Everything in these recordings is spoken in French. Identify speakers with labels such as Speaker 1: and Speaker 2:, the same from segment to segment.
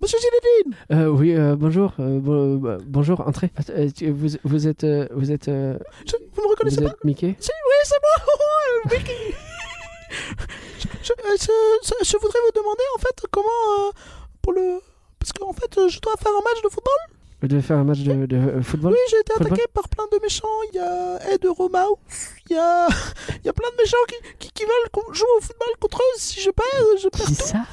Speaker 1: Monsieur Zinedine
Speaker 2: Euh, oui, euh, bonjour. euh, bon- bah, bonjour, entrez. Ah, euh, tu- vous, vous êtes. euh, vous êtes. euh,
Speaker 1: Je- Vous me reconnaissez
Speaker 2: vous
Speaker 1: pas
Speaker 2: êtes Mickey
Speaker 1: Si, oui, c'est moi euh, Mickey. je, je- je- je- je voudrais vous demander, en fait, comment... euh, pour le... Parce qu'en fait, euh, je dois faire un match de football.
Speaker 2: Vous devez faire un match de, de, euh, football
Speaker 1: Oui, j'ai été
Speaker 2: Football.
Speaker 1: attaqué par plein de méchants. Il y a Ed Romaus, il y a, il y a plein de méchants qui, qui, qui veulent qu'on joue au football contre eux. Si je perds, euh, je perds
Speaker 2: C'est ça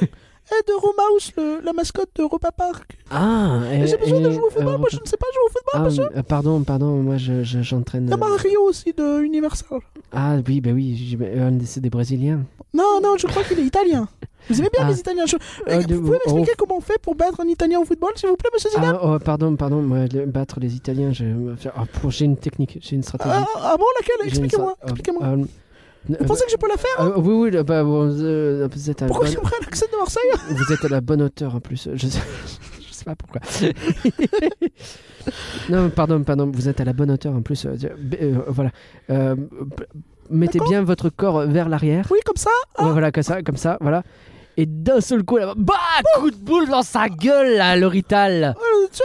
Speaker 1: tout. Ed Romaus, le- la mascotte de Europa Park.
Speaker 2: Ah
Speaker 1: Et j'ai besoin de jouer au football.
Speaker 2: euh,
Speaker 1: Moi, je ne sais pas jouer au football,
Speaker 2: ah,
Speaker 1: monsieur.
Speaker 2: euh, pardon, pardon, moi je- je- j'entraîne.
Speaker 1: Il y a
Speaker 2: euh,
Speaker 1: Mario aussi de Universal.
Speaker 2: ah oui, bah oui, j'im- euh, c'est des Brésiliens.
Speaker 1: Non, non, je crois qu'il est italien. Vous aimez bien
Speaker 2: Ah.
Speaker 1: les Italiens. je-
Speaker 2: Euh, de-
Speaker 1: vous pouvez
Speaker 2: oh.
Speaker 1: m'expliquer comment on fait pour battre un Italien au football, s'il vous plaît, monsieur Zidane
Speaker 2: Ah, oh, pardon, pardon, moi, le- battre les Italiens, je. ah, pour- j'ai une technique, j'ai une stratégie.
Speaker 1: ah, ah bon, laquelle
Speaker 2: J'ai une
Speaker 1: Expliquez-moi.
Speaker 2: stra- euh,
Speaker 1: Expliquez-moi.
Speaker 2: euh, euh,
Speaker 1: Vous pensez que je peux la faire
Speaker 2: euh, oui, oui, bah, bon, euh, vous, êtes à la
Speaker 1: Pourquoi
Speaker 2: bonne,
Speaker 1: je prends l'accent de Marseille
Speaker 2: vous êtes à la bonne hauteur en plus. Je sais, je sais pas pourquoi. non, pardon, pardon, vous êtes à la bonne hauteur en plus. euh, b- euh, voilà. Euh, b- mettez
Speaker 1: D'accord.
Speaker 2: bien votre corps vers l'arrière.
Speaker 1: Oui, comme ça.
Speaker 3: Ah.
Speaker 2: Ouais, voilà, comme ça, comme ça, voilà. Et d'un seul coup, là, bah, coup de boule dans sa gueule, là, l'horital.
Speaker 1: Euh, tiens,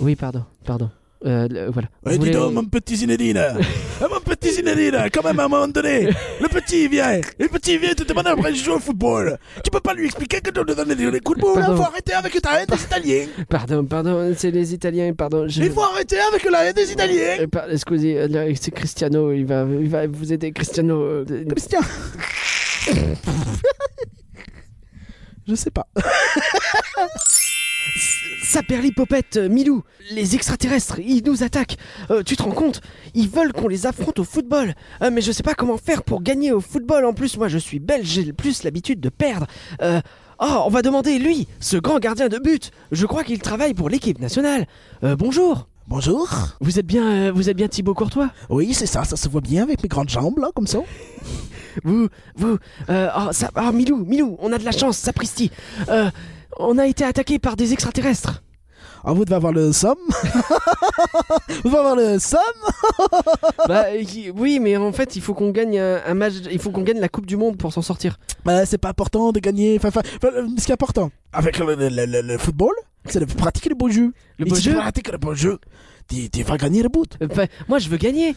Speaker 2: Oui, pardon, pardon. Euh, le- voilà.
Speaker 3: Ouais, Eh,
Speaker 2: Vous
Speaker 3: dis
Speaker 2: voulez-
Speaker 3: donc, mon petit Zinedine Ah, Mon petit Zinedine Quand même, à un moment donné, le petit il vient Le petit il vient te demander après de jouer au football Tu peux pas lui expliquer que tu lui donnes des coups de boule
Speaker 2: Pardon.
Speaker 3: Faut arrêter avec ta haine des Italiens
Speaker 2: Pardon, pardon, c'est les Italiens, pardon. je-
Speaker 3: Il faut arrêter avec la haine des Italiens
Speaker 2: Euh, par- excusez, euh, là, c'est Cristiano, il va, il va vous aider, Cristiano. euh, de-
Speaker 1: Christian. je sais pas.
Speaker 2: Ça perlipopette, euh, Milou, les extraterrestres, ils nous attaquent. Euh, tu te rends compte Ils veulent qu'on les affronte au football. Euh, mais je sais pas comment faire pour gagner au football. En plus, moi, je suis belge, j'ai le plus l'habitude de perdre. Euh, oh, on va demander lui, ce grand gardien de but. Je crois qu'il travaille pour l'équipe nationale. Euh, bonjour.
Speaker 3: Bonjour
Speaker 2: Vous êtes bien, euh, vous êtes bien Thibaut Courtois.
Speaker 3: Oui, c'est ça, ça se voit bien avec mes grandes jambes, là, comme ça.
Speaker 2: Vous, vous, euh, oh, ça, oh, Milou, Milou, on a de la chance, sapristi. Euh, on a été attaqué par des extraterrestres.
Speaker 3: Ah, vous devez avoir le somme Vous devez avoir le somme
Speaker 2: Bah euh, qui- oui, mais en fait, il faut qu'on gagne un, un match, il faut qu'on gagne la Coupe du Monde pour s'en sortir.
Speaker 3: Bah, c'est pas important de gagner. Enfin, enfin, enfin, euh, ce qui est important avec le, le- le- le- le football, c'est de pratiquer le beau jeu.
Speaker 2: Le
Speaker 3: Et
Speaker 2: beau
Speaker 3: si
Speaker 2: jeu
Speaker 3: tu pratiques le beau jeu, tu, tu vas gagner le bout.
Speaker 2: Euh, bah, moi, je veux gagner.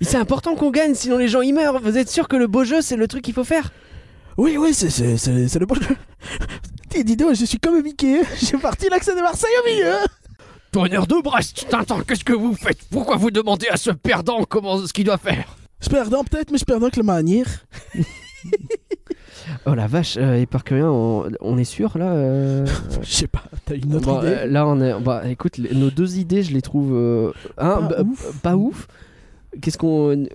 Speaker 2: C'est important qu'on gagne, sinon les gens y meurent. Vous êtes sûr que le beau jeu, c'est le truc qu'il faut faire
Speaker 3: Oui, oui, c'est, c'est, c'est, c'est le beau jeu. Dis, dis donc, je suis comme Mickey. J'ai parti l'accès de Marseille au milieu.
Speaker 4: Tonnerre de Brest, Tintin, qu'est-ce que vous faites Pourquoi vous demandez à ce perdant comment ce qu'il doit faire
Speaker 3: Je perdant peut-être, mais je perdant que le manière.
Speaker 2: Oh la vache, euh, et par curieux, on, on est sûr là euh,
Speaker 3: Je sais pas, t'as une autre
Speaker 2: bon,
Speaker 3: idée
Speaker 2: euh, Là, on est. Bah, écoute, les- nos deux idées, je les trouve. euh, hein,
Speaker 3: Pas
Speaker 2: bah,
Speaker 3: ouf.
Speaker 2: pas ouf. Qu'est-ce qu'on.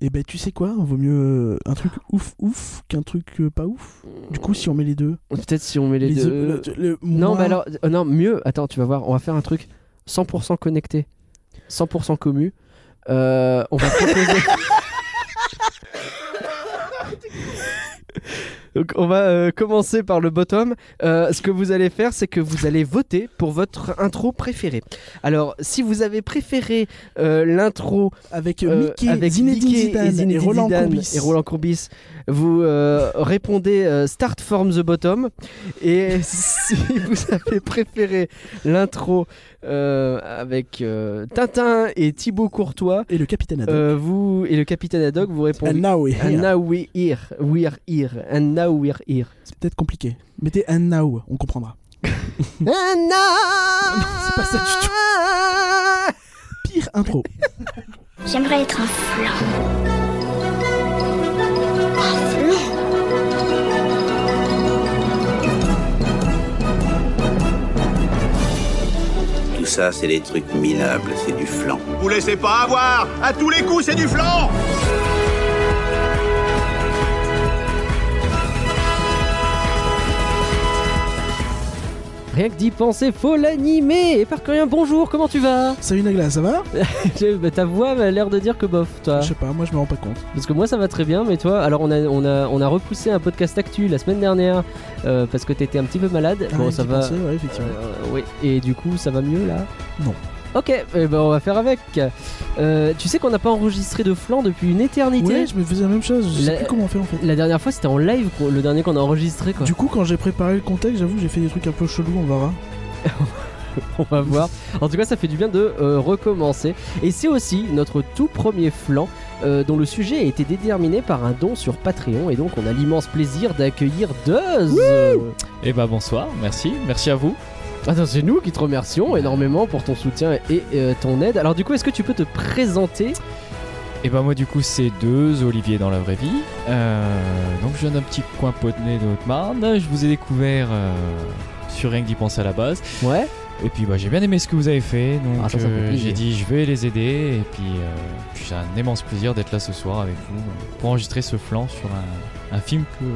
Speaker 3: Eh ben, tu sais quoi Vaut mieux euh, un truc ouf ouf qu'un truc euh, pas ouf. Du coup, si on met les deux.
Speaker 2: Peut-être si on met les, deux.
Speaker 3: euh, le- le-
Speaker 2: Non,
Speaker 3: moi-
Speaker 2: mais alors, euh, non, mieux. Attends, tu vas voir, on va faire un truc 100% connecté, 100% commu. Euh, on va proposer. Donc, on va euh, commencer par le bottom. Euh, ce que vous allez faire, c'est que vous allez voter pour votre intro préférée. Alors, si vous avez préféré euh, l'intro
Speaker 3: Avec
Speaker 2: euh,
Speaker 3: Mickey,
Speaker 2: avec
Speaker 3: Zinedine
Speaker 2: Mickey
Speaker 3: Zidane,
Speaker 2: et Zinedine
Speaker 3: Roland
Speaker 2: Zidane
Speaker 3: Courbis.
Speaker 2: et Roland Courbis, vous euh, répondez euh, Start from the bottom. Et si vous avez préféré l'intro euh, avec euh, Tintin et Thibaut Courtois,
Speaker 3: Et le capitaine Haddock.
Speaker 2: euh, vous et le capitaine Haddock, vous
Speaker 3: And
Speaker 2: répondez.
Speaker 3: now eh, we're here.
Speaker 2: And now we're here, we're here, and now we're here.
Speaker 3: C'est peut-être compliqué. Mettez and now, on comprendra.
Speaker 2: And now.
Speaker 3: c'est pas ça du Pire intro.
Speaker 5: J'aimerais être un flan. Un flan
Speaker 6: Tout ça, c'est des trucs minables, c'est du flan.
Speaker 7: Vous laissez pas avoir À tous les coups, c'est du flanc
Speaker 2: Rien que d'y penser, faut l'animer. Et par rien, bonjour, comment tu vas
Speaker 3: Salut Nagla, ça va
Speaker 2: Bah, Ta voix m'a l'air de dire que bof, toi.
Speaker 3: Je sais pas, moi je me rends pas compte.
Speaker 2: Parce que moi ça va très bien, mais toi, alors on a, on a, on a repoussé un podcast actu la semaine dernière euh, parce que t'étais un petit peu malade.
Speaker 3: Ah,
Speaker 2: bon,
Speaker 3: j'y
Speaker 2: ça va.
Speaker 3: pensais, ouais, effectivement.
Speaker 2: Euh, oui. Et du coup, ça va mieux là
Speaker 3: Non.
Speaker 2: Ok, eh ben on va faire avec. Euh, tu sais qu'on n'a pas enregistré de flanc depuis une éternité.
Speaker 3: Ouais, je me faisais la même chose, je sais
Speaker 2: La-
Speaker 3: plus comment on fait en fait.
Speaker 2: La dernière fois, c'était en live, qu'on- le dernier qu'on a enregistré. Quoi.
Speaker 3: Du coup, quand j'ai préparé le contexte, j'avoue, j'ai fait des trucs un peu chelous, on verra.
Speaker 2: On va voir. En tout cas, ça fait du bien de euh, recommencer. Et c'est aussi notre tout premier flanc euh, dont le sujet a été déterminé par un don sur Patreon. Et donc, on a l'immense plaisir d'accueillir Duz.
Speaker 8: Eh bah bonsoir, merci, merci à vous.
Speaker 2: Ah non, c'est nous qui te remercions énormément pour ton soutien et euh, ton aide. Alors, du coup, est-ce que tu peux te présenter
Speaker 8: Et bah moi du coup c'est deux Olivier dans la vraie vie. Euh, donc je viens d'un petit coin potelé de Haute-Marne. Je vous ai découvert euh, sur rien que d'y penser à la base.
Speaker 2: Ouais.
Speaker 8: Et puis bah j'ai bien aimé ce que vous avez fait. Donc
Speaker 2: Ah, ça, ça fait
Speaker 8: euh,
Speaker 2: plaisir.
Speaker 8: j'ai dit je vais les aider. Et puis, euh, puis j'ai un immense plaisir d'être là ce soir avec vous euh, pour enregistrer ce flanc sur un, un film que euh,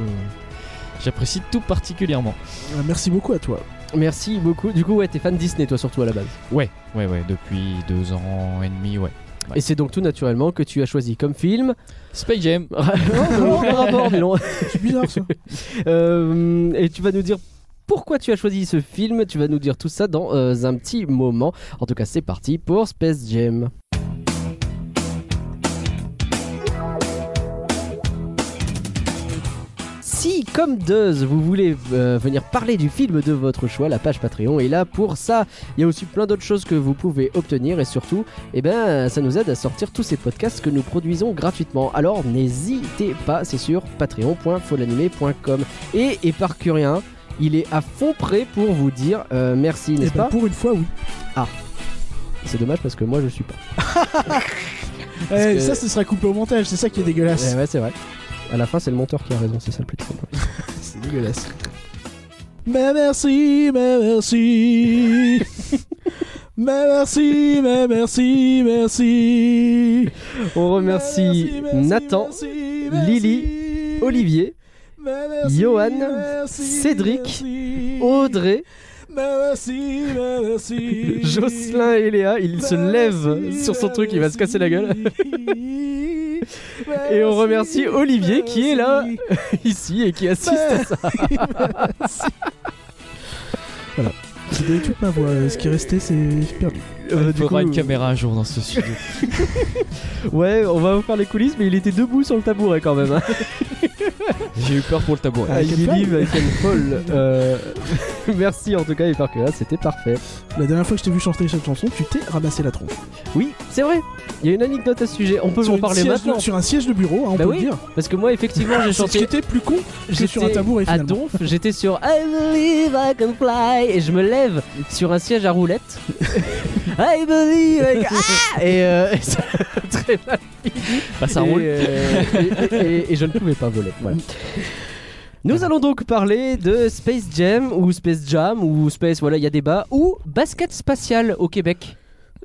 Speaker 8: j'apprécie tout particulièrement.
Speaker 3: Euh, Merci beaucoup à toi.
Speaker 2: Merci beaucoup. Du coup, ouais, t'es fan Disney, toi, surtout à la base.
Speaker 8: Ouais, ouais, ouais, depuis deux ans et demi, ouais. Ouais.
Speaker 2: Et c'est donc tout naturellement que tu as choisi comme film.
Speaker 8: Space Jam.
Speaker 2: Oh, non, le rapport, mais non.
Speaker 3: C'est bizarre ça.
Speaker 2: Euh, et tu vas nous dire pourquoi tu as choisi ce film. Tu vas nous dire tout ça dans euh, un petit moment. En tout cas, c'est parti pour Space Jam. Si, comme Deuz, vous voulez euh, venir parler du film de votre choix, la page Patreon est là pour ça. Il y a aussi plein d'autres choses que vous pouvez obtenir et surtout, eh ben, ça nous aide à sortir tous ces podcasts que nous produisons gratuitement. Alors n'hésitez pas, c'est sur patreon.folanimé.com. Et Éparcurien, il est à fond prêt pour vous dire euh, merci,
Speaker 3: Et
Speaker 2: n'est-ce
Speaker 3: bah,
Speaker 2: pas
Speaker 3: pour une fois, oui.
Speaker 2: C'est dommage parce que moi je suis pas.
Speaker 3: Eh,
Speaker 2: que-
Speaker 3: Ça, ce sera coupé au montage, c'est ça qui est dégueulasse.
Speaker 2: Ouais, ouais, c'est vrai. À la fin, c'est le monteur qui a raison, c'est ça le plus simple.
Speaker 3: C'est dégueulasse. Mais merci, mais merci. mais merci, mais merci, merci.
Speaker 2: On remercie
Speaker 3: Mais merci, merci,
Speaker 2: Nathan,
Speaker 3: merci,
Speaker 2: Lily,
Speaker 3: merci.
Speaker 2: Olivier,
Speaker 3: Mais merci,
Speaker 2: Johan,
Speaker 3: merci,
Speaker 2: Cédric,
Speaker 3: merci.
Speaker 2: Audrey,
Speaker 3: Mais merci, mais merci.
Speaker 2: Jocelyn et Léa. Il se
Speaker 3: Mais
Speaker 2: lève
Speaker 3: merci,
Speaker 2: sur son
Speaker 3: mais
Speaker 2: truc, il va se casser la gueule.
Speaker 3: merci.
Speaker 2: Et on remercie
Speaker 3: Merci,
Speaker 2: Olivier qui est là.
Speaker 3: merci.
Speaker 2: Ici et qui assiste à ça.
Speaker 3: J'ai donné toute ma voix, euh, ce qui restait c'est perdu.
Speaker 2: Euh,
Speaker 8: Il
Speaker 2: du
Speaker 8: faudra
Speaker 2: coup,
Speaker 8: une caméra un jour dans ce studio.
Speaker 2: Ouais, on va vous faire les coulisses, mais il était debout sur le tabouret quand même. hein.
Speaker 8: J'ai eu peur pour le tabouret.
Speaker 2: I
Speaker 3: Avec une
Speaker 2: believe
Speaker 3: folle.
Speaker 2: I can fall. Euh, Merci en tout cas, Hyper que là, c'était parfait.
Speaker 3: La dernière fois que je t'ai vu chanter cette chanson, tu t'es ramassé la tronche.
Speaker 2: Oui, c'est vrai. Il y a une anecdote à ce sujet. On peut
Speaker 3: sur
Speaker 2: en
Speaker 3: une
Speaker 2: parler
Speaker 3: siège de-
Speaker 2: maintenant.
Speaker 3: sur un siège de bureau, hein, on
Speaker 2: Bah
Speaker 3: peut
Speaker 2: oui,
Speaker 3: le dire.
Speaker 2: Parce que moi, effectivement, j'ai
Speaker 3: C'est Ce qui
Speaker 2: chanté.
Speaker 3: était plus con que sur un
Speaker 2: j'étais
Speaker 3: tabouret
Speaker 2: À
Speaker 3: finalement.
Speaker 2: Donf, j'étais sur I believe I can fly et je me lève sur un siège à roulette. I believe I can... Ah et, euh, et ça a très mal
Speaker 8: Bah, ça
Speaker 2: et,
Speaker 8: roule.
Speaker 2: euh, et, et- et je ne pouvais pas voler. Voilà. Nous allons donc parler de Space Jam ou Space Jam ou Space, voilà, il y a débat, ou basket spatial au Québec.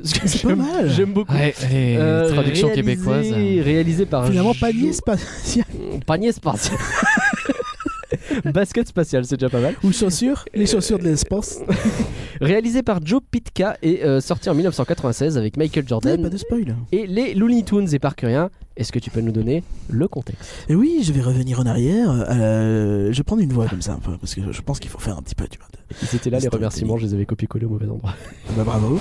Speaker 3: C'est pas mal.
Speaker 2: J'aime beaucoup.
Speaker 8: Ouais, les
Speaker 2: Euh,
Speaker 8: traductions
Speaker 2: réalisé-
Speaker 8: québécoises.
Speaker 2: Réalisé par
Speaker 3: Finalement,
Speaker 2: Jo-
Speaker 3: panier spatial
Speaker 2: Mm, panier spatial. basket spatial, c'est déjà pas mal.
Speaker 3: ou chaussures, les chaussures de l'espace.
Speaker 2: Réalisé par Joe Pitka et euh, sorti en 1996 avec
Speaker 3: Ouais,
Speaker 2: Michael
Speaker 3: pas
Speaker 2: Jordan
Speaker 3: de spoil.
Speaker 2: et les Looney Tunes et Parkerien. Est-ce que tu peux nous donner le contexte
Speaker 3: Et oui, je vais revenir en arrière. euh, je vais prendre une voix comme ça un peu parce que je pense qu'il faut faire un petit peu du mode.
Speaker 2: Ils étaient là, les
Speaker 3: Storytelling.
Speaker 2: remerciements, je les avais copié-collés au mauvais endroit.
Speaker 3: Bah bravo.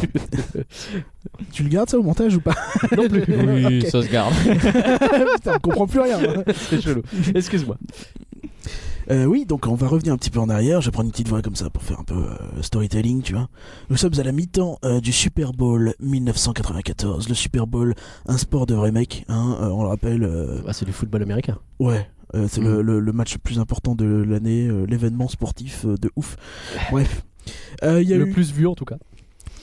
Speaker 3: tu le gardes ça au montage ou pas
Speaker 2: Non plus.
Speaker 8: Oui, ça se garde.
Speaker 3: Putain, on comprend plus rien. hein.
Speaker 2: C'est chelou. Excuse-moi.
Speaker 3: Euh, oui, donc on va revenir un petit peu en arrière. Je vais prendre une petite voix comme ça pour faire un peu euh, storytelling, tu vois. Nous sommes à la mi-temps euh, du Super Bowl 1994. Le Super Bowl, un sport de vrai mec, hein, euh, on le rappelle. euh,
Speaker 2: Bah, c'est du football américain.
Speaker 3: ouais, euh, c'est
Speaker 2: Mm.
Speaker 3: le, le- le match le plus important de l'année, euh, l'événement sportif euh, de ouf. Bref. Euh, Il y a eu,
Speaker 2: plus vu en tout cas.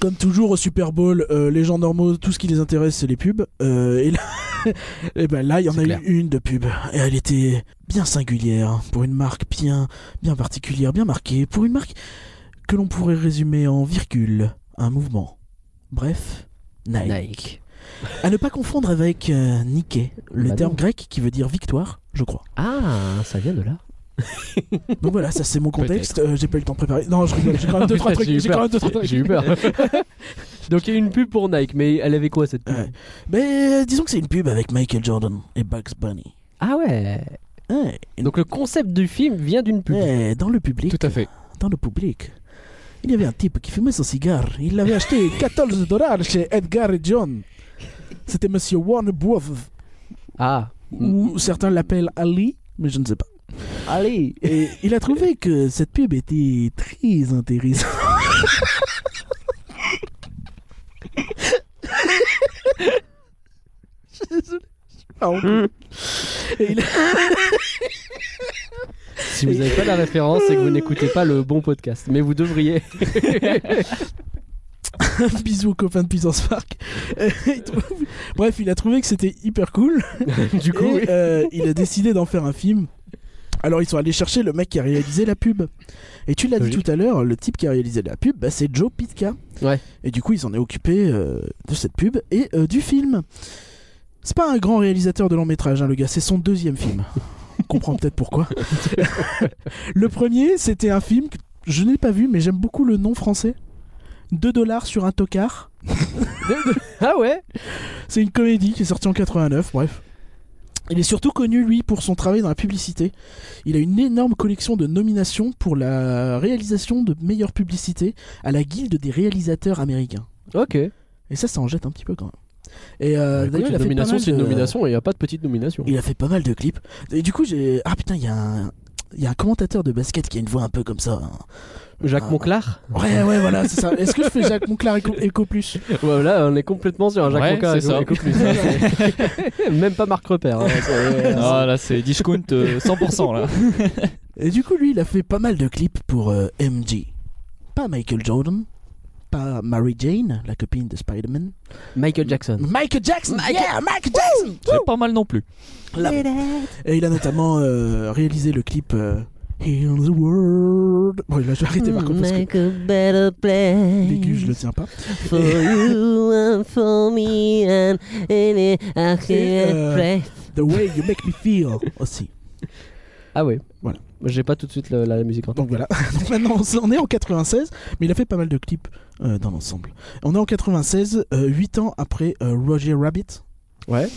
Speaker 3: comme toujours au Super Bowl, euh, les gens normaux, tout ce qui les intéresse, c'est les pubs. Euh, et là, et ben là, il y en
Speaker 8: C'est
Speaker 3: a
Speaker 8: clair.
Speaker 3: eu une de pub. Et elle était bien singulière pour une marque bien, bien particulière, bien marquée. Pour une marque que l'on pourrait résumer en virgule, un mouvement. Bref, Nike.
Speaker 2: Nike.
Speaker 3: À ne pas confondre avec euh, Nike, le
Speaker 2: Bah
Speaker 3: terme
Speaker 2: non.
Speaker 3: grec qui veut dire victoire, je crois.
Speaker 2: Ah, ça vient de là.
Speaker 3: Donc voilà, ça c'est mon contexte. Euh, j'ai pas eu le temps de préparer. Non, je rigole. J'ai quand même deux trois
Speaker 2: Ah, Putain,
Speaker 3: trucs.
Speaker 2: j'ai eu
Speaker 3: J'ai quand
Speaker 2: peur.
Speaker 3: même deux trois trucs.
Speaker 2: J'ai eu peur. Donc il y a une pub pour Nike, mais elle avait quoi cette pub
Speaker 3: Ouais. Mais euh, disons que c'est une pub avec Michael Jordan et Bugs Bunny.
Speaker 2: Ah ouais.
Speaker 3: Ouais.
Speaker 2: Donc le concept du film vient d'une pub.
Speaker 3: Ouais, Eh, dans le public.
Speaker 8: Tout à fait.
Speaker 3: Dans le public. Il y avait un type qui fumait son cigare. Il l'avait acheté 14 dollars chez Edgar et John. C'était monsieur Warner Bros.
Speaker 2: Ah,
Speaker 3: Ou certains l'appellent Ali, mais je ne sais pas.
Speaker 2: allez
Speaker 3: Et il a trouvé que cette pub était très intéressante.
Speaker 2: Si vous n'avez pas la référence, c'est que vous n'écoutez pas le bon podcast. Mais vous devriez.
Speaker 3: Un bisou aux copains de Puissance Park. Euh, il trouve- Bref, il a trouvé que c'était hyper cool.
Speaker 2: du coup,
Speaker 3: Et, euh, il a décidé d'en faire un film. Alors ils sont allés chercher le mec qui a réalisé la pub. Et tu l'as dit
Speaker 2: Logique.
Speaker 3: tout à l'heure, le type qui a réalisé la pub, bah, c'est Joe Pitka.
Speaker 2: Ouais.
Speaker 3: Et du coup, il s'en est occupé euh, de cette pub et euh, du film. C'est pas un grand réalisateur de long métrage, hein, le gars, c'est son deuxième film. On comprend peut-être pourquoi. le premier, c'était un film que je n'ai pas vu, mais j'aime beaucoup le nom français. 2 dollars sur un tocard.
Speaker 2: ah ouais
Speaker 3: C'est une comédie qui est sortie en 89, bref. Il est surtout connu, lui, pour son travail dans la publicité. Il a une énorme collection de nominations pour la réalisation de meilleure publicité à la Guilde des réalisateurs américains.
Speaker 2: Ok. Bah,
Speaker 3: Et ça, ça en jette un petit peu quand même. Et euh,
Speaker 2: Écoute,
Speaker 3: d'ailleurs, il
Speaker 2: une
Speaker 3: a fait pas
Speaker 2: nomination,
Speaker 3: mal
Speaker 2: c'est une
Speaker 3: de-
Speaker 2: nomination, et il n'y a pas de petite nomination.
Speaker 3: Il a fait pas mal de clips. Et du coup, j'ai. Ah putain, il y a un. Il y a un commentateur de basket qui a une voix un peu comme ça. hein.
Speaker 2: Euh, Jacques
Speaker 3: Ah.
Speaker 2: Monclar
Speaker 3: Ouais, ouais, voilà, c'est ça. Est-ce que je fais Jacques Monclar et Co- et Co plus
Speaker 2: Ouais, là, on est complètement sur un Jacques
Speaker 8: Ouais,
Speaker 2: Monclar.
Speaker 8: c'est
Speaker 2: et
Speaker 8: ça.
Speaker 2: Coco Plus, hein, c'est- Même pas Marc Repère. hein, c'est-
Speaker 8: Ah là, c'est discount euh, 100% là.
Speaker 3: Et du coup, lui, il a fait pas mal de clips pour euh, MJ. Pas Michael Jordan, pas Mary Jane, la copine de Spider-Man.
Speaker 2: Michael Jackson.
Speaker 3: Michael Jackson yeah, Michael Jackson
Speaker 8: C'est pas mal non plus.
Speaker 3: Et il a notamment euh, réalisé le clip euh, Heal the World. Bon, là, je vais arrêter par contre parce que
Speaker 2: a better place
Speaker 3: l'aigu, je le tiens pas.
Speaker 2: for you and for me and in it I
Speaker 3: Et, euh, The Way You Make Me Feel aussi.
Speaker 2: Ah ouais.
Speaker 3: Voilà.
Speaker 2: Moi, J'ai pas tout de suite le- la, la musique en tête.
Speaker 3: Donc voilà. Donc maintenant, on s- on est en 96, mais il a fait pas mal de clips euh, dans l'ensemble. On est en 96, 8 ans après euh, Roger Rabbit.
Speaker 2: Ouais.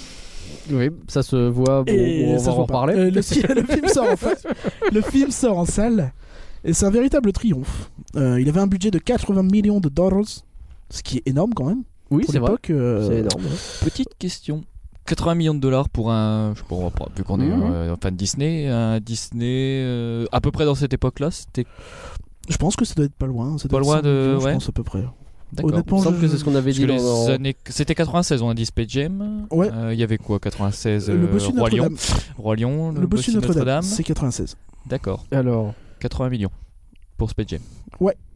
Speaker 2: Oui, ça se voit. bon,
Speaker 3: Et
Speaker 2: on
Speaker 3: ça
Speaker 2: va
Speaker 3: se
Speaker 2: en
Speaker 3: voit pas.
Speaker 2: reparler.
Speaker 3: Euh, le, fi- le film sort en fait. Le film sort en salle. Et c'est un véritable triomphe. Euh, il avait un budget de 80 millions de dollars, ce qui est énorme quand même.
Speaker 2: oui,
Speaker 3: pour
Speaker 2: c'est vrai.
Speaker 3: l'époque, euh,
Speaker 2: C'est énorme. hein.
Speaker 8: Petite question. 80 millions de dollars pour un. Je sais pas, on va pas- vu qu'on est
Speaker 2: Mhm.
Speaker 8: euh, fan de Disney, un Disney euh, à peu près dans cette époque-là, c'était.
Speaker 3: Je pense que ça doit être pas loin. hein. Ça doit
Speaker 8: Pas
Speaker 3: être
Speaker 8: loin
Speaker 3: 100
Speaker 8: de-
Speaker 3: millions, Je
Speaker 8: ouais.
Speaker 3: pense à peu près.
Speaker 8: D'accord.
Speaker 2: Il
Speaker 3: Honnêtement,
Speaker 2: me semble
Speaker 3: je-
Speaker 2: que c'est ce qu'on avait
Speaker 8: Parce
Speaker 2: dit
Speaker 8: que
Speaker 2: dans.
Speaker 8: les
Speaker 2: dans-
Speaker 8: années... C'était 96, on a dit Space Jam.
Speaker 3: Ouais.
Speaker 8: Euh, Il y avait quoi 96
Speaker 3: le
Speaker 8: euh,
Speaker 3: bossu
Speaker 8: Roi Lion.
Speaker 3: Notre-Dame.
Speaker 8: Roi Lion, le,
Speaker 3: Le bossu Notre-Dame,
Speaker 8: Notre-Dame.
Speaker 3: c'est 96.
Speaker 8: D'accord.
Speaker 2: Alors.
Speaker 8: 80 millions pour Space Jam.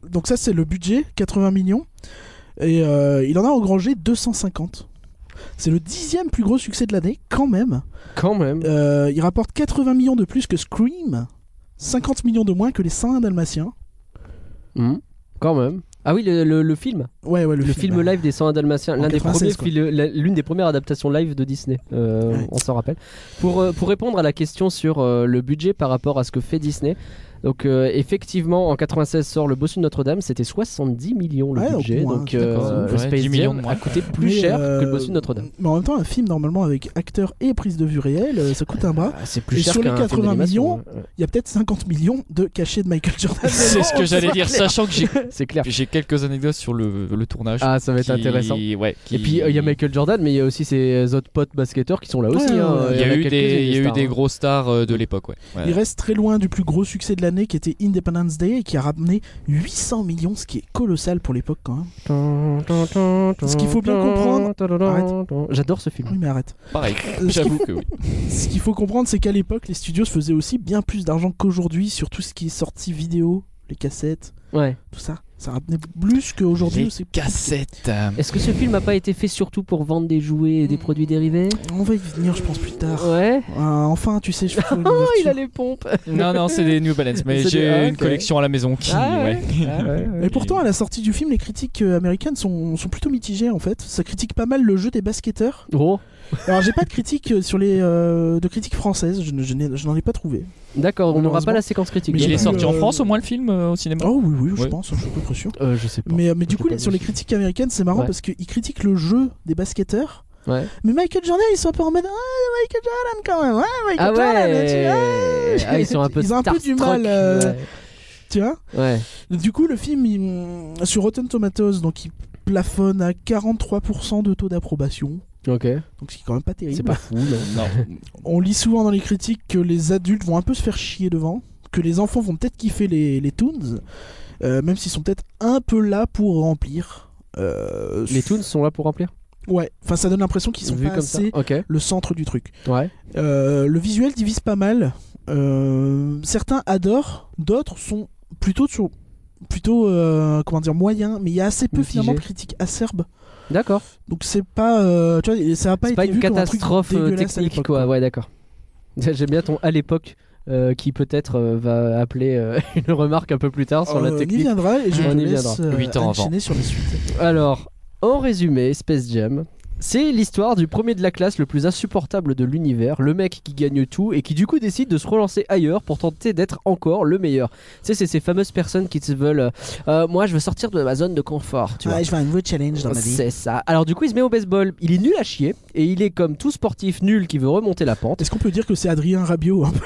Speaker 3: Donc ça, c'est le budget, 80 millions. Et euh, il en a engrangé 250. C'est le dixième plus gros succès de l'année, quand même.
Speaker 2: Quand même.
Speaker 3: Euh, il rapporte 80 millions de plus que Scream, 50 millions de moins que Les Saints Dalmatiens.
Speaker 2: Mhm. Quand même. Ah oui, le, le- le film.
Speaker 3: Ouais, ouais, le,
Speaker 2: Le, film,
Speaker 3: euh,
Speaker 2: live des 101 Dalmatiens.
Speaker 3: en
Speaker 2: L'un des
Speaker 3: 96,
Speaker 2: premiers
Speaker 3: quoi.
Speaker 2: fil- la- L'une des premières adaptations live de Disney. Euh,
Speaker 3: Ouais.
Speaker 2: On s'en rappelle. Pour, euh, pour répondre à la question sur euh, le budget par rapport à ce que fait Disney. Donc euh, effectivement en 96 sort le bossu de Notre-Dame, c'était 70 millions le
Speaker 3: Ouais, au
Speaker 2: budget,
Speaker 3: moins,
Speaker 2: donc
Speaker 3: c'est
Speaker 2: euh,
Speaker 8: d'accord. Ouais,
Speaker 2: Space
Speaker 8: 10 millions
Speaker 2: Jam
Speaker 8: de moins.
Speaker 2: a coûté plus
Speaker 3: Mais,
Speaker 2: cher que le
Speaker 3: euh,
Speaker 2: bossu de Notre-Dame.
Speaker 3: Mais en même temps, un film normalement avec acteur et prise de vue réelle, euh, ça coûte un
Speaker 8: bah,
Speaker 3: bras.
Speaker 2: Ah, c'est plus
Speaker 3: et
Speaker 2: cher
Speaker 3: sur les
Speaker 2: qu'un film
Speaker 3: 80
Speaker 2: d'animation,
Speaker 3: millions,
Speaker 2: hein.
Speaker 3: Il y a peut-être 50 millions de cachets de Michael Jordan.
Speaker 8: C'est ce que j'allais dire, sachant que j'ai-
Speaker 2: Ouais. c'est clair.
Speaker 8: j'ai quelques anecdotes sur le, le tournage.
Speaker 2: Ah ça va être
Speaker 8: qui-
Speaker 2: intéressant.
Speaker 8: ouais, qui-
Speaker 2: Et puis euh, il y a Michael Jordan, mais il y a aussi ces autres potes basketteurs qui sont là
Speaker 3: Ouais,
Speaker 2: aussi.
Speaker 3: ouais,
Speaker 2: hein.
Speaker 3: ouais.
Speaker 8: Il y
Speaker 2: en
Speaker 8: a eu
Speaker 2: quelques-unes,
Speaker 8: des, il y a eu
Speaker 2: stars,
Speaker 8: des
Speaker 2: hein.
Speaker 8: gros stars euh, de l'époque, ouais. Ouais.
Speaker 3: Il reste très loin du plus gros succès de l'année qui était Independence Day et qui a ramené 800 millions, ce qui est colossal pour l'époque quand même.
Speaker 2: Ce
Speaker 3: qu'il faut bien comprendre-
Speaker 2: J'adore ce film.
Speaker 3: Oui, mais arrête.
Speaker 8: Pareil,
Speaker 3: Euh,
Speaker 8: j'avoue que oui.
Speaker 3: Ce qu'il faut comprendre, c'est qu'à l'époque, les studios se faisaient aussi bien plus d'argent qu'aujourd'hui sur tout ce qui est sorti vidéo, les cassettes,
Speaker 2: Ouais.
Speaker 3: tout ça. Ça ramenait plus qu'aujourd'hui.
Speaker 8: Les
Speaker 3: c'est-
Speaker 8: cassettes.
Speaker 2: Est-ce que ce film a pas été fait surtout pour vendre des jouets et des produits dérivés
Speaker 3: On va y venir, je pense, plus tard.
Speaker 2: Ouais.
Speaker 3: Ah, enfin, tu sais, je fais une
Speaker 2: Oh, il
Speaker 3: ouverture.
Speaker 2: a les pompes.
Speaker 8: Non, non, c'est des New Balance, mais
Speaker 2: C'est
Speaker 8: j'ai
Speaker 2: des- ah,
Speaker 8: une
Speaker 2: ok.
Speaker 8: collection à la maison qui.
Speaker 2: Ah ouais.
Speaker 8: ouais.
Speaker 2: Ah ouais, ouais.
Speaker 3: Et pourtant, à la sortie du film, les critiques euh, américaines sont, sont plutôt mitigées en fait. Ça critique pas mal le jeu des basketteurs.
Speaker 2: Oh,
Speaker 3: Alors, j'ai pas de critique euh, sur les euh, de critiques françaises, je, ne- je n'ai- je n'en ai pas trouvé.
Speaker 2: d'accord, on n'aura
Speaker 3: Malheureusement.
Speaker 2: pas la séquence critique. bah,
Speaker 3: Mais
Speaker 8: Il
Speaker 3: j'ai
Speaker 8: est
Speaker 3: vu,
Speaker 8: sorti en
Speaker 3: euh,
Speaker 8: France au moins le film euh, au cinéma
Speaker 3: Oh oui, oui, je
Speaker 8: Ouais.
Speaker 3: pense, je suis pas sûr.
Speaker 2: Euh, je sais pas.
Speaker 3: Mais, euh, mais du
Speaker 2: J'ai
Speaker 3: coup,
Speaker 2: pas
Speaker 3: les- sur
Speaker 2: vu.
Speaker 3: les critiques américaines, c'est marrant
Speaker 2: Ouais.
Speaker 3: parce qu'ils critiquent le jeu des basketteurs.
Speaker 2: Ouais.
Speaker 3: Mais Michael Jordan, ils sont un peu en mode Ah, Michael Jordan quand même, ah, Michael
Speaker 2: Ah
Speaker 3: Jordan, tu- ah.
Speaker 2: ouais. Ah, ils sont un peu
Speaker 3: Ils ont un peu du
Speaker 2: starstruck.
Speaker 3: mal, euh,
Speaker 2: Ouais.
Speaker 3: tu vois.
Speaker 2: Ouais.
Speaker 3: Du coup, le film, il- euh, sur Rotten Tomatoes, donc il plafonne à 43% de taux d'approbation.
Speaker 2: Ok.
Speaker 3: Donc c'est quand même pas
Speaker 2: C'est
Speaker 3: terrible.
Speaker 2: pas fou, non.
Speaker 3: On lit souvent dans les critiques que les adultes vont un peu se faire chier devant, que les enfants vont peut-être kiffer les, les toons, euh, même s'ils sont peut-être un peu là pour remplir. euh,
Speaker 2: Les toons sont là pour remplir.
Speaker 3: Ouais, enfin ça donne l'impression qu'ils sont
Speaker 2: Vu
Speaker 3: pas
Speaker 2: comme
Speaker 3: assez
Speaker 2: ça. Ok.
Speaker 3: le centre du truc.
Speaker 2: Ouais.
Speaker 3: Euh, le visuel divise pas mal. Euh, certains adorent, d'autres sont plutôt sur- plutôt euh, comment dire moyen, mais il y a assez peu
Speaker 2: Mitigé.
Speaker 3: finalement de critiques acerbes.
Speaker 2: D'accord.
Speaker 3: Donc c'est pas euh, tu vois ça a pas
Speaker 2: C'est
Speaker 3: été
Speaker 2: pas
Speaker 3: vu
Speaker 2: une
Speaker 3: comme un truc
Speaker 2: catastrophe euh,
Speaker 3: dégueulasse à
Speaker 2: technique,
Speaker 3: l'époque,
Speaker 2: quoi. Ouais, d'accord. J'aime bien ton à l'époque euh, qui peut-être euh, va appeler euh, une remarque un peu plus tard sur
Speaker 3: Euh,
Speaker 2: la
Speaker 3: on y
Speaker 2: technique.
Speaker 3: viendra et je
Speaker 2: On
Speaker 3: vous
Speaker 2: y viendra.
Speaker 3: laisse euh,
Speaker 8: Huit ans avant.
Speaker 3: enchaîner sur la suite.
Speaker 2: Alors, en résumé, Space Jam, c'est l'histoire du premier de la classe le plus insupportable de l'univers, le mec qui gagne tout et qui du coup décide de se relancer ailleurs pour tenter d'être encore le meilleur. Tu sais, c'est ces fameuses personnes qui se veulent euh, Euh, Moi, je veux sortir de ma zone de confort, tu vois.
Speaker 3: Ouais, Ah, je veux un nouveau challenge dans ma vie.
Speaker 2: C'est ça. Alors du coup, il se met au baseball. Il est nul à chier et il est comme tout sportif nul qui veut remonter la pente.
Speaker 3: Est-ce qu'on peut dire que c'est Adrien Rabiot un peu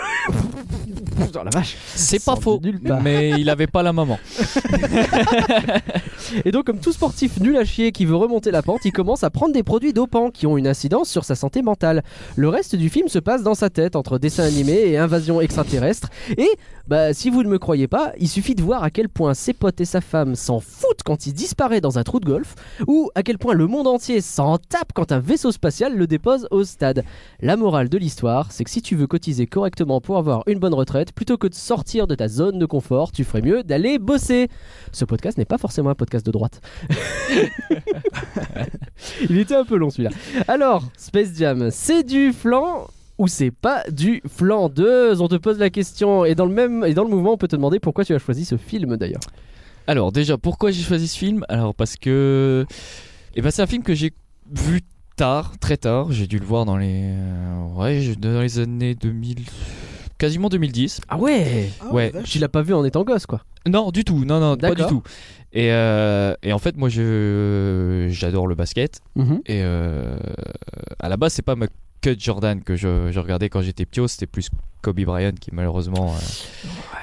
Speaker 2: Dans la vache.
Speaker 8: C'est
Speaker 2: pas
Speaker 8: pas
Speaker 2: faux.
Speaker 8: faux. Mais il avait pas la maman.
Speaker 2: Et donc, comme tout sportif nul à chier qui veut remonter la pente, il commence à prendre des produits dopants qui ont une incidence sur sa santé mentale. Le reste du film se passe dans sa tête, entre dessin animé et invasion extraterrestre. Et, bah, si vous ne me croyez pas, il suffit de voir à quel point ses potes et sa femme s'en foutent quand il disparaît dans un trou de golf, ou à quel point le monde entier s'en tape quand un vaisseau spatial le dépose au stade. La morale de l'histoire, c'est que si tu veux cotiser correctement pour avoir une bonne retraite, plutôt que de sortir de ta zone de confort, tu ferais mieux d'aller bosser. Ce podcast n'est pas forcément un podcast de droite. Il était un peu long celui-là. Alors, Space Jam, c'est du flan ou c'est pas du flan 2 On te pose la question et dans le même et dans le mouvement, on peut te demander pourquoi tu as choisi ce film d'ailleurs.
Speaker 8: Alors déjà, pourquoi j'ai choisi ce film Alors parce que eh ben, c'est un film que j'ai vu tard, très tard. J'ai dû le voir dans les euh, ouais, je- dans les années 2000 quasiment 2010.
Speaker 2: Ah ouais
Speaker 8: Ouais.
Speaker 2: Tu l'as pas vu en étant gosse quoi.
Speaker 8: Non, du tout. Non non, pas du
Speaker 2: D'accord.
Speaker 8: tout. Et, euh, et en fait, moi je j'adore le basket
Speaker 2: Mhm.
Speaker 8: et euh, à la base, c'est pas ma cut Jordan que je, je regardais quand j'étais petit, c'était plus Kobe Bryant qui malheureusement euh,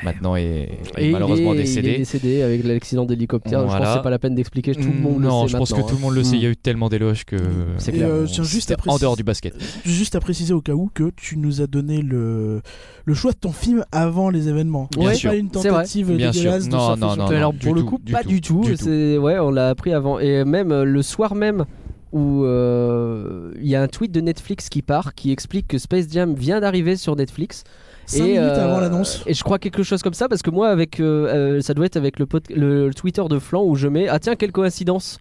Speaker 8: maintenant est, est
Speaker 2: Et il
Speaker 8: malheureusement
Speaker 2: est-
Speaker 8: décédé.
Speaker 2: Il est décédé avec l'accident d'hélicoptère. Je pense
Speaker 8: Voilà.
Speaker 2: que c'est pas la peine d'expliquer. Tout le monde
Speaker 8: Mm, non,
Speaker 2: le
Speaker 8: je
Speaker 2: sait. hein.
Speaker 8: pense que tout le monde le sait. Il y a eu tellement d'éloges que
Speaker 2: C'est
Speaker 3: Et, clair. euh, tiens, juste
Speaker 8: C'était
Speaker 3: après- Euh,
Speaker 8: en dehors du basket.
Speaker 3: Juste à préciser au cas où que tu nous as donné le, le choix de ton film avant les événements.
Speaker 8: Bien
Speaker 3: C'est
Speaker 8: sûr.
Speaker 3: pas une
Speaker 2: C'est vrai.
Speaker 3: tentative
Speaker 8: Bien sûr.
Speaker 3: dégueulasse de
Speaker 8: Non,
Speaker 3: surfer
Speaker 8: non,
Speaker 3: sur-
Speaker 8: non,
Speaker 2: Alors
Speaker 8: du
Speaker 2: pour le
Speaker 8: tout,
Speaker 2: coup,
Speaker 8: du
Speaker 2: pas
Speaker 8: tout,
Speaker 2: du tout.
Speaker 8: du tout.
Speaker 2: c'est Ouais, on l'a appris avant. Et même euh, le soir même, où euh, il y a un tweet de Netflix qui part, qui explique que Space Jam vient d'arriver sur Netflix.
Speaker 3: Cinq
Speaker 2: et,
Speaker 3: minutes
Speaker 2: euh,
Speaker 3: avant l'annonce.
Speaker 2: Et je crois quelque chose comme ça, parce que moi, avec, euh, euh, ça doit être avec le, pod- le, le Twitter de Flan où je mets Ah tiens, quelle coïncidence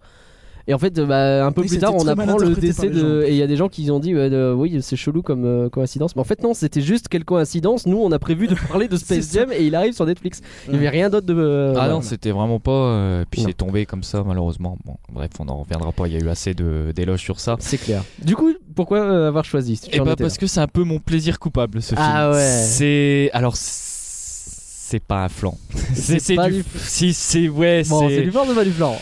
Speaker 2: et en fait, euh, bah, un peu
Speaker 3: Oui,
Speaker 2: plus
Speaker 3: c'était
Speaker 2: tard, on
Speaker 3: très mal
Speaker 2: apprend le
Speaker 3: interprété
Speaker 2: décès
Speaker 3: par les
Speaker 2: de. Et il y a des gens qui ont dit ouais, euh, Oui, c'est chelou comme euh, coïncidence. Mais en fait, non, c'était juste quelle coïncidence. Nous, on a prévu de parler de Space
Speaker 3: C'est ça.
Speaker 2: Jam et il arrive sur Netflix. Il n'y
Speaker 3: Ouais.
Speaker 2: avait rien d'autre de. euh,
Speaker 8: ah
Speaker 2: voilà.
Speaker 8: non, c'était vraiment pas. euh, puis
Speaker 2: Non.
Speaker 8: c'est tombé comme ça, malheureusement. Bon, bref, on en reviendra pas. Il y a eu assez de- d'éloges sur ça.
Speaker 2: C'est clair. Du coup, pourquoi euh, avoir choisi si tu
Speaker 8: Et
Speaker 2: en
Speaker 8: bah
Speaker 2: étais là
Speaker 8: parce que c'est un peu mon plaisir coupable ce
Speaker 2: Ah
Speaker 8: film.
Speaker 2: ouais.
Speaker 8: C'est alors c'est pas un flanc.
Speaker 2: C'est pas du-
Speaker 8: Si c'est ouais
Speaker 2: Bon, c'est
Speaker 8: c'est.
Speaker 2: du flan, c'est pas du flan.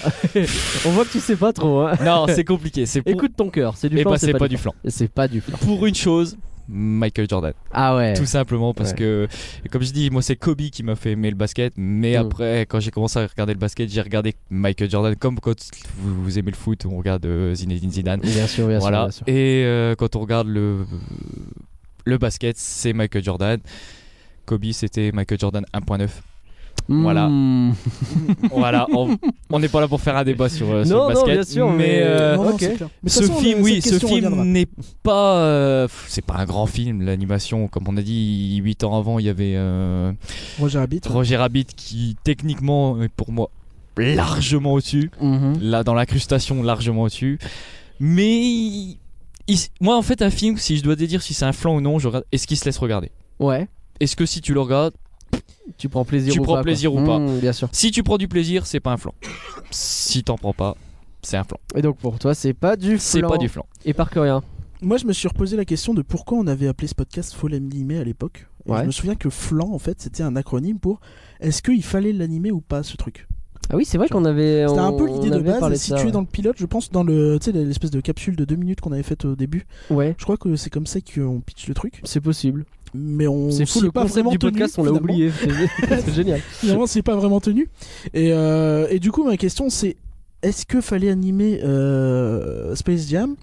Speaker 2: On voit que tu sais pas trop. hein.
Speaker 8: Non, c'est compliqué. C'est pour...
Speaker 2: Écoute ton cœur, c'est du
Speaker 8: Et
Speaker 2: flan.
Speaker 8: bah c'est pas du flanc.
Speaker 2: C'est pas du flan.
Speaker 8: Pour une chose, Michael Jordan.
Speaker 2: Ah ouais.
Speaker 8: Tout simplement parce
Speaker 2: Ouais.
Speaker 8: que, comme je dis, moi c'est Kobe qui m'a fait aimer le basket, mais
Speaker 2: Mm.
Speaker 8: après quand j'ai commencé à regarder le basket, j'ai regardé Michael Jordan comme quand vous, vous aimez le foot, on regarde euh, Zinedine Zidane.
Speaker 2: Bien sûr, bien
Speaker 8: voilà.
Speaker 2: sûr.
Speaker 8: Et euh, quand on regarde le, le basket, c'est Michael Jordan. Kobe c'était Michael Jordan 1.9. Voilà.
Speaker 2: Non,
Speaker 8: voilà, on on n'est pas là pour faire un débat sur, euh, sur
Speaker 2: non,
Speaker 8: le basket.
Speaker 2: bien sûr, mais.
Speaker 8: mais euh,
Speaker 3: Non, non,
Speaker 2: ok.
Speaker 3: c'est clair. Mais de
Speaker 8: ce
Speaker 3: toute façon,
Speaker 8: film,
Speaker 3: le-
Speaker 8: oui,
Speaker 3: cette
Speaker 8: ce
Speaker 3: question reviendra.
Speaker 8: film n'est pas. euh, pff, c'est pas un grand film, l'animation. Comme on a dit, 8 ans avant, il y avait euh,
Speaker 3: Roger Rabbit.
Speaker 8: Roger Rabbit qui, techniquement, est pour moi largement au-dessus.
Speaker 2: Mhm.
Speaker 8: Là, dans l'incrustation, largement au-dessus. Mais. il- il- moi, en fait, un film, si je dois dire si c'est un flanc ou non, je regarde- est-ce qu'il se laisse regarder
Speaker 2: Ouais.
Speaker 8: Est-ce que si tu le regardes,
Speaker 2: Tu prends plaisir
Speaker 8: Tu
Speaker 2: ou pas
Speaker 8: prends
Speaker 2: quoi.
Speaker 8: plaisir ou pas.
Speaker 2: Mm, Bien sûr.
Speaker 8: si tu prends du plaisir, c'est pas un flanc. Si t'en prends pas, c'est un flanc.
Speaker 2: Et donc pour toi, c'est pas du flan.
Speaker 8: C'est pas du flanc.
Speaker 2: Et par rien.
Speaker 3: Moi, je me suis reposé la question de pourquoi on avait appelé ce podcast Faut l'animer à l'époque. Et
Speaker 2: Ouais.
Speaker 3: Je me souviens que flan, en fait, c'était un acronyme pour est-ce qu'il fallait l'animer ou pas ce truc.
Speaker 2: Ah oui, c'est vrai qu'on avait.
Speaker 3: C'était un
Speaker 2: on-
Speaker 3: peu l'idée
Speaker 2: on
Speaker 3: de
Speaker 2: avait
Speaker 3: base
Speaker 2: parlé de
Speaker 3: située
Speaker 2: ça,
Speaker 3: dans le pilote, je pense, dans le, tu sais, l'espèce de capsule de deux minutes qu'on avait faite au début.
Speaker 2: Ouais. Ouais,
Speaker 3: Je crois que c'est comme ça qu'on pitch le truc.
Speaker 2: c'est possible.
Speaker 3: mais on
Speaker 2: C'est
Speaker 3: s'y
Speaker 2: fou,
Speaker 3: est
Speaker 2: le
Speaker 3: pas
Speaker 2: concept
Speaker 3: vraiment
Speaker 2: du
Speaker 3: tenu,
Speaker 2: podcast, on l'a
Speaker 3: finalement.
Speaker 2: oublié. C'est c'est génial.
Speaker 3: Finalement, c'est pas vraiment tenu. Et, euh, et du coup, ma question, c'est est-ce que fallait animer euh, Space Jam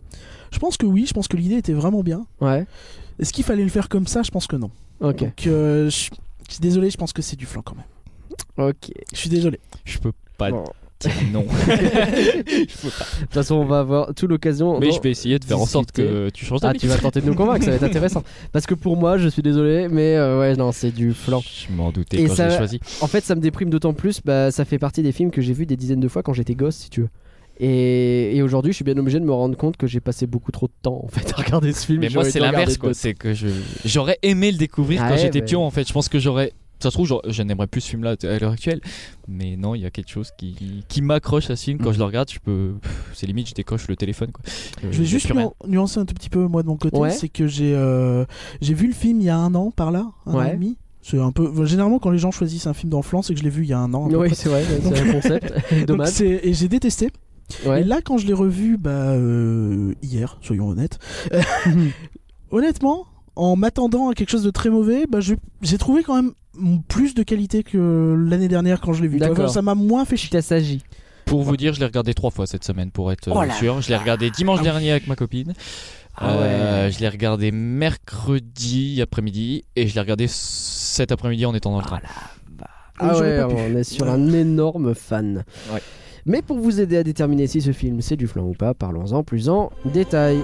Speaker 3: Je pense que oui, je pense que l'idée était vraiment bien.
Speaker 2: Ouais,
Speaker 3: Est-ce qu'il fallait le faire comme ça Je pense que non.
Speaker 2: ok.
Speaker 3: Donc, euh, je je suis désolé, je pense que c'est du flan quand même.
Speaker 2: Ok.
Speaker 3: Je suis désolé.
Speaker 8: Je peux pas
Speaker 2: Bon.
Speaker 8: dire non.
Speaker 2: De toute façon, on va avoir tout l'occasion.
Speaker 8: Mais
Speaker 2: dans-
Speaker 8: je vais essayer de faire en sorte que tu changes
Speaker 2: Ah,
Speaker 8: d'avis.
Speaker 2: tu vas tenter de nous convaincre, ça va être intéressant. Parce que pour moi, je suis désolé, mais euh, ouais, non, c'est du flan.
Speaker 8: Je m'en doutais
Speaker 2: Et
Speaker 8: quand
Speaker 2: ça-
Speaker 8: je l'ai choisi.
Speaker 2: En fait, ça me déprime d'autant plus, bah, ça fait partie des films que j'ai vus des dizaines de fois quand j'étais gosse, si tu veux. Et, et aujourd'hui, je suis bien obligé de me rendre compte que j'ai passé beaucoup trop de temps en fait à regarder ce film.
Speaker 8: Mais moi, c'est l'inverse, quoi. C'est que je- j'aurais aimé le découvrir
Speaker 2: Ouais,
Speaker 8: quand j'étais
Speaker 2: mais-
Speaker 8: pion, en fait. Je pense que j'aurais. Ça se trouve, j'aurais- je n'aimerais plus ce film-là à l'heure actuelle. Mais non, il y a quelque chose qui, qui m'accroche à ce film. Quand je le regarde, je peux. C'est limite, je décoche le téléphone, quoi. Euh,
Speaker 2: Euh,
Speaker 3: Je vais juste
Speaker 8: rien.
Speaker 3: nuan- nuancer un tout petit peu moi de mon côté,
Speaker 2: Ouais.
Speaker 3: c'est que j'ai euh, j'ai vu le film il y a un an par là, un an
Speaker 2: Ouais.
Speaker 3: et demi. C'est un peu généralement quand les gens choisissent un film dans le flan, c'est que je l'ai vu il y a un an. à peu
Speaker 2: Oui,
Speaker 3: près.
Speaker 2: c'est vrai, c'est un concept.
Speaker 3: Donc
Speaker 2: Dommage.
Speaker 3: c'est- et j'ai détesté.
Speaker 2: Ouais.
Speaker 3: Et là quand je l'ai revu, bah euh, hier, soyons honnêtes. euh, honnêtement, en m'attendant à quelque chose de très mauvais, bah je- j'ai trouvé quand même plus de qualité que l'année dernière quand je l'ai vu.
Speaker 2: D'accord.
Speaker 3: Ça m'a moins fait chier.
Speaker 2: Chita Saji.
Speaker 8: Pour vous dire, je l'ai regardé trois fois cette semaine, pour être euh,
Speaker 9: Oh là
Speaker 8: sûr. Je l'ai regardé dimanche dernier avec ma copine.
Speaker 2: Ah
Speaker 8: Euh, je l'ai regardé mercredi après-midi et je l'ai regardé cet après-midi en étant dans le train.
Speaker 2: Ah
Speaker 3: j'aurais
Speaker 2: ouais,
Speaker 3: pas pu.
Speaker 2: on est sur un énorme fan.
Speaker 8: Ouais.
Speaker 2: Mais pour vous aider à déterminer si ce film c'est du flan ou pas, parlons-en plus en détail.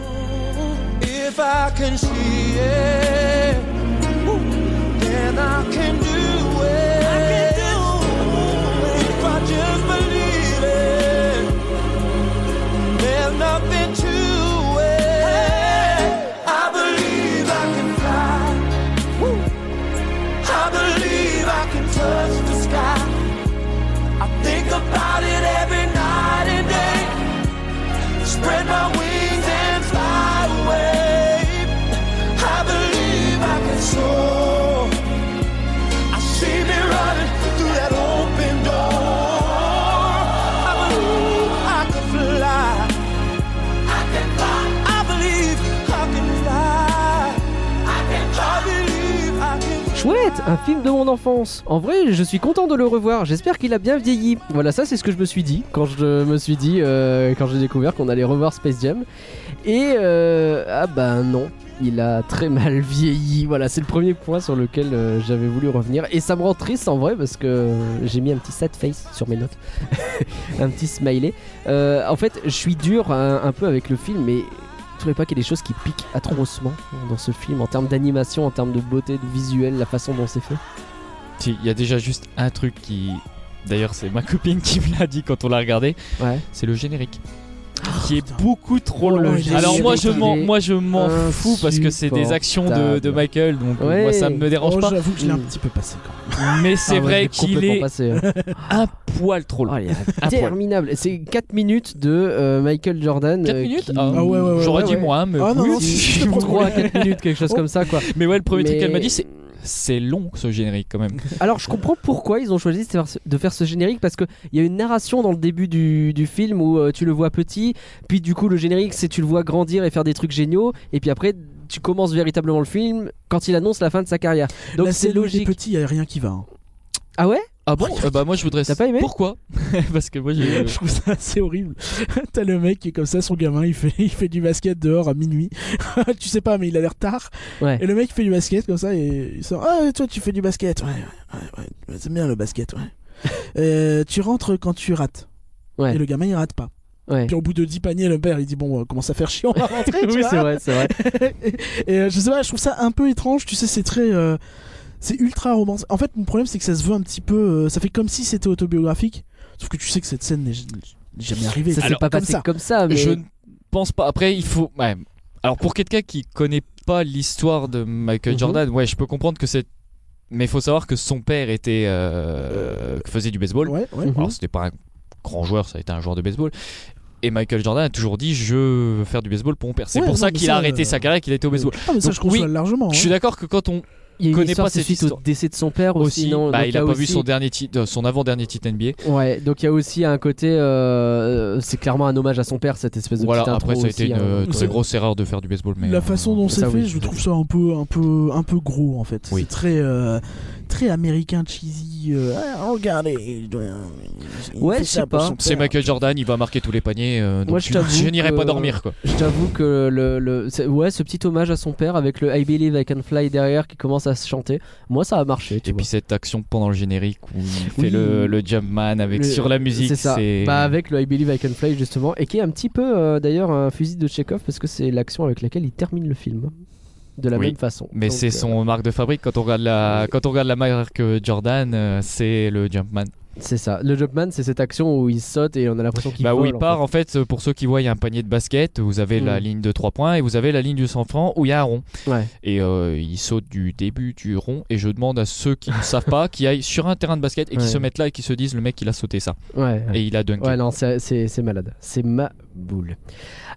Speaker 2: Chouette, un film de mon enfance. En vrai, je suis content de le revoir. J'espère qu'il a bien vieilli. Voilà, ça c'est ce que je me suis dit quand je me suis dit euh, quand j'ai découvert qu'on allait revoir Space Jam. Et euh, ah bah non, il a très mal vieilli. Voilà, c'est le premier point sur lequel euh, j'avais voulu revenir. Et ça me rend triste en vrai parce que j'ai mis un petit sad face sur mes notes, un petit smiley. Euh, en fait, je suis dur hein, un, un peu avec le film, mais je trouvais pas qu'il y ait des choses qui piquent atrocement dans ce film en termes d'animation, en termes de beauté, de visuel, la façon dont c'est fait.
Speaker 8: Si, il y a déjà juste un truc qui. D'ailleurs, c'est ma copine qui me l'a dit quand on l'a regardé.
Speaker 2: Ouais. Oh,
Speaker 8: C'est le générique.
Speaker 3: Oh,
Speaker 8: Qui est beaucoup trop long.
Speaker 2: le
Speaker 8: Alors moi je
Speaker 2: générique,
Speaker 8: m'en,
Speaker 2: il est
Speaker 8: moi je m'en fous parce que c'est des actions de, de
Speaker 2: insupportable.
Speaker 8: Michael, donc euh,
Speaker 2: Ouais.
Speaker 8: moi ça me dérange
Speaker 3: Oh,
Speaker 8: pas.
Speaker 3: j'avoue que je l'ai un
Speaker 2: Mm.
Speaker 3: petit peu passé quand même.
Speaker 8: Mais
Speaker 2: Ah ouais,
Speaker 8: c'est
Speaker 2: je
Speaker 8: vrai
Speaker 2: l'ai
Speaker 8: qu'il
Speaker 2: complètement euh,
Speaker 8: est
Speaker 2: passé, ouais.
Speaker 8: un poil trop long.
Speaker 2: Oh, il est interminable. C'est 4 minutes de euh, Michael Jordan.
Speaker 8: 4
Speaker 2: euh,
Speaker 8: minutes
Speaker 2: qui-
Speaker 8: Ah
Speaker 3: Ah ouais, ouais, ouais,
Speaker 8: J'aurais dit
Speaker 2: ouais.
Speaker 8: moins, mais.
Speaker 3: Ah non,
Speaker 8: oui.
Speaker 3: non,
Speaker 2: qui-
Speaker 3: si, je comprends.
Speaker 2: 3 à 4 minutes, quelque chose comme ça quoi.
Speaker 8: Mais ouais, le premier truc
Speaker 2: Mais-
Speaker 8: qu'elle m'a dit, c'est c'est long ce générique quand même.
Speaker 2: Alors je comprends pourquoi ils ont choisi de faire ce- de faire ce générique parce qu'il y a une narration dans le début du, du film où euh, tu le vois petit, puis du coup le générique c'est tu le vois grandir et faire des trucs géniaux, et puis après tu commences véritablement le film quand il annonce la fin de sa carrière. Donc
Speaker 3: Là,
Speaker 2: c'est
Speaker 3: le- les
Speaker 2: logique.
Speaker 3: petits, y a rien qui va. hein.
Speaker 2: Ah ouais
Speaker 8: Ah bon Euh, Bah moi je voudrais.
Speaker 2: T'as pas aimé
Speaker 8: Pourquoi Parce que moi j'ai.
Speaker 3: Je trouve ça assez horrible. T'as le mec qui est comme ça, son gamin, il fait, il fait du basket dehors à minuit. tu sais pas, mais il a l'air tard.
Speaker 2: Ouais.
Speaker 3: Et le mec fait du basket comme ça et il sort. Ah, toi, tu fais du basket. Ouais, ouais, ouais, ouais, c'est bien le basket, ouais. Euh, tu rentres quand tu rates.
Speaker 2: Ouais.
Speaker 3: Et le gamin, il rate pas.
Speaker 2: Ouais.
Speaker 3: Puis au bout de 10 paniers, le père, il dit Bon, euh, commence à faire chiant, on va rentrer. tu
Speaker 2: oui
Speaker 3: vois.
Speaker 2: c'est vrai, c'est vrai.
Speaker 3: Et euh, je sais pas, je trouve ça un peu étrange. Tu sais, c'est très. euh, c'est ultra romancé. En fait, mon problème, c'est que ça se veut un petit peu. euh, ça fait comme si c'était autobiographique. Sauf que tu sais que cette scène n'est n'est jamais arrivée.
Speaker 2: Ça s'est
Speaker 8: Alors,
Speaker 2: pas
Speaker 3: comme
Speaker 2: passé
Speaker 3: ça.
Speaker 2: comme ça, mais...
Speaker 8: Je ne pense pas. Après, il faut. ouais. Alors, pour quelqu'un qui connaît pas l'histoire de Michael
Speaker 2: Mhm.
Speaker 8: Jordan, ouais, je peux comprendre que c'est. Mais il faut savoir que son père était. euh, faisait du baseball.
Speaker 3: Ouais, ouais.
Speaker 2: Mhm.
Speaker 8: Alors, c'était pas un grand joueur, ça a été un joueur de baseball. Et Michael Jordan a toujours dit Je veux faire du baseball pour mon père. C'est
Speaker 3: Ouais,
Speaker 8: pour
Speaker 3: non,
Speaker 8: ça
Speaker 3: mais
Speaker 8: qu'il
Speaker 3: ça,
Speaker 8: a arrêté
Speaker 3: euh,
Speaker 8: sa carrière et qu'il a été au baseball.
Speaker 3: Ah, mais ça,
Speaker 8: Donc,
Speaker 3: je conçois
Speaker 8: oui,
Speaker 3: largement.
Speaker 8: Je suis
Speaker 3: hein.
Speaker 8: d'accord que quand on.
Speaker 2: il y a une
Speaker 8: connais
Speaker 2: histoire,
Speaker 8: pas
Speaker 2: c'est
Speaker 8: cette
Speaker 2: suite
Speaker 8: histoire.
Speaker 2: au décès de son père aussi.
Speaker 8: aussi,
Speaker 2: non
Speaker 8: bah,
Speaker 2: Donc,
Speaker 8: il a
Speaker 2: y
Speaker 8: pas vu
Speaker 2: aussi-
Speaker 8: son dernier titre, euh, son avant-dernier titre NBA.
Speaker 2: Ouais, donc il y a aussi un côté. euh, c'est clairement un hommage à son père, cette espèce de
Speaker 8: Voilà,
Speaker 2: petite
Speaker 8: après
Speaker 2: intro
Speaker 8: ça a été
Speaker 2: aussi,
Speaker 8: une
Speaker 2: hein.
Speaker 8: euh,
Speaker 3: Ouais.
Speaker 8: très grosse erreur de faire du baseball, mais
Speaker 3: La
Speaker 8: euh,
Speaker 3: façon dont c'est
Speaker 2: ça,
Speaker 3: fait,
Speaker 2: oui,
Speaker 3: je
Speaker 2: c'est
Speaker 3: trouve ça un peu, un peu, un peu gros en fait.
Speaker 8: Oui.
Speaker 3: C'est très, euh, très américain cheesy. euh, Ah, regardez, il doit- il
Speaker 2: Ouais,
Speaker 3: fait
Speaker 2: je
Speaker 3: ça
Speaker 2: sais
Speaker 3: pour
Speaker 2: pas.
Speaker 3: son
Speaker 8: c'est
Speaker 3: père.
Speaker 8: Michael Jordan, il va marquer tous les paniers. euh, donc
Speaker 2: Moi, je
Speaker 8: je,
Speaker 2: t'avoue
Speaker 8: je n'irai
Speaker 2: que-
Speaker 8: pas dormir quoi.
Speaker 2: Je t'avoue que le, le- c'est- ouais, ce petit hommage à son père avec le I Believe I Can Fly derrière qui commence à se chanter, moi ça a marché. Tu
Speaker 8: Et
Speaker 2: vois.
Speaker 8: puis cette action pendant le générique où il fait
Speaker 2: Oui.
Speaker 8: le, le Jumpman avec
Speaker 2: Le-
Speaker 8: sur la musique,
Speaker 2: C'est ça.
Speaker 8: c'est
Speaker 2: Bah avec le I Believe I Can Fly justement, et qui est un petit peu euh, d'ailleurs un fusil de Chekhov parce que c'est l'action avec laquelle il termine le film de la
Speaker 8: Oui.
Speaker 2: même façon.
Speaker 8: mais
Speaker 2: Donc,
Speaker 8: c'est
Speaker 2: euh,
Speaker 8: son marque de fabrique quand on regarde la quand on regarde la marque euh, Jordan, euh, c'est le Jumpman.
Speaker 2: C'est ça. Le Jumpman, c'est cette action où il saute et on a l'impression qu'il
Speaker 8: bah où
Speaker 2: vole,
Speaker 8: il
Speaker 2: en
Speaker 8: part en fait. euh, pour ceux qui voient il y a un panier de basket, vous avez la
Speaker 2: Mm.
Speaker 8: ligne de 3 points et vous avez la ligne du 100 francs où il y a un rond
Speaker 2: fait. Ouais.
Speaker 8: et euh, il saute du début du rond et je demande à ceux qui ne savent pas qui aillent sur un terrain de basket et qui
Speaker 2: Ouais.
Speaker 8: se mettent là et qui se disent le mec il a sauté ça
Speaker 2: Ouais.
Speaker 8: et il a dunké.
Speaker 2: Ouais, non, c'est- c'est c'est malade. C'est ma boule.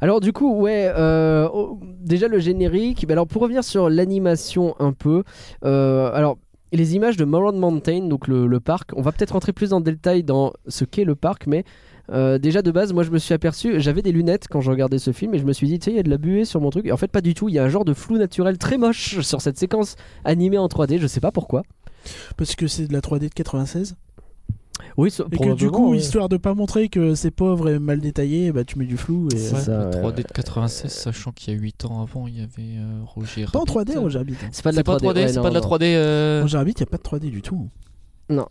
Speaker 2: Alors, du coup, ouais, euh, oh, déjà le générique. Mais alors, pour revenir sur l'animation un peu, euh, alors. Les images de Moron Mountain, donc le, le parc, on va peut-être rentrer plus en détail dans ce qu'est le parc, mais euh, déjà de base, moi je me suis aperçu, j'avais des lunettes quand je regardais ce film et je me suis dit, tu sais, il y a de la buée sur mon truc. Et en fait, pas du tout, il y a un genre de flou naturel très moche sur cette séquence animée en 3D, je sais pas pourquoi.
Speaker 3: Parce que c'est de la 3D de 96.
Speaker 2: Oui, so-
Speaker 3: Et que du coup,
Speaker 2: probablement,
Speaker 3: histoire de pas montrer que c'est pauvre et mal détaillé, bah tu mets du flou. Et...
Speaker 2: C'est
Speaker 3: Ouais.
Speaker 2: ça, ouais.
Speaker 8: 3D de 96, sachant qu'il y a 8 ans avant, il y avait euh, Roger.
Speaker 3: Pas en 3D, Roger Rabbit. hein.
Speaker 2: C'est pas de la
Speaker 8: C'est pas
Speaker 2: 3D,
Speaker 8: 3D,
Speaker 2: ouais,
Speaker 8: c'est
Speaker 2: non,
Speaker 8: pas de la
Speaker 2: non.
Speaker 8: 3D. euh,
Speaker 3: Roger Rabbit, y a pas de 3D du tout.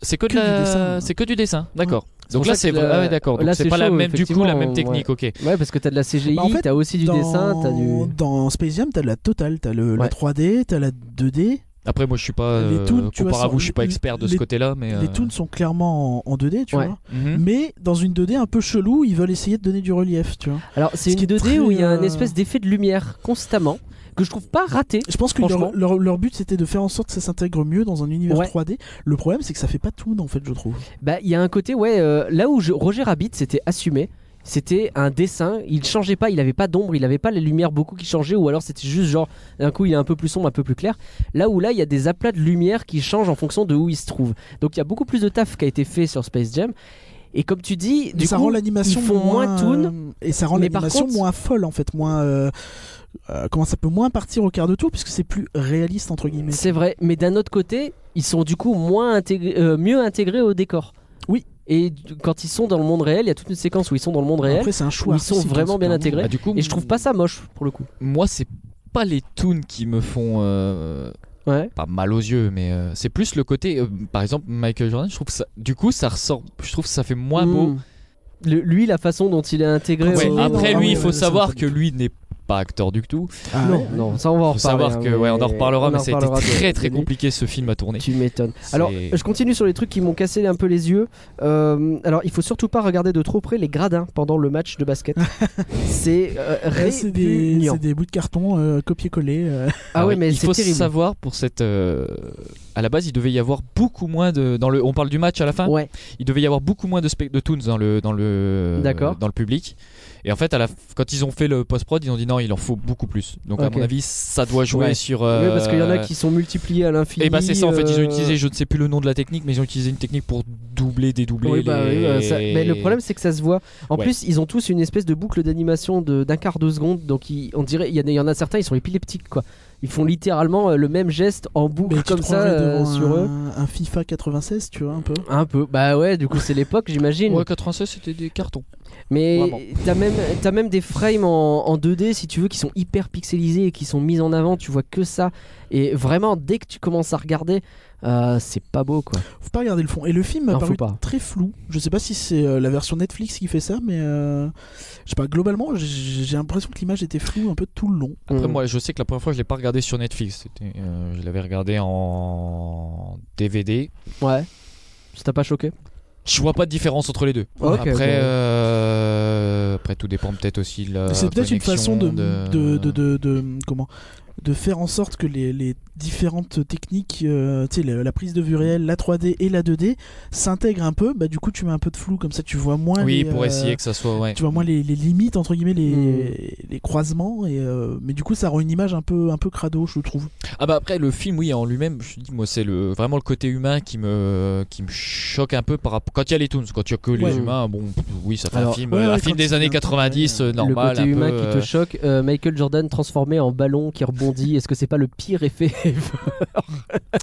Speaker 8: C'est que, de
Speaker 3: que du
Speaker 8: la-
Speaker 3: dessin.
Speaker 8: c'est que du dessin, d'accord.
Speaker 2: C'est
Speaker 8: Donc
Speaker 2: pour
Speaker 8: là
Speaker 2: ça
Speaker 8: c'est
Speaker 2: que
Speaker 8: vrai-
Speaker 2: la-
Speaker 8: ah ouais, d'accord.
Speaker 2: là,
Speaker 8: Donc c'est
Speaker 2: c'est
Speaker 8: pas la
Speaker 2: chaud,
Speaker 8: même du coup la même
Speaker 2: effectivement,
Speaker 8: technique, ok.
Speaker 2: Ouais, parce que t'as de la CGI,
Speaker 3: Bah, en fait,
Speaker 2: t'as aussi du
Speaker 3: dans...
Speaker 2: dessin, t'as du.
Speaker 3: dans Space Jam, t'as de la totale, t'as le
Speaker 2: Ouais.
Speaker 3: la 3D, t'as la 2D.
Speaker 8: Après moi je suis pas
Speaker 3: Les
Speaker 8: euh,
Speaker 3: toons, tu vois,
Speaker 8: comparé à
Speaker 3: sont-
Speaker 8: vous, je suis pas
Speaker 3: les-
Speaker 8: expert de ce
Speaker 3: les-
Speaker 8: côté-là, mais
Speaker 3: Les
Speaker 8: euh,
Speaker 3: toons sont clairement en, en 2D, tu
Speaker 2: Ouais. Hmm.
Speaker 3: vois.
Speaker 8: mhm.
Speaker 3: Mais dans une 2D un peu chelou, ils veulent essayer de donner du relief, tu vois.
Speaker 2: Alors,
Speaker 3: Ce
Speaker 2: c'est une
Speaker 3: qui est
Speaker 2: 2D
Speaker 3: très,
Speaker 2: où il y a
Speaker 3: euh,
Speaker 2: un espèce d'effet de lumière constamment que je trouve pas raté.
Speaker 3: Je pense que
Speaker 2: Franchement.
Speaker 3: leur, leur- leur but c'était de faire en sorte que ça s'intègre mieux dans un univers
Speaker 2: Ouais.
Speaker 3: 3D. Le problème c'est que ça fait pas tout en fait, je trouve.
Speaker 2: Bah, il y a un côté, ouais, euh, là où je- Roger Rabbit c'était assumé. C'était un dessin, il changeait pas, il avait pas d'ombre, il avait pas les lumières beaucoup qui changeaient, ou alors c'était juste genre d'un coup il est un peu plus sombre, un peu plus clair. Là où là il y a des aplats de lumière qui changent en fonction de où il se trouve. Donc il y a beaucoup plus de taf qui a été fait sur Space Jam. Et comme tu dis, du
Speaker 3: ça
Speaker 2: coup,
Speaker 3: rend l'animation
Speaker 2: ils font moins toon.
Speaker 3: euh, et ça rend
Speaker 2: mais par
Speaker 3: l'animation
Speaker 2: contre-
Speaker 3: moins folle en fait, moins euh, euh, comment ça peut moins partir au quart de tour puisque c'est plus réaliste entre guillemets.
Speaker 2: C'est vrai, mais d'un autre côté, ils sont du coup moins intégrés- euh, mieux intégrés au décor.
Speaker 3: Oui.
Speaker 2: Et du- quand ils sont dans le monde réel, il y a toute une séquence où ils sont dans le monde réel.
Speaker 3: Après c'est un choix.
Speaker 2: ils sont
Speaker 3: artistique,
Speaker 2: vraiment
Speaker 3: hein,
Speaker 2: bien
Speaker 3: clairement.
Speaker 2: intégrés.
Speaker 8: Bah, du coup
Speaker 2: Et je trouve pas ça moche pour le coup.
Speaker 8: moi c'est pas les toons qui me font euh,
Speaker 2: Ouais.
Speaker 8: pas mal aux yeux mais euh, c'est plus le côté euh, par exemple Michael Jordan je trouve que ça du coup ça ressort je trouve que ça fait moins beau
Speaker 2: Mm. Le- lui, la façon dont il est intégré.
Speaker 3: Mmh. Ouais,
Speaker 2: au-
Speaker 8: après
Speaker 3: non,
Speaker 8: lui
Speaker 3: oui,
Speaker 8: il faut
Speaker 3: oui, ça,
Speaker 8: savoir
Speaker 3: ça,
Speaker 8: que lui n'est pas acteur du tout
Speaker 3: Ah
Speaker 2: non,
Speaker 3: ouais.
Speaker 2: non, ça on va en
Speaker 8: faut
Speaker 2: reparler.
Speaker 8: savoir
Speaker 2: hein,
Speaker 8: que ouais on en reparlera
Speaker 2: on
Speaker 8: mais ça a été
Speaker 2: reparlera de-
Speaker 8: très
Speaker 2: de
Speaker 8: très
Speaker 2: lui.
Speaker 8: compliqué ce film à tourner
Speaker 2: Tu m'étonnes.
Speaker 8: C'est-
Speaker 2: Alors, je continue sur les trucs qui m'ont cassé un peu les yeux. Euh, alors, il faut surtout pas regarder de trop près les gradins pendant le match de basket. c'est euh,
Speaker 3: Ouais, Ah, c'est des,
Speaker 2: répugnant.
Speaker 3: c'est des bouts de carton euh, copier-coller. euh.
Speaker 2: Ah
Speaker 8: Alors,
Speaker 2: ouais, mais
Speaker 8: il
Speaker 2: c'est
Speaker 8: faut
Speaker 2: terrible.
Speaker 8: savoir pour cette euh, à la base il devait y avoir beaucoup moins de dans le on parle du match à la fin
Speaker 2: Ouais.
Speaker 8: il devait y avoir beaucoup moins de, spec- de toons dans le dans le
Speaker 2: D'accord.
Speaker 8: dans le public et en fait à la quand ils ont fait le post prod ils ont dit non il en faut beaucoup plus donc à
Speaker 2: Ok.
Speaker 8: mon avis ça doit jouer
Speaker 2: Ouais.
Speaker 8: sur
Speaker 2: Oui,
Speaker 8: euh,
Speaker 2: parce qu'il y en a qui sont multipliés à l'infini.
Speaker 8: et bah c'est ça en fait ils ont
Speaker 2: euh,
Speaker 8: utilisé je ne sais plus le nom de la technique mais ils ont utilisé une technique pour doubler dédoubler
Speaker 2: Oui, bah,
Speaker 8: les-
Speaker 2: oui, euh, ça- Mais le problème, c'est que ça se voit. En
Speaker 8: Ouais.
Speaker 2: plus, ils ont tous une espèce de boucle d'animation de- d'un quart de seconde. Donc, ils- on dirait, il y, en a- il y en a certains, ils sont épileptiques, quoi. Ils font littéralement euh, le même geste en boucle
Speaker 3: Mais tu te
Speaker 2: comme ça
Speaker 3: prendrais
Speaker 2: euh,
Speaker 3: devant
Speaker 2: sur eux.
Speaker 3: un, un FIFA 96, tu vois un peu.
Speaker 2: Un peu. Bah ouais, du coup, c'est l'époque, j'imagine.
Speaker 8: Ouais, 96 c'était des cartons. Vraiment.
Speaker 2: Mais t'as même, t'as même des frames en, en 2D, si tu veux, qui sont hyper pixelisés et qui sont mis en avant. Tu vois que ça. Et vraiment, dès que tu commences à regarder, euh, c'est pas beau, quoi.
Speaker 3: Faut pas regarder le fond. Et le film m'a
Speaker 2: Non, faut
Speaker 3: paru
Speaker 2: pas.
Speaker 3: très flou. Je sais pas si c'est euh, la version Netflix qui fait ça, mais euh, je sais pas. Globalement, j'ai j'ai l'impression que l'image était floue un peu tout le long.
Speaker 8: Après
Speaker 2: Mm.
Speaker 8: moi je sais que la première fois je l'ai pas regardé sur Netflix, C'était, euh, je l'avais regardé en DVD.
Speaker 2: Ouais. Ça t'a pas choqué
Speaker 8: Je vois pas de différence entre les deux.
Speaker 2: Ok,
Speaker 8: après,
Speaker 2: ok.
Speaker 8: euh, après tout dépend peut-être aussi de la.
Speaker 3: c'est peut-être une
Speaker 8: connexion
Speaker 3: façon de,
Speaker 8: de-
Speaker 3: de, de, de- de- comment de faire en sorte que les, les différentes techniques, euh, tu sais, la, la prise de vue réelle, la 3D et la 2D s'intègrent un peu. Bah, du coup, tu mets un peu de flou, comme ça tu vois moins.
Speaker 8: Oui,
Speaker 3: les,
Speaker 8: pour
Speaker 3: euh,
Speaker 8: essayer que ça soit. Ouais.
Speaker 3: Tu vois moins les, les limites, entre guillemets, les,
Speaker 2: Mm.
Speaker 3: les croisements. Et, euh, mais du coup, ça rend une image un peu, un peu crado, je trouve.
Speaker 8: Ah bah après le film oui en lui-même je te dis moi c'est le vraiment le côté humain qui me qui me choque un peu par rapport quand il y a les toons quand il y a que les
Speaker 3: Ouais.
Speaker 8: humains bon pff, oui ça fait un
Speaker 2: Alors,
Speaker 8: film
Speaker 3: ouais,
Speaker 8: un
Speaker 3: ouais,
Speaker 8: film
Speaker 3: quand
Speaker 8: des
Speaker 3: c'est
Speaker 8: années
Speaker 3: un-
Speaker 8: 90 euh, normal
Speaker 2: le côté
Speaker 8: un peu,
Speaker 2: humain qui
Speaker 8: euh,
Speaker 2: te choque, euh, Michael Jordan transformé en ballon qui rebondit, est-ce que c'est pas le pire effet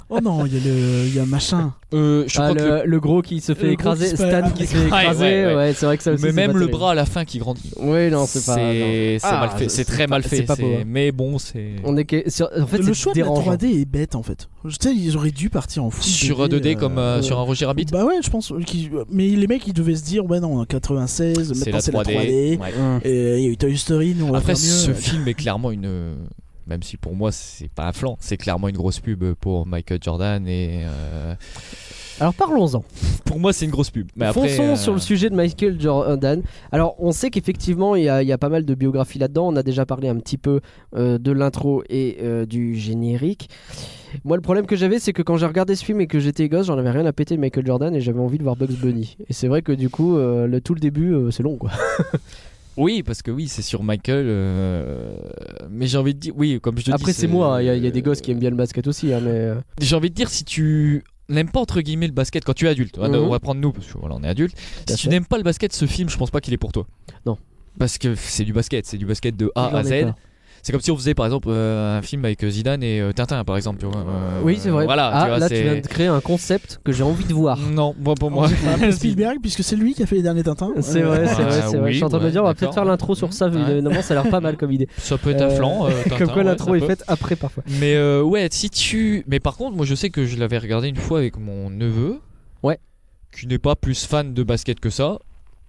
Speaker 3: Oh non, il y a le, il y a machin.
Speaker 8: euh, je
Speaker 2: Ah,
Speaker 8: crois que le-
Speaker 2: le, le gros qui se fait
Speaker 3: Le gros qui
Speaker 2: écraser,
Speaker 3: se fait-
Speaker 2: Stan
Speaker 3: ah,
Speaker 2: qui se fait
Speaker 8: d'accord.
Speaker 2: écraser,
Speaker 8: Ouais, ouais,
Speaker 2: ouais,
Speaker 8: ouais.
Speaker 2: c'est vrai que ça aussi.
Speaker 8: mais
Speaker 2: c'est
Speaker 8: même
Speaker 2: pas
Speaker 8: le
Speaker 2: terrible.
Speaker 8: bras à la fin qui grandit
Speaker 2: Oui, non, c'est pas. non.
Speaker 8: c'est c'est
Speaker 2: Ah,
Speaker 8: mal fait
Speaker 2: c'est-
Speaker 8: c'est
Speaker 2: c'est
Speaker 8: très
Speaker 2: pas-
Speaker 8: mal fait
Speaker 2: c'est pas beau,
Speaker 8: c'est-
Speaker 2: hein.
Speaker 8: mais bon c'est
Speaker 2: On est que- sur- En fait,
Speaker 3: le
Speaker 2: c'est
Speaker 3: choix
Speaker 2: dérangeant.
Speaker 3: de la 3D est bête, en fait. Je- Tu sais, ils auraient dû partir en fou.
Speaker 8: sur 2D comme euh,
Speaker 3: euh,
Speaker 8: sur un Roger Rabbit
Speaker 3: Bah ouais, je pense. qu'ils- Mais les mecs, ils devaient se dire, ouais, non, en 96,
Speaker 8: c'est
Speaker 3: maintenant
Speaker 8: la
Speaker 3: c'est la 3D.
Speaker 8: 3D ouais.
Speaker 2: Hum.
Speaker 3: Et euh, il y a eu Toy Story, nous on va
Speaker 8: Après,
Speaker 3: faire mieux.
Speaker 8: ce film est clairement une. euh, Même si pour moi, c'est pas un flanc, c'est clairement une grosse pub pour Michael Jordan. Et euh,
Speaker 2: Alors parlons-en.
Speaker 8: pour moi, c'est une grosse pub. Mais après,
Speaker 2: Fonçons
Speaker 8: euh,
Speaker 2: sur le sujet de Michael Jordan. Alors, on sait qu'effectivement, il y, a- il y a pas mal de biographies là-dedans. On a déjà parlé un petit peu euh, de l'intro et euh, du générique. Moi, le problème que j'avais, c'est que quand j'ai regardé ce film et que j'étais gosse, j'en avais rien à péter de Michael Jordan et j'avais envie de voir Bugs Bunny. Et c'est vrai que du coup, euh, le, tout le début, euh, c'est long quoi.
Speaker 8: Oui, parce que oui, c'est sur Michael. euh, Mais j'ai envie de dire. Oui, comme je te dis.
Speaker 2: Après, c'est moi. hein. Il y, a- il y a des gosses qui aiment bien le basket aussi. hein, mais... euh,
Speaker 8: J'ai envie de dire, si tu n'aimes pas entre guillemets le basket quand tu es adulte, hein, on va-
Speaker 2: Mhm.
Speaker 8: on va prendre nous parce que voilà, on est adulte.
Speaker 2: à
Speaker 8: Si tu
Speaker 2: fait.
Speaker 8: n'aimes pas le basket, ce film, je pense pas qu'il est pour toi.
Speaker 2: Non.
Speaker 8: Parce que c'est du basket, c'est du basket de
Speaker 2: il
Speaker 8: A
Speaker 2: en
Speaker 8: à Z.
Speaker 2: est pas.
Speaker 8: C'est comme si on faisait par exemple euh, un film avec Zidane et euh, Tintin par exemple, tu vois. euh,
Speaker 2: oui, c'est vrai.
Speaker 8: Voilà,
Speaker 2: ah,
Speaker 8: tu vois,
Speaker 2: là,
Speaker 8: c'est...
Speaker 2: tu viens de Ah. créer un concept que j'ai envie de voir.
Speaker 8: Non, moi pour moi.
Speaker 3: On va appeler
Speaker 2: hein.
Speaker 3: Spielberg, puisque c'est lui qui a fait les derniers Tintins.
Speaker 2: C'est
Speaker 3: Euh,
Speaker 2: vrai, c'est vrai,
Speaker 8: Ah,
Speaker 2: c'est vrai.
Speaker 8: oui,
Speaker 2: je suis en train de me
Speaker 8: ouais,
Speaker 2: dire, on va
Speaker 8: d'accord.
Speaker 2: peut-être faire l'intro sur ça.
Speaker 8: Ouais.
Speaker 2: Évidemment, ça a l'air pas mal comme idée.
Speaker 8: Ça peut être un
Speaker 2: Euh,
Speaker 8: flanc. euh, Tintin,
Speaker 2: Comme quoi,
Speaker 8: ouais,
Speaker 2: l'intro
Speaker 8: ça
Speaker 2: est
Speaker 8: peut.
Speaker 2: faite après parfois.
Speaker 8: Mais euh, ouais, si tu. Mais par contre, moi je sais que je l'avais regardé une fois avec mon neveu.
Speaker 2: Ouais.
Speaker 8: Qui n'est pas plus fan de basket que ça.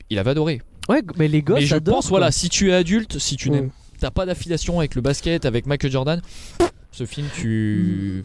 Speaker 8: Il avait adoré.
Speaker 2: Ouais, mais les gosses
Speaker 8: Mais je
Speaker 2: adorent,
Speaker 8: pense,
Speaker 2: quoi. Mm.
Speaker 8: voilà, si tu es adulte, si tu
Speaker 2: Ouais.
Speaker 8: n'aimes, t'as pas d'affiliation avec le basket, avec Michael Jordan, ce film tu.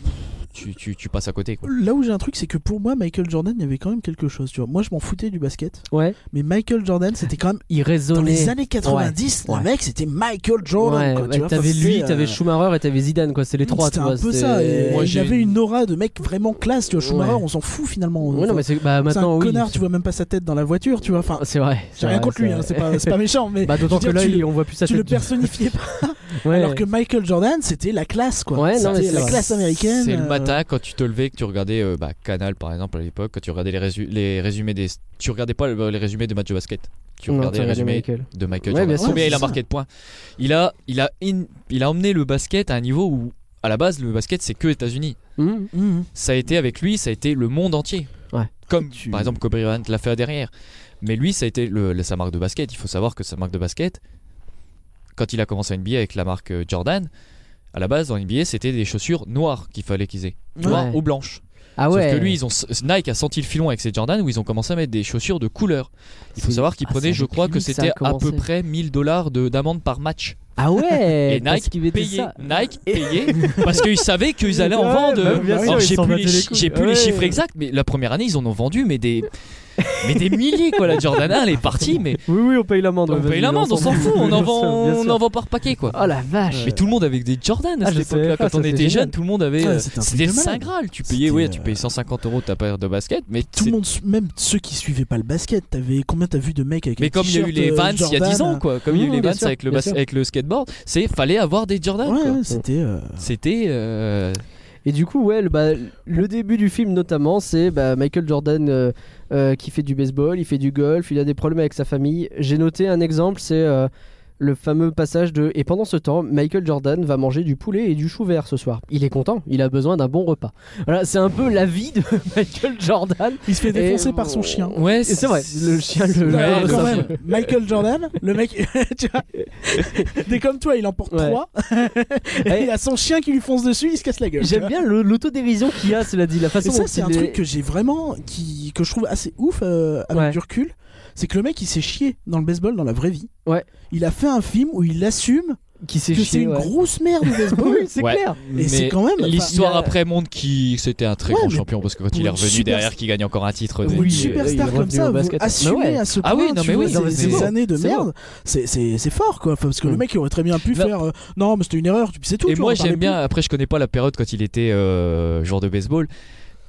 Speaker 8: Tu, tu, tu passes à côté quoi.
Speaker 3: Là où j'ai un truc, c'est que pour moi, Michael Jordan, il y avait quand même quelque chose. Tu vois, moi, je m'en foutais du basket,
Speaker 2: Ouais,
Speaker 3: mais Michael Jordan, c'était quand même
Speaker 2: ils
Speaker 3: dans les
Speaker 2: résonnaient.
Speaker 3: années 90,
Speaker 2: Ouais.
Speaker 3: le mec, c'était Michael Jordan.
Speaker 2: Ouais,
Speaker 3: quoi, tu
Speaker 2: ouais,
Speaker 3: vois,
Speaker 2: t'avais
Speaker 3: enfin,
Speaker 2: lui,
Speaker 3: c'est,
Speaker 2: t'avais
Speaker 3: euh,
Speaker 2: Schumacher et t'avais Zidane, quoi. C'est les trois,
Speaker 3: C'était
Speaker 2: tu vois,
Speaker 3: un peu
Speaker 2: c'était-
Speaker 3: ça. Et
Speaker 8: Moi,
Speaker 3: il
Speaker 8: j'ai-
Speaker 3: avait une aura de mec vraiment classe. Tu vois, Schumacher,
Speaker 2: Ouais.
Speaker 3: on s'en fout finalement.
Speaker 2: Ouais, non, mais c'est bah,
Speaker 3: c'est un
Speaker 2: maintenant, oui.
Speaker 3: connard, tu vois même pas sa tête dans la voiture. Tu vois, enfin,
Speaker 2: C'est vrai. c'est
Speaker 3: j'ai rien
Speaker 2: vrai,
Speaker 3: contre lui,
Speaker 2: c'est
Speaker 3: hein,
Speaker 2: vrai.
Speaker 3: c'est pas, c'est pas méchant, mais
Speaker 2: Bah, d'autant
Speaker 3: je
Speaker 2: que
Speaker 3: veux
Speaker 2: là,
Speaker 3: dire, tu
Speaker 2: il- on voit plus sa
Speaker 3: tu
Speaker 2: tête.
Speaker 3: le
Speaker 2: du-
Speaker 3: personnifiais pas.
Speaker 2: Ouais.
Speaker 3: Alors que Michael Jordan, c'était la classe, quoi.
Speaker 2: Ouais, non, mais
Speaker 3: c'était
Speaker 2: c'est
Speaker 3: la
Speaker 2: vrai.
Speaker 3: classe américaine.
Speaker 8: C'est
Speaker 3: euh,
Speaker 8: le matin quand tu te levais que tu regardais euh, bah, Canal par exemple à l'époque quand tu regardais les, résu- les résumés des tu regardais pas le- les résumés de matchs de basket tu
Speaker 2: Non,
Speaker 8: regardais
Speaker 2: t'as
Speaker 8: les
Speaker 2: regardé
Speaker 8: résumés
Speaker 2: Michael.
Speaker 8: de Michael
Speaker 2: Ouais, bien
Speaker 8: Jordan.
Speaker 2: sûr,
Speaker 8: Combien
Speaker 3: c'est
Speaker 8: il a
Speaker 3: ça.
Speaker 8: marqué de points il a, il, a in- il a emmené le basket à un niveau où, à la base, le basket c'est que États-Unis.
Speaker 2: Mhm.
Speaker 3: Mhm.
Speaker 8: Ça a été avec lui, ça a été le monde entier.
Speaker 2: Ouais.
Speaker 8: Comme par exemple Kobe Bryant l'a fait derrière. Mais lui, ça a été le- le- sa marque de basket. Il faut savoir que sa marque de basket, quand il a commencé à NBA avec la marque euh, Jordan, à la base, en NBA, c'était des chaussures noires qu'il fallait qu'ils aient. Noires
Speaker 2: Ouais.
Speaker 8: ou blanches.
Speaker 2: Ah ouais.
Speaker 8: Sauf que lui, ils ont, Nike a senti le filon avec ses Jordan où ils ont commencé à mettre des chaussures de couleur. Il faut
Speaker 2: C'est-
Speaker 8: savoir qu'ils
Speaker 2: ah,
Speaker 8: prenaient,
Speaker 2: c'est
Speaker 8: je
Speaker 2: avec
Speaker 8: crois,
Speaker 2: lui
Speaker 8: que
Speaker 2: ça a
Speaker 8: c'était à
Speaker 2: commencé.
Speaker 8: peu près 1000 dollars d'amende par match.
Speaker 2: Ah ouais.
Speaker 8: Et
Speaker 2: parce
Speaker 8: Nike
Speaker 2: qu'il mettait
Speaker 8: payait.
Speaker 2: ça.
Speaker 8: Nike payait parce qu'ils savaient qu'ils allaient en
Speaker 2: Ouais,
Speaker 8: vendre. euh,
Speaker 2: bah, bien sûr,
Speaker 8: Alors,
Speaker 2: ils
Speaker 8: j'ai
Speaker 2: s'en
Speaker 8: plus,
Speaker 2: battaient
Speaker 8: les,
Speaker 2: les
Speaker 8: chi- j'ai
Speaker 2: couilles.
Speaker 8: plus les
Speaker 2: Ouais.
Speaker 8: chiffres exacts, mais la première année, ils en ont vendu, mais des, mais des milliers quoi. La Jordan 1, elle est partie, mais
Speaker 2: Oui, oui, on paye l'amende.
Speaker 8: on
Speaker 2: ouais,
Speaker 8: paye
Speaker 2: Ah, bah vas-y,
Speaker 8: l'amende, on s'en fout, on en vend, on en vend par paquet quoi.
Speaker 2: Oh la vache.
Speaker 8: Mais tout le monde avait des Jordan à
Speaker 2: Ah, je
Speaker 8: cette époque-là.
Speaker 2: sais pas,
Speaker 8: Quand
Speaker 2: ça,
Speaker 8: on
Speaker 2: c'est
Speaker 8: était
Speaker 2: génial. Ah,
Speaker 8: jeune, tout le monde avait.
Speaker 3: Ouais,
Speaker 8: euh,
Speaker 3: c'était un truc
Speaker 8: C'était
Speaker 3: de
Speaker 8: le
Speaker 3: malade.
Speaker 8: saint graal. Tu payais, ouais,
Speaker 3: C'était,
Speaker 8: tu
Speaker 3: euh,
Speaker 8: payais 150 euros ta paire de basket, mais
Speaker 3: Tout
Speaker 8: c'est-
Speaker 3: le monde, même ceux qui suivaient pas le basket, t'avais combien t'as vu de mecs avec un
Speaker 8: Mais comme il y a eu
Speaker 3: t-shirt,
Speaker 8: les
Speaker 3: euh,
Speaker 8: Vans il y a 10 ans,
Speaker 3: Jordan,
Speaker 8: quoi. Comme il y a eu
Speaker 2: Mmh,
Speaker 8: les
Speaker 2: bien
Speaker 8: Vans
Speaker 2: sûr,
Speaker 8: avec le,
Speaker 2: bien
Speaker 8: bas-
Speaker 2: sûr.
Speaker 8: avec le skateboard, c'est fallait avoir des Jordan.
Speaker 3: Ouais,
Speaker 8: quoi.
Speaker 3: ouais, c'était. euh,
Speaker 8: C'était. euh,
Speaker 2: Et du coup, ouais, le, bah, le début du film notamment, c'est bah, Michael Jordan euh, euh, qui fait du baseball, il fait du golf, il a des problèmes avec sa famille. J'ai noté un exemple, c'est euh, le fameux passage de Et pendant ce temps, Michael Jordan va manger du poulet et du chou vert ce soir. Il est content, il a besoin d'un bon repas. Voilà, c'est un peu la vie de Michael Jordan.
Speaker 3: Il se fait
Speaker 2: Et-
Speaker 3: défoncer par son chien.
Speaker 8: Ouais,
Speaker 2: Et c'est vrai, le chien le.
Speaker 8: Ouais,
Speaker 3: Alors,
Speaker 2: le-
Speaker 3: quand
Speaker 2: ça-
Speaker 3: même, Michael Jordan, le mec, tu vois, dès comme toi, il emporte
Speaker 2: Ouais.
Speaker 3: trois. et il y a son chien qui lui fonce dessus, il se casse la gueule.
Speaker 2: J'aime bien le- l'autodérision qu'il y a, cela dit, la façon
Speaker 3: Et ça,
Speaker 2: dont
Speaker 3: c'est
Speaker 2: il
Speaker 3: un
Speaker 2: est-
Speaker 3: truc que j'ai vraiment. Qui, que je trouve assez ouf euh, avec
Speaker 2: Ouais.
Speaker 3: du recul. C'est que le mec, il s'est chié dans le baseball, dans la vraie vie.
Speaker 2: Ouais.
Speaker 3: Il a fait un film où il assume
Speaker 2: qui s'est
Speaker 3: que c'est
Speaker 2: chié.
Speaker 3: une
Speaker 2: ouais.
Speaker 3: grosse merde au baseball.
Speaker 2: Oui, c'est
Speaker 8: Ouais.
Speaker 2: clair.
Speaker 3: Et c'est quand même- euh,
Speaker 8: L'histoire
Speaker 2: enfin, il y a-
Speaker 8: après montre qu'il c'était un très
Speaker 3: Ouais,
Speaker 8: grand
Speaker 3: mais-
Speaker 8: champion parce que quand
Speaker 3: pour
Speaker 8: il est
Speaker 3: une
Speaker 8: revenu
Speaker 3: super-
Speaker 8: derrière, qu'il gagne encore un titre.
Speaker 3: Pour
Speaker 8: des-
Speaker 3: une
Speaker 2: Oui,
Speaker 8: euh,
Speaker 3: superstar
Speaker 2: il est
Speaker 3: comme
Speaker 2: revenu
Speaker 3: ça,
Speaker 2: au
Speaker 3: vous
Speaker 2: basket.
Speaker 3: assumez
Speaker 2: Mais ouais.
Speaker 3: à ce point
Speaker 8: Ah oui, non,
Speaker 3: tu
Speaker 8: mais
Speaker 3: vois,
Speaker 8: oui,
Speaker 3: ces- ces
Speaker 8: c'est- c'est-
Speaker 3: années de
Speaker 2: c'est
Speaker 3: merde, c'est- c'est c'est fort quoi. Enfin, Parce que le
Speaker 2: Mm.
Speaker 3: mec il aurait très bien pu
Speaker 8: Non.
Speaker 3: faire euh, non, mais c'était une erreur, tu sais tout.
Speaker 8: Et
Speaker 3: tu vois,
Speaker 8: moi
Speaker 3: on parlait
Speaker 8: j'aime bien, après je connais pas la période quand il était euh, joueur de baseball.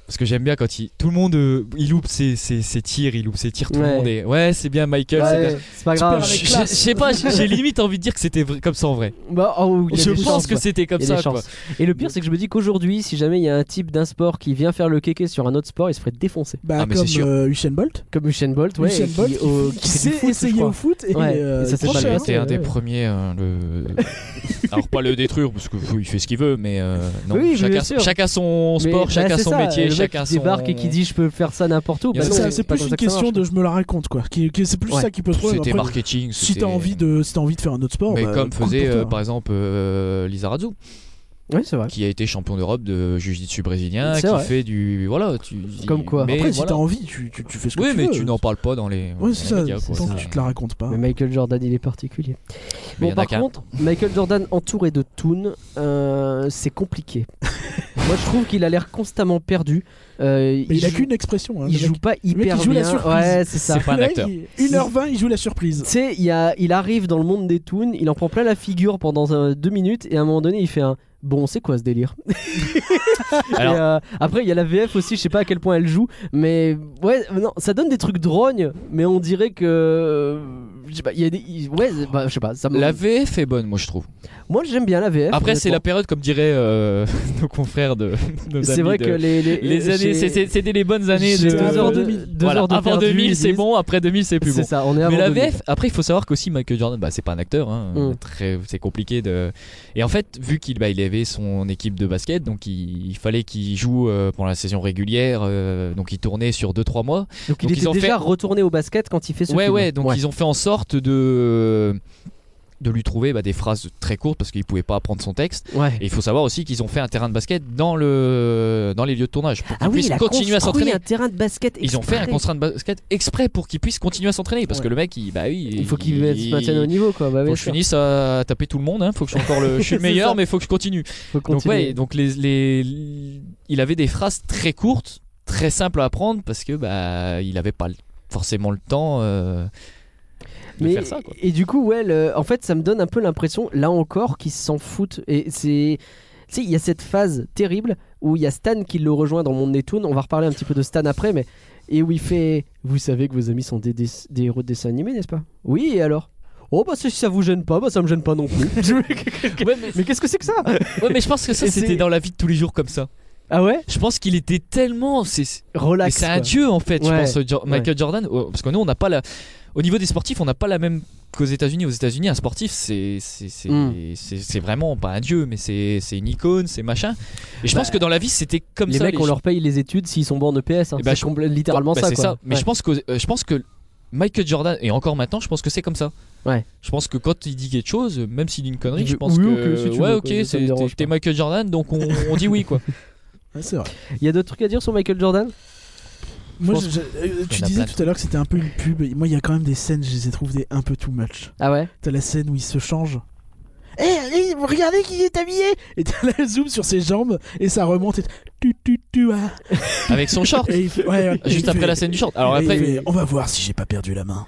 Speaker 8: Parce que j'aime bien quand il, tout le monde euh, il loupe ses, ses- ses tirs, il loupe ses tirs, tout
Speaker 2: Ouais.
Speaker 8: le monde est. Ouais, c'est bien Michael, c'est bien.
Speaker 2: Ouais, c'est pas grave.
Speaker 8: Je je- je sais pas, j'ai j'ai limite envie de dire que c'était vrai- comme ça en vrai.
Speaker 2: Bah, oh, il y a
Speaker 8: Je
Speaker 2: des
Speaker 8: pense
Speaker 2: chances,
Speaker 8: que
Speaker 2: quoi.
Speaker 8: c'était comme
Speaker 2: Il y a
Speaker 8: ça.
Speaker 2: des
Speaker 8: Quoi.
Speaker 2: chances. Et le pire, c'est que je me dis qu'aujourd'hui, si jamais il y a un type d'un sport qui vient faire le kéké sur un autre sport, il se ferait défoncer.
Speaker 3: plus. Bah,
Speaker 8: Ah, mais c'est
Speaker 3: comme
Speaker 8: sûr.
Speaker 3: euh, Usain Bolt,
Speaker 2: Comme Usain Bolt, ouais,
Speaker 3: Usain
Speaker 2: et qui-
Speaker 3: Bolt
Speaker 2: au-
Speaker 3: qui
Speaker 2: fait du
Speaker 3: s'est
Speaker 2: foot, je
Speaker 3: essayé
Speaker 2: crois.
Speaker 3: au foot et
Speaker 2: Ouais,
Speaker 3: euh,
Speaker 2: et ça, c'est
Speaker 3: il
Speaker 2: pas
Speaker 3: prend
Speaker 2: bien.
Speaker 3: cher.
Speaker 8: C'était un des
Speaker 2: ouais.
Speaker 8: premiers. hein, le... Alors pas le détruire parce que fou, il fait ce qu'il veut, mais euh, non.
Speaker 2: Oui, bien
Speaker 8: chacun,
Speaker 2: sûr.
Speaker 8: chacun son
Speaker 2: Mais,
Speaker 8: sport,
Speaker 2: bah,
Speaker 8: chacun
Speaker 2: c'est
Speaker 8: son
Speaker 2: ça,
Speaker 8: métier,
Speaker 2: le mec
Speaker 8: chacun
Speaker 2: qui débarque
Speaker 8: son.
Speaker 2: et qui dit je peux faire ça n'importe où.
Speaker 8: Il y a
Speaker 2: Bah
Speaker 3: C'est
Speaker 2: non,
Speaker 8: ça,
Speaker 3: ça,
Speaker 2: mais
Speaker 3: C'est
Speaker 2: pas
Speaker 3: plus
Speaker 2: comme
Speaker 3: une
Speaker 2: ça que ça
Speaker 3: question
Speaker 2: marche.
Speaker 3: de je me la raconte quoi. Qui- qui- C'est plus
Speaker 2: Ouais.
Speaker 3: ça qui peut se
Speaker 8: C'était
Speaker 3: trouver.
Speaker 8: marketing.
Speaker 3: Si
Speaker 8: c'était-
Speaker 3: t'as envie de, si t'as envie de faire un autre sport,
Speaker 8: Mais
Speaker 3: bah,
Speaker 8: comme
Speaker 3: cool pour
Speaker 8: faisait
Speaker 3: toi.
Speaker 2: hein.
Speaker 8: euh, par exemple euh, Lizarazu,
Speaker 2: Oui, c'est vrai.
Speaker 8: qui a été champion d'Europe de jiu-jitsu brésilien,
Speaker 2: C'est
Speaker 8: qui
Speaker 2: vrai.
Speaker 8: fait du voilà. Tu...
Speaker 2: Comme quoi.
Speaker 8: Mais
Speaker 3: Après, si
Speaker 8: voilà.
Speaker 3: t'as envie, tu, tu, tu fais ce que
Speaker 8: Oui,
Speaker 3: tu veux.
Speaker 8: mais tu n'en parles pas dans les. dans
Speaker 3: Ouais,
Speaker 8: les
Speaker 3: c'est ça.
Speaker 8: médias, quoi.
Speaker 3: Tant que tu te la racontes pas.
Speaker 2: Mais Michael Jordan, il est particulier. Bon,
Speaker 8: Mais y en a
Speaker 2: par
Speaker 8: qu'un.
Speaker 2: contre, Michael Jordan entouré de Toon, euh, c'est compliqué. Moi, je trouve qu'il a l'air constamment perdu. Euh,
Speaker 3: Mais il a
Speaker 2: joue-
Speaker 3: qu'une expression. hein,
Speaker 2: il
Speaker 3: le mec.
Speaker 2: joue pas
Speaker 3: mec,
Speaker 2: hyper
Speaker 3: il joue la
Speaker 2: bien.
Speaker 3: surprise.
Speaker 2: Ouais, c'est ça.
Speaker 8: C'est pas un
Speaker 3: Le mec,
Speaker 8: acteur.
Speaker 3: il- 1h20, il joue la surprise.
Speaker 2: Tu sais, il, y a- il arrive dans le monde des toons, il en prend plein la figure pendant euh, deux minutes et à un moment donné, il fait un. Bon, c'est quoi ce délire
Speaker 8: Alors-
Speaker 2: Et, euh, Après, il y a la VF aussi, je sais pas à quel point elle joue, mais ouais, non, ça donne des trucs drognes, mais on dirait que. euh, Je sais pas, il y a des. il- Ouais, bah, je sais pas, ça me-
Speaker 8: La VF est bonne, moi je trouve.
Speaker 2: Moi, j'aime bien la VF.
Speaker 8: Après, c'est la
Speaker 2: honnêtement.
Speaker 8: période, comme diraient euh, nos confrères de. nos
Speaker 2: C'est
Speaker 8: amis
Speaker 2: vrai
Speaker 8: de-
Speaker 2: que les. Les,
Speaker 8: Les années,
Speaker 2: chez-
Speaker 8: c'est- c'est- c'était les bonnes années
Speaker 2: chez
Speaker 8: de.
Speaker 2: deux heures de- deux
Speaker 8: Voilà,
Speaker 2: heures de
Speaker 8: avant
Speaker 2: perdu,
Speaker 8: 2000,
Speaker 2: ils
Speaker 8: c'est
Speaker 2: disent.
Speaker 8: bon, après 2000, c'est plus
Speaker 2: C'est
Speaker 8: bon.
Speaker 2: ça, on est avant
Speaker 8: Mais la
Speaker 2: 2000.
Speaker 8: VF, après, il faut savoir qu'aussi Michael Jordan, bah, c'est pas un acteur, hein,
Speaker 2: Mm.
Speaker 8: très, c'est compliqué de. Et en fait, vu qu'il bah, il avait son équipe de basket, donc il, il fallait qu'il joue euh, pendant la saison régulière, euh, donc il tournait sur 2-3 mois.
Speaker 2: Donc, il
Speaker 8: donc, ils
Speaker 2: était
Speaker 8: ont
Speaker 2: déjà
Speaker 8: fait-
Speaker 2: retourné au basket quand il fait ce
Speaker 8: ouais,
Speaker 2: film.
Speaker 8: ouais, donc ils ont fait en sorte de de lui trouver bah, des phrases très courtes parce qu'il pouvait pas apprendre son texte.
Speaker 2: Ouais.
Speaker 8: Et il faut savoir aussi qu'ils ont fait un terrain de basket dans le dans les lieux de tournage pour qu'il
Speaker 2: Ah oui,
Speaker 8: puisse
Speaker 2: il a
Speaker 8: continuer à
Speaker 2: construit
Speaker 8: s'entraîner.
Speaker 2: un terrain de basket.
Speaker 8: Ils ont fait un
Speaker 2: exprès.
Speaker 8: contraint de basket exprès pour qu'il puisse continuer à s'entraîner parce
Speaker 3: Ouais.
Speaker 8: que le mec, il, bah oui,
Speaker 2: Il faut qu'il se maintienne au niveau, quoi. Bah,
Speaker 8: Faut
Speaker 2: bien
Speaker 8: que je
Speaker 2: sûr.
Speaker 8: finisse à taper tout le monde, hein. faut que je sois encore le, je suis le
Speaker 2: C'est ça.
Speaker 8: meilleur, mais faut que je continue.
Speaker 2: Faut
Speaker 8: Donc
Speaker 2: continuer.
Speaker 8: ouais, donc les, les, il avait des phrases très courtes, très simples à apprendre parce que bah il avait pas le- forcément le temps euh, de
Speaker 2: Mais-
Speaker 8: faire ça. Quoi.
Speaker 2: Et du coup, ouais, le- en fait, ça me donne un peu l'impression, là encore, qu'ils s'en foutent. Et c'est. Tu sais, il y a cette phase terrible où il y a Stan qui le rejoint dans Monde des Toons. On va reparler un petit peu de Stan après, mais. Et où il fait. Vous savez que vos amis sont des, des, des héros de dessin animé, n'est-ce pas Oui, et alors Oh, bah si ça vous gêne pas, bah ça me gêne pas non plus.
Speaker 8: Ouais, mais,
Speaker 2: mais qu'est-ce que c'est que ça
Speaker 8: ouais, mais je pense que ça
Speaker 2: Et c'est-
Speaker 8: c'était dans la vie de tous les jours comme ça.
Speaker 2: Ah ouais
Speaker 8: Je pense qu'il était tellement c'est mais
Speaker 2: Relax.
Speaker 8: c'est un
Speaker 2: quoi.
Speaker 8: dieu en fait, je
Speaker 2: Ouais,
Speaker 8: pense euh, Jo-
Speaker 2: ouais.
Speaker 8: Michael Jordan oh, parce que nous on n'a pas la au niveau des sportifs, on n'a pas la même qu'aux États-Unis. Aux États-Unis, un sportif c'est c'est c'est
Speaker 2: Mm.
Speaker 8: c'est- c'est vraiment pas un dieu, mais c'est c'est une icône, c'est machin. Et je pense que dans la vie, c'était comme
Speaker 2: Bah, Les
Speaker 8: ça.
Speaker 2: mecs, on
Speaker 8: gens-
Speaker 2: leur paye les études s'ils sont bons en EPS. hein.
Speaker 8: Eh ben,
Speaker 2: c'est
Speaker 8: je-
Speaker 2: compl- littéralement
Speaker 8: Bah,
Speaker 2: ça,
Speaker 8: c'est
Speaker 2: quoi.
Speaker 8: ça. Mais
Speaker 2: Ouais.
Speaker 8: je pense que euh, je pense que Michael Jordan et encore maintenant, je pense que c'est comme ça.
Speaker 2: Ouais.
Speaker 8: Je pense que quand il dit quelque chose, même s'il dit une connerie,
Speaker 2: Il
Speaker 8: je
Speaker 2: dit
Speaker 8: pense
Speaker 2: oui,
Speaker 8: que
Speaker 2: ok, si tu
Speaker 8: ouais,
Speaker 2: veux,
Speaker 8: ok,
Speaker 2: quoi, ça me
Speaker 8: c'est-
Speaker 2: dérange
Speaker 8: t'es- t'es
Speaker 2: pas.
Speaker 8: Michael Jordan, donc on, on dit oui quoi.
Speaker 3: Ouais, c'est vrai.
Speaker 2: Il y a d'autres trucs à dire sur Michael Jordan
Speaker 3: Moi,
Speaker 8: pense
Speaker 3: je- je- euh,
Speaker 8: Il y
Speaker 3: tu
Speaker 8: en a
Speaker 3: disais
Speaker 8: plein de
Speaker 3: tout à l'heure que c'était un peu une pub. Moi, il y a quand même des scènes, je les ai trouvées un peu too much.
Speaker 2: Ah ouais
Speaker 3: T'as la scène où il se change. Eh, allez, regardez qui est habillé Et t'as la zoom sur ses jambes et ça remonte et tu tu tu ah.
Speaker 8: Avec son short.
Speaker 3: Et il fait- ouais, ouais.
Speaker 8: Juste
Speaker 3: Il
Speaker 8: après
Speaker 3: fait-
Speaker 8: la scène du short. Alors
Speaker 3: et il
Speaker 8: après,
Speaker 3: fait, on va voir si j'ai pas perdu la main.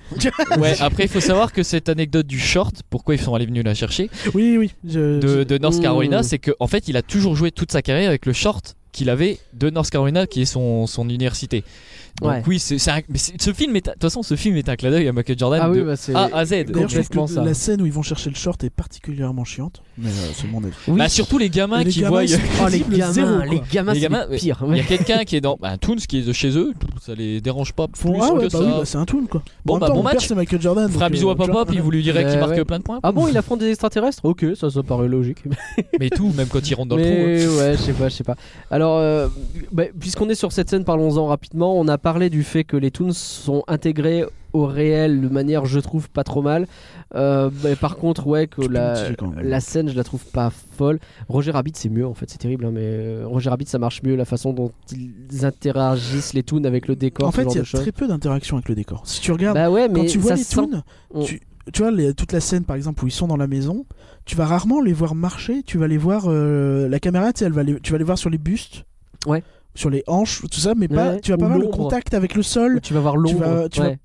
Speaker 8: ouais, après il faut savoir que cette anecdote du short, pourquoi ils sont allés venus la chercher
Speaker 3: Oui, oui. je-
Speaker 8: de, de North
Speaker 2: Mm.
Speaker 8: Carolina, c'est que en fait il a toujours joué toute sa carrière avec le short qu'il avait de North Carolina, qui est son, son université. Donc
Speaker 2: Ouais.
Speaker 8: oui, c'est c'est un- mais c'est- ce film est un- de toute façon ce film est un clin d'œil à Michael Jordan
Speaker 2: Ah
Speaker 8: de
Speaker 2: oui, bah c'est.
Speaker 8: A à Z.
Speaker 3: D'ailleurs, je trouve
Speaker 2: complètement
Speaker 3: que
Speaker 2: ça.
Speaker 3: la scène où ils vont chercher le short est particulièrement chiante. Mais euh, c'est mon avis.
Speaker 2: Oui.
Speaker 8: Bah, surtout les gamins
Speaker 3: Les
Speaker 8: qui
Speaker 3: gamins,
Speaker 8: voient.
Speaker 3: ils sont
Speaker 2: Oh les
Speaker 3: crédibles,
Speaker 2: gamins,
Speaker 3: zéro,
Speaker 2: les
Speaker 3: quoi.
Speaker 2: gamins,
Speaker 8: Les
Speaker 2: c'est
Speaker 8: gamins,
Speaker 2: les pires.
Speaker 8: Il y a quelqu'un qui est dans bah, Toons qui est de chez eux, ça les dérange pas plus
Speaker 3: Font, ah ouais,
Speaker 8: que
Speaker 3: bah
Speaker 8: ça.
Speaker 3: oui, bah c'est un toon quoi.
Speaker 8: Bon,
Speaker 3: en même
Speaker 8: bah,
Speaker 3: temps,
Speaker 8: bon
Speaker 3: mon père,
Speaker 8: match.
Speaker 3: c'est Michael Jordan.
Speaker 8: Fera un
Speaker 3: donc,
Speaker 8: bisou
Speaker 3: euh,
Speaker 8: à papa,
Speaker 3: Jordan-
Speaker 8: puis vous lui direz
Speaker 2: Ouais,
Speaker 8: qu'il marque
Speaker 2: ouais.
Speaker 8: plein de points.
Speaker 2: Ah bon, il affronte des extraterrestres Ok, ça, ça paraît logique.
Speaker 8: Mais tout, même quand il rentre dans le
Speaker 2: Mais ouais, je sais pas, je sais pas. Alors, euh, bah, puisqu'on est sur cette scène, parlons-en rapidement. On a parlé du fait que les Toons sont intégrés au réel de manière, je trouve, pas trop mal. Euh, bah, par contre, ouais, que
Speaker 3: Tu peux
Speaker 2: la,
Speaker 3: modifier quand même.
Speaker 2: la scène, je la trouve pas folle. Roger Rabbit, c'est mieux en fait, c'est terrible, hein, mais euh, Roger Rabbit, ça marche mieux la façon dont ils interagissent les Toons avec le décor,
Speaker 3: En
Speaker 2: ce
Speaker 3: fait,
Speaker 2: genre
Speaker 3: il y a
Speaker 2: de choses.
Speaker 3: très peu d'interactions avec le décor. Si tu regardes,
Speaker 2: Bah ouais, mais
Speaker 3: quand tu vois
Speaker 2: ça
Speaker 3: les
Speaker 2: sent-
Speaker 3: toons,
Speaker 2: on-
Speaker 3: tu- tu vois, les- toute la scène par exemple où ils sont dans la maison, tu vas rarement les voir marcher, tu vas les voir. euh, la caméra, tu sais, elle va les- tu vas les voir sur les bustes.
Speaker 2: Ouais.
Speaker 3: Sur les hanches, tout ça, mais pas,
Speaker 2: Ouais,
Speaker 3: tu vas
Speaker 2: ou
Speaker 3: pas voir le
Speaker 2: l'ombre.
Speaker 3: contact avec le sol.
Speaker 2: Tu vas voir l'ombre.
Speaker 3: vas- tu
Speaker 2: ouais.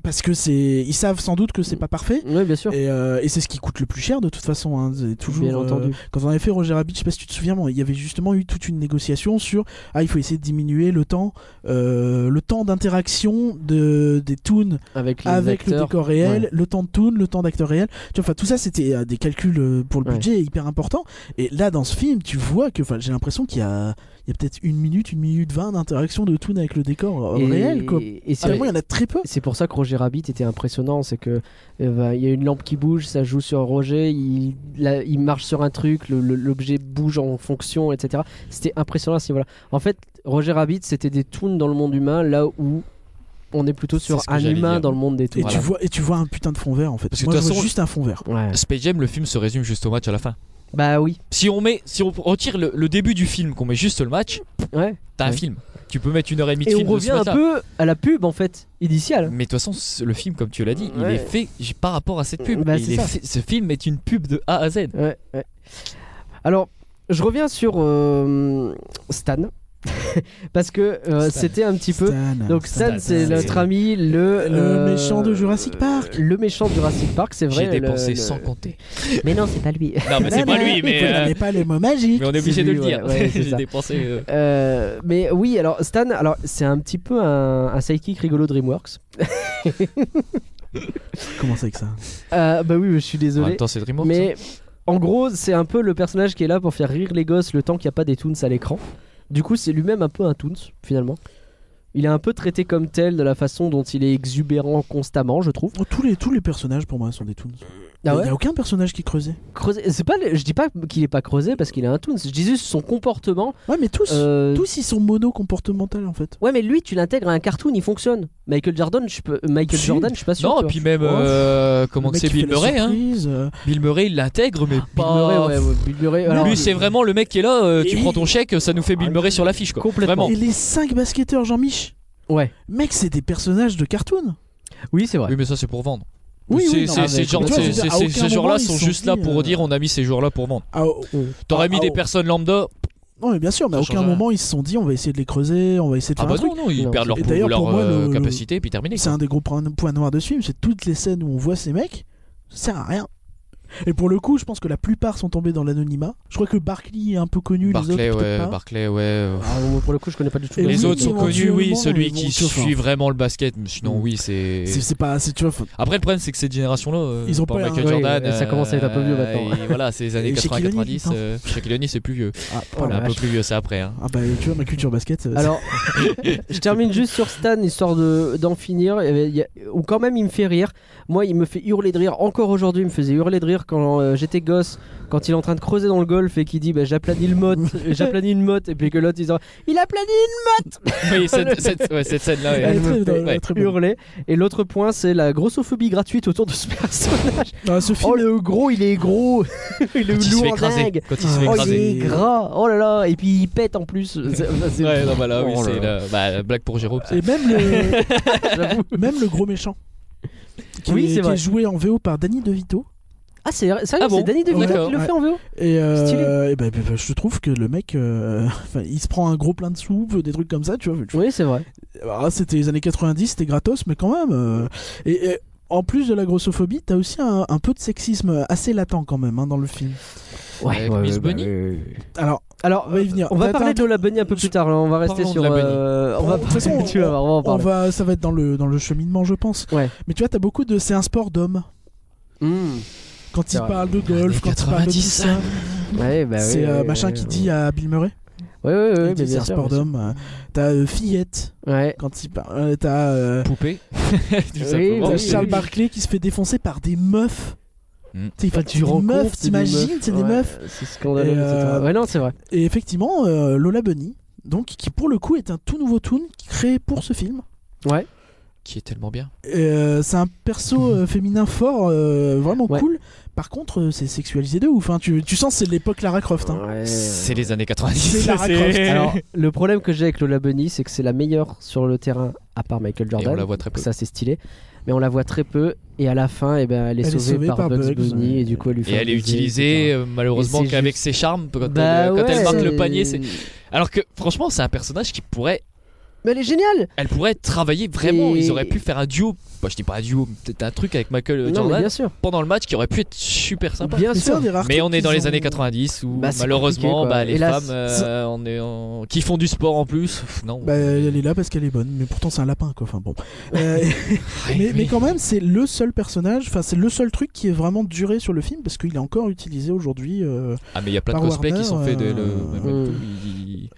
Speaker 3: Parce que c'est. Ils savent sans doute que c'est pas parfait.
Speaker 2: Ouais, bien sûr.
Speaker 3: Et, euh, et c'est ce qui coûte le plus cher de toute façon. hein. C'est toujours.
Speaker 2: Bien
Speaker 3: euh,
Speaker 2: entendu.
Speaker 3: Quand on avait fait Roger Rabbit, je sais pas si tu te souviens, bon, il y avait justement eu toute une négociation sur ah il faut essayer de diminuer le temps, euh, le temps d'interaction de des toons
Speaker 2: Avec les
Speaker 3: avec le
Speaker 2: acteurs.
Speaker 3: décor réel,
Speaker 2: ouais.
Speaker 3: le temps de toon, le temps d'acteur réel. Tu vois, enfin tout ça c'était euh, des calculs euh, pour le
Speaker 2: Ouais.
Speaker 3: budget hyper importants. Et là dans ce film, tu vois que enfin j'ai l'impression qu'il y a il y a peut-être une minute, une minute vingt d'interaction de toon avec le décor euh,
Speaker 2: Et- ah,
Speaker 3: réel quoi.
Speaker 2: Et c'est
Speaker 3: Finalement, il y en a très peu.
Speaker 2: C'est pour ça que Roger Rabbit était impressionnant, c'est que euh, bah, il y a une lampe qui bouge, ça joue sur Roger, il, là, il marche sur un truc, le- le- l'objet bouge en fonction, etc. C'était impressionnant à ce niveau-là. En fait, Roger Rabbit, c'était des toons dans le monde humain, là où on est plutôt sur
Speaker 8: C'est ce que
Speaker 2: un
Speaker 8: j'allais
Speaker 2: humain
Speaker 8: dire.
Speaker 2: dans le monde des
Speaker 3: Et
Speaker 2: toons.
Speaker 3: tu
Speaker 8: Voilà.
Speaker 3: vois et tu vois un putain de fond vert en fait.
Speaker 8: Parce que
Speaker 3: Moi
Speaker 8: de
Speaker 3: je
Speaker 8: toute
Speaker 3: vois
Speaker 8: façon-
Speaker 3: juste un fond vert.
Speaker 2: Ouais.
Speaker 8: euh, Space Jam, le film se résume juste au match à la fin.
Speaker 2: Bah oui,
Speaker 8: Si on met, si on retire le, le début du film, qu'on met juste le match,
Speaker 2: ouais.
Speaker 8: t'as un
Speaker 2: Ouais.
Speaker 8: film. Tu peux mettre une heure et demie de
Speaker 2: Et on
Speaker 8: film de ce Mm.
Speaker 2: revient un
Speaker 8: match-là.
Speaker 2: peu à la pub en fait, initiale.
Speaker 8: Mais de toute façon, c- le film, comme tu l'as dit, il
Speaker 2: Ouais.
Speaker 8: est fait j- par rapport à cette pub.
Speaker 2: Bah,
Speaker 8: Et il
Speaker 2: c'est
Speaker 8: est
Speaker 2: ça.
Speaker 8: fait- ce film est une pub de A à Z.
Speaker 2: Ouais, ouais. Alors, je reviens sur euh, Stan. Parce que euh,
Speaker 3: Stan.
Speaker 2: c'était un petit peu.
Speaker 3: Stan.
Speaker 2: Donc Stan,
Speaker 8: Stan,
Speaker 2: c'est
Speaker 8: Stan,
Speaker 2: notre
Speaker 8: Ah, bah, c'est-
Speaker 2: ami le euh,
Speaker 3: Le méchant de Jurassic Park.
Speaker 2: Le méchant de Jurassic Park, c'est vrai.
Speaker 8: J'ai
Speaker 2: le-
Speaker 8: dépensé
Speaker 2: le-
Speaker 8: sans compter.
Speaker 2: Mais non, c'est pas lui.
Speaker 8: Non, mais c'est pas lui, mais,
Speaker 3: Vous
Speaker 8: euh,
Speaker 3: n'avez pas les mots magiques.
Speaker 8: mais on est obligé
Speaker 2: C'est
Speaker 8: de
Speaker 2: lui,
Speaker 8: le
Speaker 2: ouais,
Speaker 8: dire.
Speaker 2: ouais, c'est
Speaker 8: J'ai
Speaker 2: ça.
Speaker 8: dépensé. euh,
Speaker 2: Euh, mais oui, alors Stan, alors c'est un petit peu un, un sidekick rigolo DreamWorks.
Speaker 3: Comment ça avec ça
Speaker 2: Euh, bah oui, je suis
Speaker 8: En
Speaker 2: désolé.
Speaker 8: même temps, c'est Dreamworks. hein.
Speaker 2: Mais en gros, c'est un peu le personnage qui est là pour faire rire les gosses le temps qu'il n'y a pas des Toons à l'écran. Du coup, c'est lui-même un peu un Toons, finalement. Il est un peu traité comme tel de la façon dont il est exubérant constamment, je trouve.
Speaker 3: Oh, tous, les, tous les personnages pour moi sont des toons. Il
Speaker 2: Ah
Speaker 3: n'y
Speaker 2: ouais
Speaker 3: a aucun personnage qui creusait.
Speaker 2: Creusé- C'est pas, le- je dis pas qu'il est pas creusé parce qu'il est un Toons. Je dis juste son comportement.
Speaker 3: Ouais, mais tous.
Speaker 2: euh,
Speaker 3: Tous ils sont mono-comportementaux en fait.
Speaker 2: Ouais, mais lui, tu l'intègres à un cartoon, il fonctionne. Michael Jordan, je peux, euh, Michael
Speaker 3: Si.
Speaker 2: Jordan, je suis pas sûr. tu
Speaker 8: Non, et
Speaker 2: vois. Oh.
Speaker 8: puis même,
Speaker 2: Ouais.
Speaker 8: euh, comment
Speaker 3: Le
Speaker 8: que
Speaker 3: mec
Speaker 8: c'est
Speaker 3: qui fait
Speaker 8: Bill
Speaker 3: la
Speaker 8: Murray, hein.
Speaker 3: surprise, euh,
Speaker 8: Bill Murray, il l'intègre, mais
Speaker 2: Ah, Bill
Speaker 8: pas.
Speaker 2: Murray, ouais, ouais, Bill Murray. Alors, Ah,
Speaker 8: Lui, c'est vraiment le mec qui est là. euh, tu
Speaker 3: Et-
Speaker 8: prends ton chèque, ça nous fait Bill Murray sur l'affiche, quoi.
Speaker 2: Complètement.
Speaker 8: Vraiment.
Speaker 3: Et les 5 basketteurs, Jean-Mich
Speaker 2: Ouais.
Speaker 3: Mec, c'est des personnages de cartoon.
Speaker 2: Oui, c'est vrai.
Speaker 8: Oui, mais ça, c'est pour vendre.
Speaker 3: Oui,
Speaker 8: C'est-
Speaker 3: oui, non,
Speaker 8: c'est-
Speaker 3: mais
Speaker 8: c'est genre-
Speaker 3: tu vois, je veux
Speaker 8: c'est-
Speaker 3: dire, à
Speaker 8: c'est-
Speaker 3: aucun
Speaker 8: Ces
Speaker 3: moment,
Speaker 8: joueurs-là
Speaker 3: ils
Speaker 8: sont
Speaker 3: sont
Speaker 8: juste
Speaker 3: dit,
Speaker 8: là pour
Speaker 3: euh,
Speaker 8: dire on a mis ces joueurs-là pour vendre.
Speaker 3: Ah, oh, oh.
Speaker 8: T'aurais
Speaker 3: Ah,
Speaker 8: mis
Speaker 3: ah,
Speaker 8: des
Speaker 3: oh.
Speaker 8: personnes lambda.
Speaker 3: Non, mais bien sûr, mais à
Speaker 8: Ça
Speaker 3: aucun
Speaker 8: change
Speaker 3: moment ils se sont dit on va essayer de les creuser, on va essayer de
Speaker 8: Ah
Speaker 3: faire
Speaker 8: bah
Speaker 3: un truc.
Speaker 8: non, non, ils
Speaker 2: Non,
Speaker 8: perdent leur,
Speaker 3: et d'ailleurs, pour
Speaker 8: leur,
Speaker 3: moi,
Speaker 8: euh,
Speaker 3: le-
Speaker 8: capacité, et puis terminé.
Speaker 3: C'est
Speaker 8: quoi.
Speaker 3: un des gros points points noirs de ce film, c'est toutes les scènes où on voit ces mecs, ça sert à rien. Et pour le coup, je pense que la plupart sont tombés dans l'anonymat. Je crois que Barkley est un peu connu, les
Speaker 8: Barclay,
Speaker 3: autres
Speaker 8: ouais,
Speaker 3: peut-être pas.
Speaker 8: Barclay, ouais. euh,
Speaker 2: Ah, bon, pour le coup, je connais pas du tout.
Speaker 3: Et
Speaker 8: Les
Speaker 3: oui,
Speaker 8: autres sont
Speaker 3: éventuellement,
Speaker 8: connus, oui. Celui
Speaker 3: mais bon,
Speaker 8: qui
Speaker 3: tu vois, enfin,
Speaker 8: suit vraiment le basket, mais sinon, oui, c'est.
Speaker 3: C'est c'est pas, c'est- tu vois, enfin,
Speaker 8: Après, le problème, c'est que cette génération-là, euh,
Speaker 3: Ils ont
Speaker 8: par
Speaker 3: pas un-
Speaker 8: Michael
Speaker 2: Oui,
Speaker 8: Jordan.
Speaker 2: et ça commence à être un peu vieux maintenant.
Speaker 8: et voilà, c'est les années
Speaker 3: Et Shaquille O'Neal,
Speaker 8: 80-90.
Speaker 3: putain.
Speaker 8: Shaquille O'Neal, c'est plus vieux.
Speaker 3: ah,
Speaker 2: Oh
Speaker 3: pardon.
Speaker 2: la
Speaker 8: un peu
Speaker 2: vache.
Speaker 8: plus vieux, c'est après. hein.
Speaker 3: Ah bah tu vois ma culture basket. euh, ça-
Speaker 2: Alors, je termine juste sur Stan, histoire de- d'en finir. Il y avait- il y a- Ou quand même, il me fait rire. Moi, il me fait hurler de rire. Encore aujourd'hui, il me faisait hurler de rire quand euh, j'étais gosse, quand il est en train de creuser dans le golf et qu'il dit bah, J'aplanis le motte, j'aplanis une motte. Et puis que l'autre, il dit Il aplanis
Speaker 8: Oui, cette, cette- ouais, cette scène-là.
Speaker 3: Elle est
Speaker 8: ouais.
Speaker 3: très-
Speaker 8: Ouais.
Speaker 3: très bonne.
Speaker 2: hurler. Et l'autre point, c'est la grossophobie gratuite autour de ce personnage.
Speaker 3: Ah, ce film,
Speaker 2: Oh, le gros, il est gros. il
Speaker 8: Quand
Speaker 2: est
Speaker 8: il se fait
Speaker 2: lourd,
Speaker 8: écraser.
Speaker 2: dingue.
Speaker 8: Quand il se fait
Speaker 2: Oh, il
Speaker 8: écraser.
Speaker 2: est gras. Oh là là. Et puis, il pète en plus. C'est- c'est-
Speaker 8: Ouais, non, bah là, oui,
Speaker 2: Oh
Speaker 8: c'est
Speaker 2: là
Speaker 8: la bah, blague pour Jérôme. ça.
Speaker 3: et même le,
Speaker 2: J'avoue.
Speaker 3: même le gros méchant. Qui
Speaker 2: Oui,
Speaker 3: est,
Speaker 2: c'est
Speaker 3: qui
Speaker 2: vrai.
Speaker 3: est joué en VO par Danny DeVito.
Speaker 2: Ah, c'est sérieux,
Speaker 8: Ah bon
Speaker 2: c'est Danny DeVito
Speaker 8: D'accord.
Speaker 2: qui le fait en VO
Speaker 3: Et, euh,
Speaker 2: Stylé.
Speaker 3: et ben, ben, ben, je trouve que le mec, euh, enfin, il se prend un gros plein de soupe, des trucs comme ça, tu vois. tu vois.
Speaker 2: Oui, c'est vrai.
Speaker 3: Alors là, Ah, c'était les années 90, c'était gratos, mais quand même. euh, et, et en plus de la grossophobie, t'as aussi un, un peu de sexisme assez latent quand même hein, dans le film.
Speaker 8: Avec Miss Bunny.
Speaker 3: Alors,
Speaker 2: Alors,
Speaker 3: bah on va y venir.
Speaker 2: on va
Speaker 3: Attends,
Speaker 2: parler de la bunny un peu plus tard. là, On va rester
Speaker 8: Parlons de
Speaker 2: sur.
Speaker 8: la bunny.
Speaker 2: euh, on va
Speaker 3: De toute
Speaker 2: parler.
Speaker 3: façon,
Speaker 2: tu vas voir, on va en
Speaker 3: Oh, on
Speaker 2: parler.
Speaker 3: va, ça va être dans le, dans le cheminement, je pense.
Speaker 2: Ouais.
Speaker 3: Mais tu vois, t'as beaucoup de. C'est un sport d'homme.
Speaker 2: Mm.
Speaker 3: Quand
Speaker 2: C'est
Speaker 3: il
Speaker 2: vrai.
Speaker 3: parle de golf, quand il parle de tout
Speaker 8: 90,
Speaker 3: ça.
Speaker 2: Ouais, bah,
Speaker 3: C'est
Speaker 2: ouais,
Speaker 3: euh,
Speaker 2: ouais,
Speaker 3: machin
Speaker 2: ouais,
Speaker 3: qui
Speaker 2: ouais.
Speaker 3: dit à Bill Murray.
Speaker 2: Ouais, ouais, ouais,
Speaker 3: il
Speaker 2: mais
Speaker 3: dit, c'est
Speaker 2: bien
Speaker 3: un
Speaker 2: sûr.
Speaker 3: sport
Speaker 2: bien sûr.
Speaker 3: d'homme. euh, T'as euh, Fillette
Speaker 2: Ouais.
Speaker 3: quand il parle. euh, T'as euh,
Speaker 8: Poupée. Tout simplement.
Speaker 3: t'as
Speaker 2: oui,
Speaker 3: Charles
Speaker 2: oui.
Speaker 3: Barclay qui se fait défoncer par des meufs.
Speaker 8: Hmm.
Speaker 3: T'sais, il fait
Speaker 2: Bah, Tu
Speaker 3: des
Speaker 2: rencontres,
Speaker 3: meufs,
Speaker 2: c'est des meufs.
Speaker 3: t'imagines, c'est des
Speaker 2: Ouais,
Speaker 3: meufs.
Speaker 2: C'est scandaleux.
Speaker 3: Et,
Speaker 2: etc.
Speaker 3: euh,
Speaker 2: Ouais, non, c'est vrai.
Speaker 3: Et effectivement, euh, Lola Bunny, donc qui pour le coup est un tout nouveau toon créé pour ce film.
Speaker 8: Qui est tellement bien.
Speaker 3: Euh, c'est un perso
Speaker 8: Mhm.
Speaker 3: euh, féminin fort, euh, vraiment
Speaker 2: Ouais.
Speaker 3: cool. Par contre, euh, c'est sexualisé de ouf. hein. Tu, tu sens c'est de l'époque Lara Croft. hein.
Speaker 2: Ouais.
Speaker 8: C'est les années 90.
Speaker 3: C'est Lara Croft.
Speaker 2: Alors, le problème que j'ai avec Lola Bunny, c'est que c'est la meilleure sur le terrain, à part Michael
Speaker 8: Et on
Speaker 2: Jordan.
Speaker 8: la voit très peu.
Speaker 2: Ça, c'est stylé. Mais on la voit très peu. Et à la fin, eh ben, elle est, sauvée, par, Bugs, Bunny
Speaker 3: ouais.
Speaker 2: et du coup elle lui fait
Speaker 8: Et elle est
Speaker 2: baiser,
Speaker 8: utilisée
Speaker 2: etc.
Speaker 8: euh, malheureusement
Speaker 2: Et c'est
Speaker 8: qu'avec
Speaker 2: juste-
Speaker 8: ses charmes quand,
Speaker 2: Bah
Speaker 8: elle, quand elle
Speaker 2: ouais,
Speaker 8: marque le
Speaker 2: c'est-
Speaker 8: panier. c'est- Alors que franchement, c'est un personnage qui pourrait,
Speaker 2: Mais elle est géniale.
Speaker 8: elle pourrait travailler vraiment.
Speaker 2: Et-
Speaker 8: Ils auraient pu faire un duo. Bah, je dis pas un duo, peut-être un truc avec Michael
Speaker 2: Non, mais
Speaker 8: Jordan
Speaker 2: bien sûr.
Speaker 8: pendant le match qui aurait pu être super sympa.
Speaker 2: Bien
Speaker 3: Mais ça,
Speaker 2: sûr.
Speaker 3: on dirait
Speaker 8: Mais
Speaker 3: Arthur
Speaker 8: on est dans les
Speaker 3: qu'ils
Speaker 8: années
Speaker 3: ont-
Speaker 8: 90 où
Speaker 2: Bah, c'est compliqué,
Speaker 8: malheureusement
Speaker 2: quoi.
Speaker 8: bah, les
Speaker 2: Hélas.
Speaker 8: femmes euh, on est en- qui font du sport en plus. pff, non.
Speaker 3: Bah, elle est là parce qu'elle est bonne, mais pourtant c'est un lapin quoi. Enfin bon. Euh, mais, mais quand même, c'est le seul personnage, enfin c'est le seul truc qui est vraiment duré sur le film parce qu'il est encore utilisé aujourd'hui. euh,
Speaker 8: Ah mais il y a plein de
Speaker 3: Par
Speaker 8: cosplays
Speaker 3: Warner,
Speaker 8: qui sont faits de
Speaker 3: euh,
Speaker 8: le-
Speaker 2: euh,
Speaker 8: il- il-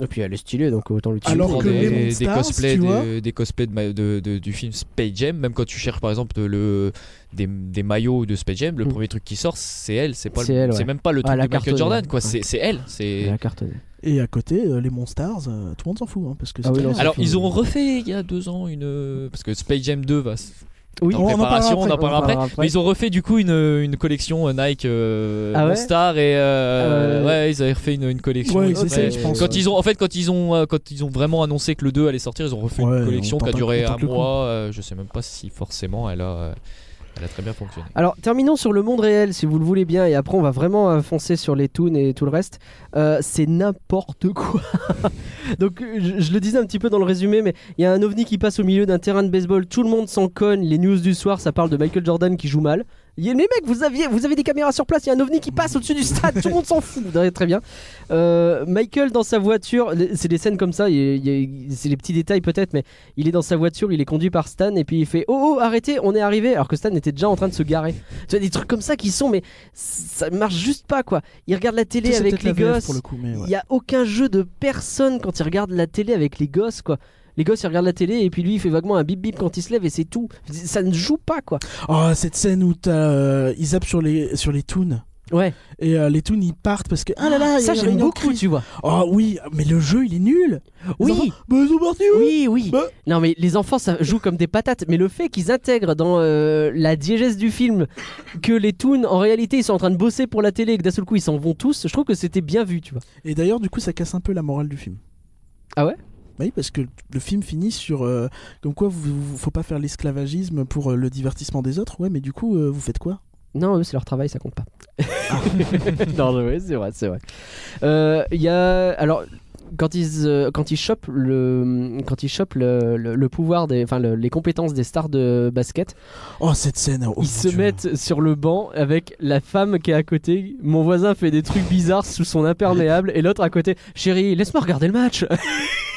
Speaker 2: Et puis elle est stylée donc autant l'utiliser.
Speaker 3: Alors
Speaker 8: prend
Speaker 3: que les
Speaker 8: des, des
Speaker 3: Monstars,
Speaker 8: cosplays
Speaker 3: tu vois.
Speaker 8: de- des cosplays de ma- de- de- du film Space Jam même quand tu cherches par exemple le des, des maillots de Space Jam le
Speaker 2: Mm.
Speaker 8: premier truc qui sort c'est elle c'est pas le-
Speaker 2: C'est elle, ouais.
Speaker 8: c'est même pas le
Speaker 2: Ah,
Speaker 8: truc
Speaker 2: la
Speaker 8: de Michael
Speaker 2: cartonne,
Speaker 8: Jordan
Speaker 2: ouais.
Speaker 8: quoi c'est c'est elle c'est
Speaker 2: Elle a cartonné.
Speaker 3: Et à côté, euh, les Monstars, euh, tout le monde s'en fout hein, parce que
Speaker 2: Ah oui,
Speaker 3: très
Speaker 2: non,
Speaker 3: bien.
Speaker 8: alors
Speaker 2: film.
Speaker 8: ils ont refait il y a deux ans une parce que Space Jam 2 va s-
Speaker 2: Oui.
Speaker 8: en
Speaker 3: On en parlera
Speaker 8: préparation on
Speaker 3: après,
Speaker 8: en parlera après mais ils ont refait du coup une, une collection euh, Nike euh,
Speaker 2: Ah ouais
Speaker 8: Monster et euh,
Speaker 2: Euh,
Speaker 8: ouais ils avaient refait une, une collection
Speaker 3: Ouais, ils
Speaker 8: exprès.
Speaker 3: essayent, je pense.
Speaker 8: quand ils ont en fait quand ils ont euh, quand ils ont vraiment annoncé que le 2 allait sortir ils ont refait
Speaker 3: Ouais,
Speaker 8: une collection
Speaker 3: on
Speaker 8: qui a
Speaker 3: tente-
Speaker 8: duré
Speaker 3: on
Speaker 8: un
Speaker 3: tente le coup.
Speaker 8: mois euh, je sais même pas si forcément elle a euh, elle a très bien fonctionné
Speaker 2: Alors terminons sur le monde réel si vous le voulez bien et après on va vraiment euh, foncer sur les toons et tout le reste. Euh, c'est n'importe quoi. Donc euh, je, je le disais un petit peu dans le résumé mais il y a un ovni qui passe au milieu d'un terrain de baseball, tout le monde s'en cogne, les news du soir ça parle de Michael Jordan qui joue mal. Il y a, les mecs, vous, aviez, vous avez des caméras sur place, il y a un ovni qui passe au-dessus du stade, tout le monde s'en fout. Ouais, Très bien. Euh, Michael dans sa voiture, le- c'est des scènes comme ça, il y a- il y a- c'est des petits détails peut-être, mais il est dans sa voiture, il est conduit par Stan et puis il fait Oh oh, arrêtez, on est arrivé, alors que Stan était déjà en train de se garer. Tu vois, des trucs comme ça qui sont, mais ça marche juste pas quoi. Il regarde la
Speaker 3: Ça,
Speaker 2: télé
Speaker 3: c'est
Speaker 2: avec
Speaker 3: peut-être
Speaker 2: les
Speaker 3: la VF
Speaker 2: gosses,
Speaker 3: pour le coup, mais
Speaker 2: il
Speaker 3: ouais.
Speaker 2: y a aucun jeu de personne quand il regarde la télé avec les gosses quoi. Les gosses ils regardent la télé et puis lui il fait vaguement un bip bip quand il se lève et c'est tout. Ça ne joue pas quoi.
Speaker 3: Oh, cette scène où t'as, euh, ils zappent sur les sur les toons.
Speaker 2: Ouais,
Speaker 3: Et euh, les toons ils partent parce que ah là là, il y
Speaker 2: ça
Speaker 3: a une
Speaker 2: j'aime
Speaker 3: réunion de
Speaker 2: beaucoup
Speaker 3: crise.
Speaker 2: tu vois.
Speaker 3: Oh oui, mais le jeu il est nul. Les
Speaker 2: Oui.
Speaker 3: enfants, bah, ils sont partis où
Speaker 2: Oui, oui.
Speaker 3: Bah.
Speaker 2: Non, mais les enfants, ça joue comme des patates. Mais le fait qu'ils intègrent dans euh, la diégèse du film que les toons, en réalité, ils sont en train de bosser pour la télé et que d'un seul coup, ils s'en vont tous, je trouve que c'était bien vu, tu vois.
Speaker 3: Et d'ailleurs, du coup, ça casse un peu la morale du film.
Speaker 2: Ah ouais
Speaker 3: Bah Oui, parce que le film finit sur euh, comme quoi vous, vous- faut pas faire l'esclavagisme pour euh, le divertissement des autres. Ouais, mais du coup, euh, vous faites quoi
Speaker 2: Non, eux, c'est leur travail, ça compte pas. non, mais ouais, c'est vrai, c'est vrai. Euh, Il y a. Alors. Quand ils, euh, quand ils chopent le, quand ils chopent le, le- le pouvoir, des, enfin le- les compétences des stars de basket,
Speaker 3: Oh cette scène. oh,
Speaker 2: ils
Speaker 3: mon
Speaker 2: se
Speaker 3: Dieu.
Speaker 2: mettent sur le banc avec la femme qui est à côté. Mon voisin fait des trucs bizarres sous son imperméable et l'autre à côté, chérie, laisse-moi regarder le match.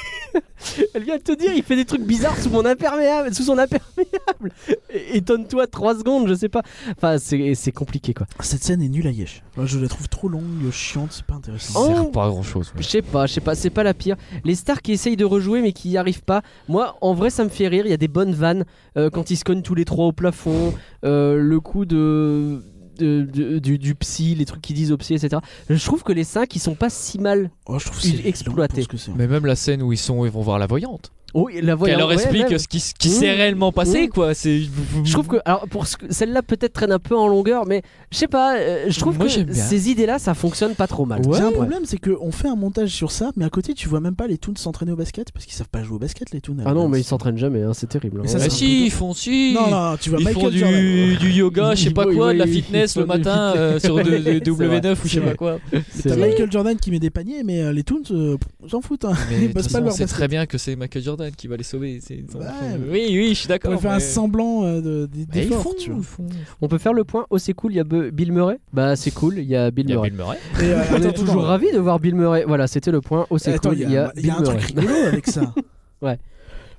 Speaker 2: Elle vient de te dire, il fait des trucs bizarres sous mon imperméable, sous son imperméable. É- Étonne-toi 3 secondes, je sais pas. Enfin, c'est c'est compliqué quoi.
Speaker 3: Cette scène est nulle à Yesh. Moi, je la trouve trop longue, chiante, c'est pas
Speaker 8: ça
Speaker 3: intéressant.
Speaker 2: Oh.
Speaker 8: sert pas à grand chose
Speaker 2: Je sais pas, je sais pas, c'est pas la pire. Les stars qui essayent de rejouer mais qui y arrivent pas, moi en vrai ça me fait rire, il y a des bonnes vannes euh, quand ils se cognent tous les trois au plafond, euh, le coup de, de- de- du, du psy, les trucs qu'ils disent au psy, etc. Je trouve que les cinq ils sont pas si mal.
Speaker 3: Oh, je trouve
Speaker 2: Il
Speaker 3: c'est long
Speaker 2: exploité.
Speaker 3: pour ce que c'est.
Speaker 8: mais même la scène où ils sont ils vont voir la voyante
Speaker 2: Oh, la voyante,
Speaker 8: qu'elle leur
Speaker 2: ouais,
Speaker 8: explique
Speaker 2: même.
Speaker 8: ce qui, ce qui s'est
Speaker 2: Mmh.
Speaker 8: réellement passé
Speaker 2: Mmh.
Speaker 8: quoi c'est
Speaker 2: Je trouve que, alors pour ce que- celle-là peut-être traîne un peu en longueur, mais je sais pas, euh, je trouve
Speaker 8: Moi, j'aime
Speaker 2: que
Speaker 8: bien.
Speaker 2: ces idées-là ça fonctionne pas trop mal.
Speaker 3: Il y a un
Speaker 2: Ouais.
Speaker 3: problème, Ah, c'est qu'on fait un montage sur ça, mais à côté, tu vois même pas les Toons s'entraîner au basket parce qu'ils savent pas jouer au basket, les Toons. à la
Speaker 2: Ah non,
Speaker 3: base.
Speaker 2: mais ils s'entraînent jamais, hein, c'est terrible.
Speaker 3: Mais
Speaker 2: hein.
Speaker 3: ça,
Speaker 8: Ah
Speaker 3: c'est un peu
Speaker 8: si ils font si
Speaker 3: Non, non, tu vois
Speaker 8: Ils
Speaker 3: Michael
Speaker 8: font
Speaker 3: Jordan.
Speaker 8: du, du yoga, je sais
Speaker 2: Ils-
Speaker 8: pas
Speaker 2: oui,
Speaker 8: quoi, de la
Speaker 2: oui,
Speaker 8: fitness
Speaker 2: ils
Speaker 8: le
Speaker 2: font du
Speaker 8: matin euh, sur de- de-
Speaker 2: C'est
Speaker 8: W9 ou je sais
Speaker 2: vrai.
Speaker 8: pas quoi.
Speaker 2: C'est
Speaker 3: T'as
Speaker 2: vrai.
Speaker 3: Michael Jordan qui met des paniers, mais euh, les Toons euh, pff, s'en foutent. Hein.
Speaker 8: Mais
Speaker 3: Ils
Speaker 8: de
Speaker 3: bossent
Speaker 8: toute
Speaker 3: pas
Speaker 8: façon,
Speaker 3: leur
Speaker 8: c'est
Speaker 3: basket.
Speaker 8: très bien que c'est Michael Jordan qui va les sauver. c'est- c'est-
Speaker 3: Ouais,
Speaker 8: oui, oui, je suis
Speaker 3: On
Speaker 8: d'accord.
Speaker 3: pourrait faire un
Speaker 8: mais-
Speaker 3: semblant euh, de- d-
Speaker 8: Mais ils
Speaker 3: d'effort,
Speaker 8: font,
Speaker 3: tu vois.
Speaker 8: ils font.
Speaker 2: On peut faire le point. Oh, c'est cool, il y a Be- Bill Murray. Bah, c'est cool, il y a Bill
Speaker 8: Il y a
Speaker 2: Murray.
Speaker 8: Bill Murray.
Speaker 3: Et, euh,
Speaker 2: On
Speaker 3: attends,
Speaker 2: est toujours
Speaker 3: attends.
Speaker 2: ravis de voir Bill Murray. Voilà, c'était le point. Oh,
Speaker 3: Et
Speaker 2: c'est
Speaker 3: Attends,
Speaker 2: cool.
Speaker 3: il y a, il y a
Speaker 2: Bill
Speaker 3: un truc
Speaker 2: Murray.
Speaker 3: rigolo avec ça.
Speaker 2: Ouais.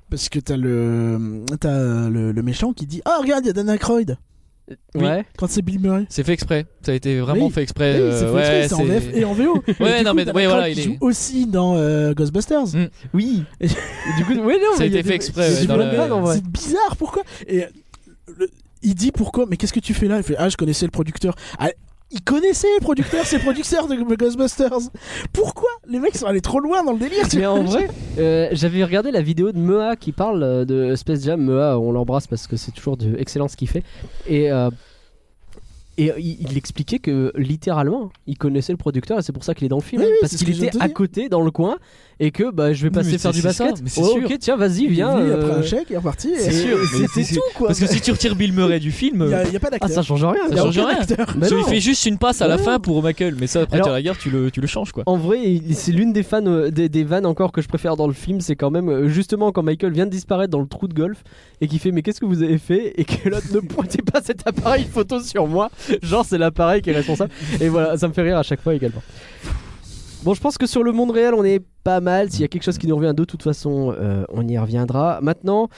Speaker 3: Parce que t'as le, t'as le, le méchant qui dit Ah, regarde, il y a Dan Aykroyd
Speaker 8: Oui.
Speaker 2: Ouais.
Speaker 3: quand c'est Bill Murray.
Speaker 8: C'est fait exprès. Ça a été vraiment
Speaker 3: Oui.
Speaker 8: fait exprès.
Speaker 3: Eh oui,
Speaker 8: euh,
Speaker 3: c'est fait
Speaker 8: ouais,
Speaker 3: exprès, c'est en VF et en VO.
Speaker 8: Ouais,
Speaker 3: Du
Speaker 8: non,
Speaker 3: coup,
Speaker 8: mais
Speaker 3: Dan
Speaker 8: ouais,
Speaker 3: Aykroyd
Speaker 8: voilà,
Speaker 3: qui
Speaker 8: il
Speaker 3: joue
Speaker 8: est.
Speaker 3: aussi dans euh, Ghostbusters.
Speaker 8: Mm.
Speaker 2: Oui.
Speaker 3: Et-
Speaker 2: du coup, ouais, non,
Speaker 8: Ça a
Speaker 2: mais il y
Speaker 8: été
Speaker 2: a
Speaker 8: fait
Speaker 2: des-
Speaker 8: exprès,
Speaker 2: c'est
Speaker 8: ouais, dans
Speaker 2: du
Speaker 8: la-
Speaker 2: bon plan, en vrai.
Speaker 3: C'est bizarre, pourquoi Et euh, le- il dit pourquoi Mais qu'est-ce que tu fais là Il fait Ah, je connaissais le producteur. Ah, il connaissait le producteur, c'est le producteur de Ghostbusters. Pourquoi Les mecs sont allés trop loin dans le délire. tu
Speaker 2: Mais
Speaker 3: vois.
Speaker 2: en vrai, euh, j'avais regardé la vidéo de Moa qui parle euh, de Space Jam. Moa, on l'embrasse parce que c'est toujours de excellent ce qu'il fait. Et euh, Et euh, il, il expliquait que littéralement, il connaissait le producteur et c'est pour ça qu'il est dans le film.
Speaker 3: Oui, oui,
Speaker 2: parce
Speaker 3: c'est ce
Speaker 2: qu'il
Speaker 3: que je viens de
Speaker 2: était
Speaker 3: te
Speaker 2: à
Speaker 3: dire.
Speaker 2: côté, dans le coin, et que bah, je vais
Speaker 8: Oui,
Speaker 2: passer
Speaker 8: mais
Speaker 2: faire
Speaker 8: c'est-
Speaker 2: du
Speaker 8: c'est ça,
Speaker 2: basket.
Speaker 8: mais c'est
Speaker 2: Ouais,
Speaker 8: sûr.
Speaker 2: ok, tiens, vas-y, viens.
Speaker 3: Il est venu,
Speaker 2: euh,
Speaker 3: après un chèque, il est reparti.
Speaker 2: c'est
Speaker 3: Et-
Speaker 2: sûr, mais
Speaker 3: C'était
Speaker 8: c'est-
Speaker 3: tout quoi.
Speaker 8: Parce que si tu retires Bill Murray du film,
Speaker 3: Il n'y
Speaker 8: euh,
Speaker 3: a, y a pas
Speaker 2: Ah,
Speaker 3: d'acteur.
Speaker 2: ça change rien.
Speaker 3: Y a
Speaker 8: ça change
Speaker 3: aucun
Speaker 8: rien.
Speaker 3: acteur.
Speaker 2: Mais
Speaker 8: ça lui
Speaker 2: non.
Speaker 8: fait juste une passe à la
Speaker 2: Ouais.
Speaker 8: fin pour Michael, mais ça après
Speaker 2: Alors-
Speaker 8: tu la guerre, tu le, tu le changes quoi.
Speaker 2: En vrai, il- c'est l'une des fans euh, des, des vannes encore que je préfère dans le film, c'est quand même euh, justement quand Michael vient de disparaître dans le trou de golf et qui fait mais qu'est-ce que vous avez fait et que l'autre ne pointez pas cet appareil photo sur moi, genre c'est l'appareil qui est responsable et voilà ça me fait rire à chaque fois également. Bon, je pense que sur le monde réel, on est pas mal. S'il y a quelque chose qui nous revient de toute façon, euh, on y reviendra. Maintenant,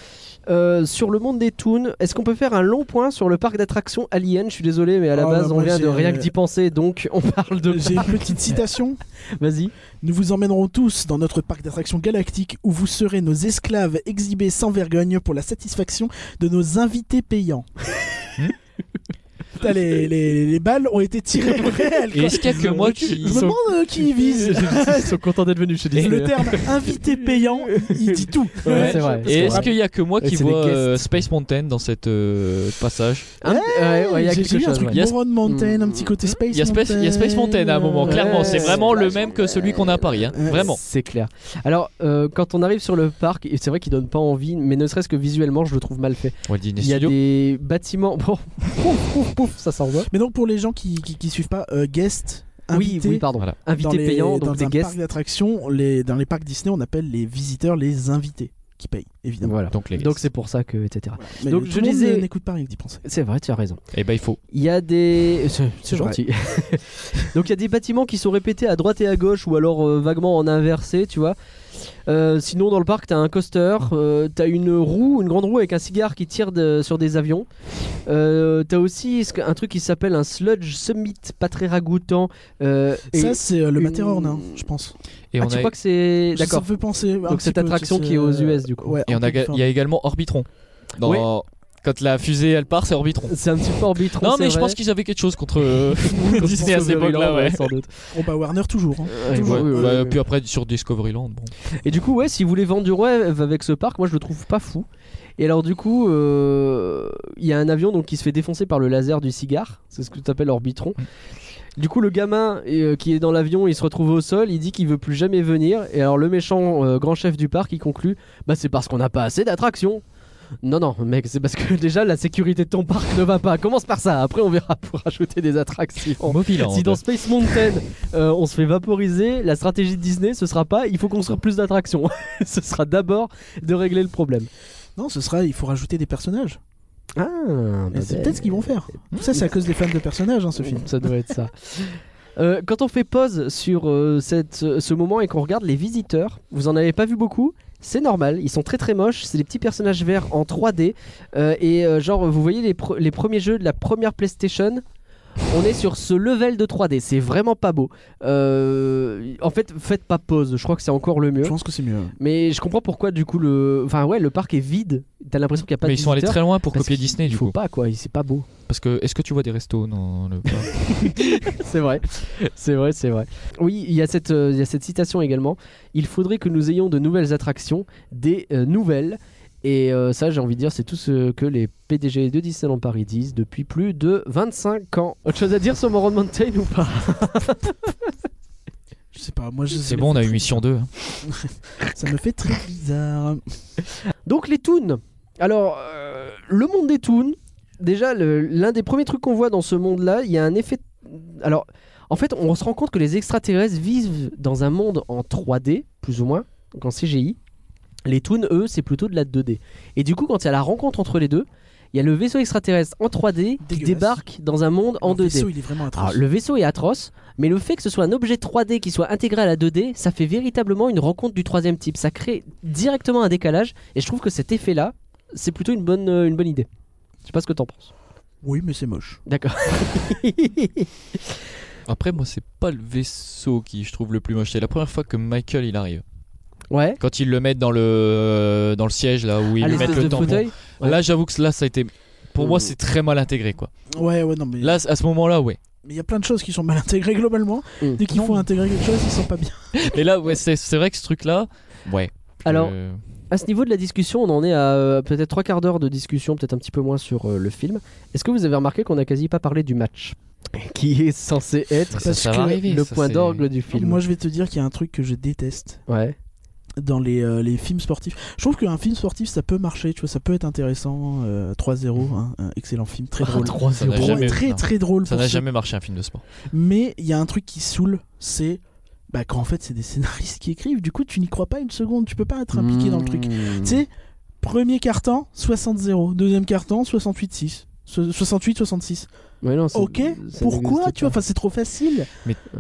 Speaker 2: euh, sur le monde des toons, est-ce qu'on peut faire un long point sur le parc d'attractions Alien Je suis désolé, mais à la
Speaker 3: Oh,
Speaker 2: base,
Speaker 3: bah,
Speaker 2: on
Speaker 3: moi,
Speaker 2: vient de
Speaker 3: j'ai-
Speaker 2: rien que d'y penser, donc on parle de.
Speaker 3: J'ai une petite citation.
Speaker 2: Vas-y.
Speaker 3: Nous vous emmènerons tous dans notre parc d'attractions galactique où vous serez nos esclaves exhibés sans vergogne pour la satisfaction de nos invités payants. Putain, les, les- les balles ont été tirées au réel.
Speaker 8: Et
Speaker 3: quoi.
Speaker 8: est-ce qu'il y a que moi qui.
Speaker 3: Je me demande euh, qui y vise.
Speaker 2: Ils sont contents d'être venus chez Disney.
Speaker 3: Le terme invité payant, il dit tout.
Speaker 2: Ouais, c'est vrai.
Speaker 3: Parce
Speaker 8: Et
Speaker 3: que-
Speaker 8: est-ce qu'il y a que moi
Speaker 2: Et
Speaker 8: qui
Speaker 2: c'est des
Speaker 8: vois
Speaker 2: guests.
Speaker 8: euh, Space Mountain dans cette euh, passage
Speaker 2: Hein ouais, ouais, il y a
Speaker 3: J'ai-
Speaker 2: quelque
Speaker 3: j'ai eu un
Speaker 2: chose,
Speaker 3: truc
Speaker 2: ouais.
Speaker 8: Il y a-
Speaker 3: Moron Mountain, un petit côté Space
Speaker 8: Mm. Il y a Space, il y a Space Mountain à un moment,
Speaker 2: Ouais,
Speaker 8: clairement. C'est
Speaker 2: c'est
Speaker 8: vraiment le même que celui qu'on a à Paris, hein.
Speaker 3: Ouais.
Speaker 8: vraiment.
Speaker 2: C'est clair. Alors, euh, quand on arrive sur le parc, et c'est vrai qu'il donne pas envie, mais ne serait-ce que visuellement, je le trouve mal fait.
Speaker 8: Walt Disney
Speaker 2: Il y a
Speaker 8: Studio.
Speaker 2: des bâtiments. Bon, pouf, pouf, pouf, ça s'en va.
Speaker 3: Mais donc pour les gens qui, qui, qui suivent pas, euh, guest,
Speaker 2: Oui,
Speaker 3: invité,
Speaker 2: oui, pardon.
Speaker 8: Voilà.
Speaker 3: dans
Speaker 2: Invité
Speaker 3: les-
Speaker 2: payant,
Speaker 3: dans
Speaker 2: donc des
Speaker 3: un
Speaker 2: guests.
Speaker 3: parc d'attractions, les, dans les parcs Disney, on appelle les visiteurs les invités qui payent, évidemment.
Speaker 2: Voilà.
Speaker 8: Donc les guests.
Speaker 2: Donc c'est pour ça que, etc.
Speaker 3: Voilà. Mais
Speaker 2: Donc,
Speaker 3: tout
Speaker 2: je
Speaker 3: le monde
Speaker 2: disais-
Speaker 3: n'écoute pas rien que d'y penser.
Speaker 2: C'est vrai, tu as raison.
Speaker 8: Et bah il faut.
Speaker 2: Il y a des. C'est c'est
Speaker 3: vrai.
Speaker 2: gentil. Donc il y a des bâtiments qui sont répétés à droite et à gauche ou alors euh, vaguement en inversé, tu vois. Euh, sinon, dans le parc, t'as un coaster, euh, t'as une roue, une grande roue avec un cigare qui tire de- sur des avions. Euh, t'as aussi ce que- un truc qui s'appelle un sludge summit, pas très ragoûtant. Euh, et-
Speaker 3: Ça, c'est euh, le
Speaker 2: une-
Speaker 3: Matterhorn, hein, je pense.
Speaker 8: Et
Speaker 2: Ah,
Speaker 8: on
Speaker 2: tu
Speaker 8: a,
Speaker 2: crois que c'est.
Speaker 3: Ça-
Speaker 2: D'accord.
Speaker 3: Ça me fait penser. un
Speaker 2: Donc,
Speaker 3: petit
Speaker 2: cette
Speaker 3: peu,
Speaker 2: attraction
Speaker 3: tu sais,
Speaker 2: qui est aux
Speaker 3: euh,
Speaker 2: US, du coup.
Speaker 3: ouais,
Speaker 8: et
Speaker 3: en
Speaker 8: on a,
Speaker 3: plateforme.
Speaker 8: il y a également Orbitron. Dans- Quand la fusée elle part, c'est Orbitron.
Speaker 2: C'est un petit peu orbitrant.
Speaker 8: Non mais
Speaker 2: c'est
Speaker 8: je
Speaker 2: vrai.
Speaker 8: pense qu'ils avaient quelque chose contre euh,
Speaker 2: Contre
Speaker 8: Disney à cette
Speaker 2: Discoveryland,
Speaker 8: époque-là, ouais.
Speaker 2: sans doute.
Speaker 3: Oh, bah Warner, toujours. hein.
Speaker 2: Ouais,
Speaker 8: Ouais,
Speaker 2: oui, oui,
Speaker 8: bah,
Speaker 2: oui, oui.
Speaker 8: Puis après sur Discoveryland. Bon.
Speaker 2: Et du coup, ouais, si vous voulez vendre du rêve avec ce parc, moi je le trouve pas fou. Et alors, du coup, euh, il y a un avion donc qui se fait défoncer par le laser du cigare, c'est ce que tu appelles Orbitron. Du coup, le gamin euh, qui est dans l'avion, il se retrouve au sol, il dit qu'il veut plus jamais venir. Et alors, le méchant euh, grand chef du parc, il conclut Bah, c'est parce qu'on n'a pas assez d'attractions. Non, non, mec, c'est parce que déjà la sécurité de ton parc ne va pas. Commence par ça, après on verra pour ajouter des attractions.
Speaker 8: Mobiland.
Speaker 2: Si dans Space Mountain euh, on se fait vaporiser, la stratégie de Disney ce sera pas il faut construire plus d'attractions. ce sera d'abord de régler le problème.
Speaker 3: Non, ce sera. Il faut rajouter des personnages.
Speaker 2: Ah,
Speaker 3: Et bah, c'est peut-être ce qu'ils vont faire. Tout ça, c'est à cause des fans de personnages, hein, ce film.
Speaker 2: Ça doit être ça. Euh, quand on fait pause sur euh, cette, ce moment et qu'on regarde les visiteurs, vous en avez pas vu beaucoup c'est normal, ils sont très très moches, c'est des petits personnages verts en 3D. euh, et euh, genre, vous voyez les, pre- les premiers jeux de la première PlayStation, on est sur ce level de 3D, c'est vraiment pas beau. Euh, en fait, faites pas pause, je crois que c'est encore le mieux.
Speaker 3: Je pense que c'est mieux.
Speaker 2: Mais je comprends pourquoi du coup le, enfin ouais, le parc est vide. T'as l'impression qu'il n'y a pas
Speaker 8: mais
Speaker 2: de
Speaker 8: ils sont allés
Speaker 2: visiteurs,
Speaker 8: très loin pour
Speaker 2: parce
Speaker 8: copier
Speaker 2: qu'il-
Speaker 8: Disney
Speaker 2: Il
Speaker 8: du
Speaker 2: faut
Speaker 8: coup.
Speaker 2: pas quoi, il- c'est pas beau.
Speaker 8: Parce que est-ce que tu vois des restos dans le parc
Speaker 2: c'est vrai, c'est vrai, c'est vrai. Oui, il y, a cette, euh, il y a cette citation également. Il faudrait que nous ayons de nouvelles attractions, des euh, nouvelles. Et euh, ça, j'ai envie de dire, c'est tout ce que les PDG de Disneyland Paris disent depuis plus de 25 ans. Autre chose à dire sur Moron Mountain ou pas
Speaker 3: Je sais pas. Moi, je.
Speaker 8: C'est bon, on a eu mission 2. hein.
Speaker 3: Ça me fait très bizarre.
Speaker 2: Donc les toons. Alors, euh, le monde des toons, déjà, le- l'un des premiers trucs qu'on voit dans ce monde-là, il y a un effet... Alors, en fait, on se rend compte que les extraterrestres vivent dans un monde en 3D, plus ou moins, donc en CGI. Les toons, eux, c'est plutôt de la 2D. Et du coup, quand il y a la rencontre entre les deux, il y a le vaisseau extraterrestre en 3D qui
Speaker 3: Dégueulasse.
Speaker 2: débarque dans un monde en
Speaker 3: Le
Speaker 2: 2D.
Speaker 3: vaisseau, il est vraiment atroce.
Speaker 2: Alors, Ah, le vaisseau est atroce, mais le fait que ce soit un objet 3D qui soit intégré à la 2D, ça fait véritablement une rencontre du troisième type. Ça crée directement un décalage, et je trouve que cet effet-là, c'est plutôt une bonne, euh, une bonne idée. Je sais pas ce que t'en penses.
Speaker 3: Oui, mais c'est moche.
Speaker 2: D'accord.
Speaker 8: Après, moi, c'est pas le vaisseau qui je trouve le plus moche. C'est la première fois que Michael il arrive.
Speaker 2: ouais.
Speaker 8: Quand ils le mettent dans le dans le siège là où ils
Speaker 2: Ah,
Speaker 8: lui
Speaker 2: l'espèce
Speaker 8: mettent le
Speaker 2: de
Speaker 8: tampon.
Speaker 2: fauteuil. ouais.
Speaker 8: Là, j'avoue que là, ça a été. Pour
Speaker 2: Hmm.
Speaker 8: moi, c'est très mal intégré quoi.
Speaker 3: Ouais, ouais, non, mais.
Speaker 8: Là, à ce moment-là, ouais.
Speaker 3: Mais il y a plein de choses qui sont mal intégrées globalement.
Speaker 2: Mm.
Speaker 3: Dès qu'il faut intégrer quelque chose, ils sont pas bien.
Speaker 8: Mais là, ouais, c'est c'est vrai que ce truc là, ouais. Je-
Speaker 2: Alors, à ce niveau de la discussion, on en est à euh, peut-être trois quarts d'heure de discussion, peut-être un petit peu moins sur euh, le film. Est-ce que vous avez remarqué qu'on n'a quasi pas parlé du match qui est censé être
Speaker 8: Ça, ça va arriver,
Speaker 2: le
Speaker 8: ça,
Speaker 2: point
Speaker 8: c'est-
Speaker 2: d'orgue du film
Speaker 3: Moi, je vais te dire qu'il y a un truc que je déteste
Speaker 2: Ouais.
Speaker 3: dans les, euh, les films sportifs. Je trouve qu'un film sportif, ça peut marcher, tu vois, ça peut être intéressant. euh,
Speaker 2: Mm.
Speaker 3: 3-0, hein, un excellent film, très drôle.
Speaker 8: Ah, Ça n'a
Speaker 3: Drôle,
Speaker 8: jamais-
Speaker 3: très
Speaker 8: non.
Speaker 3: très drôle
Speaker 8: Ça
Speaker 3: pour
Speaker 8: n'a
Speaker 3: ceux-
Speaker 8: jamais marché un film de sport.
Speaker 3: Mais il y a un truc qui saoule, c'est bah, quand en fait c'est des scénaristes qui écrivent, du coup tu n'y crois pas une seconde, tu peux pas être impliqué dans le
Speaker 2: Mm.
Speaker 3: truc.
Speaker 8: Hmm.
Speaker 3: Tu sais, premier carton, 60-0, deuxième carton, 68-6. So- 68-66.
Speaker 2: Ouais, non, c'est-
Speaker 3: Ok,
Speaker 2: ça
Speaker 3: pourquoi
Speaker 2: n'existe
Speaker 3: Tu vois, enfin,
Speaker 2: pas.
Speaker 3: c'est trop facile.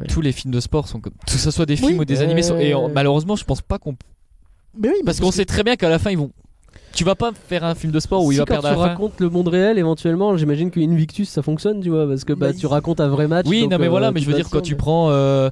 Speaker 8: Tous les films de sport sont comme. Que ce soit des films
Speaker 3: Oui.
Speaker 8: ou des animés. sont- Et en-
Speaker 2: Euh.
Speaker 8: malheureusement, je pense pas qu'on.
Speaker 3: Mais oui, mais
Speaker 8: Parce qu'on sait très bien qu'à la fin, ils vont. Tu vas pas faire un film de sport où
Speaker 2: si
Speaker 8: il va
Speaker 2: quand
Speaker 8: perdre à
Speaker 2: tu
Speaker 8: la fin.
Speaker 2: racontes le monde réel éventuellement, j'imagine qu'une Invictus ça fonctionne, tu vois, parce que bah,
Speaker 3: Mais
Speaker 2: tu
Speaker 3: il-
Speaker 2: racontes un vrai match.
Speaker 8: Oui,
Speaker 2: donc,
Speaker 8: non, mais
Speaker 2: euh,
Speaker 8: voilà, mais je veux
Speaker 2: vas
Speaker 8: dire, quand
Speaker 2: sur-
Speaker 8: tu prends. euh, moi,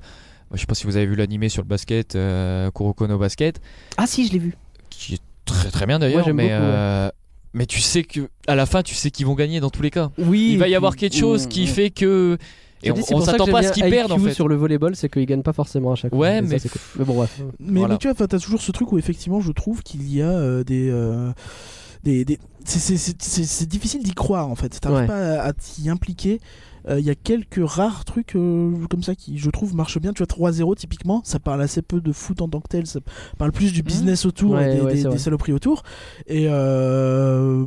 Speaker 8: Je sais pas si vous avez vu l'animé sur le basket, euh, Kuroko no Basket,
Speaker 2: Ah si, je l'ai vu.
Speaker 8: qui est très très bien d'ailleurs,
Speaker 2: j'aime
Speaker 8: mais.
Speaker 2: beaucoup, ouais.
Speaker 8: euh, Mais tu sais que à la fin, tu sais qu'ils vont gagner dans tous les cas.
Speaker 2: Oui.
Speaker 8: Il va y
Speaker 2: puis-
Speaker 8: avoir quelque chose
Speaker 2: Mm,
Speaker 8: qui
Speaker 2: mm.
Speaker 8: fait que. Et
Speaker 2: Je
Speaker 8: on,
Speaker 2: dis, c'est
Speaker 8: on
Speaker 2: pour ça que
Speaker 8: s'attend pas à
Speaker 2: j'aime
Speaker 8: ce qu'ils
Speaker 2: bien
Speaker 8: perdent en
Speaker 2: IQ
Speaker 8: fait.
Speaker 2: sur le volleyball, c'est qu'ils gagnent pas forcément à chaque fois.
Speaker 8: Ouais,
Speaker 2: Et ça,
Speaker 8: mais-
Speaker 2: c'est cool. mais bon, bref.
Speaker 3: Mais,
Speaker 8: Voilà.
Speaker 3: mais tu vois, enfin, t'as toujours ce truc où effectivement, je trouve qu'il y a euh, des, euh, des, des- c'est- c'est- c'est c'est- c'est difficile d'y croire en fait. T'arrives
Speaker 2: Ouais.
Speaker 3: pas à, à t'y impliquer. Euh, Il y a quelques rares trucs euh, comme ça qui, je trouve, marchent bien. Tu vois, 3-0 typiquement, ça parle assez peu de foot en tant que tel. Ça parle plus du business autour,
Speaker 2: Mmh. Ouais,
Speaker 3: et des,
Speaker 2: ouais,
Speaker 3: des-
Speaker 2: c'est vrai.
Speaker 3: des saloperies autour. Et euh,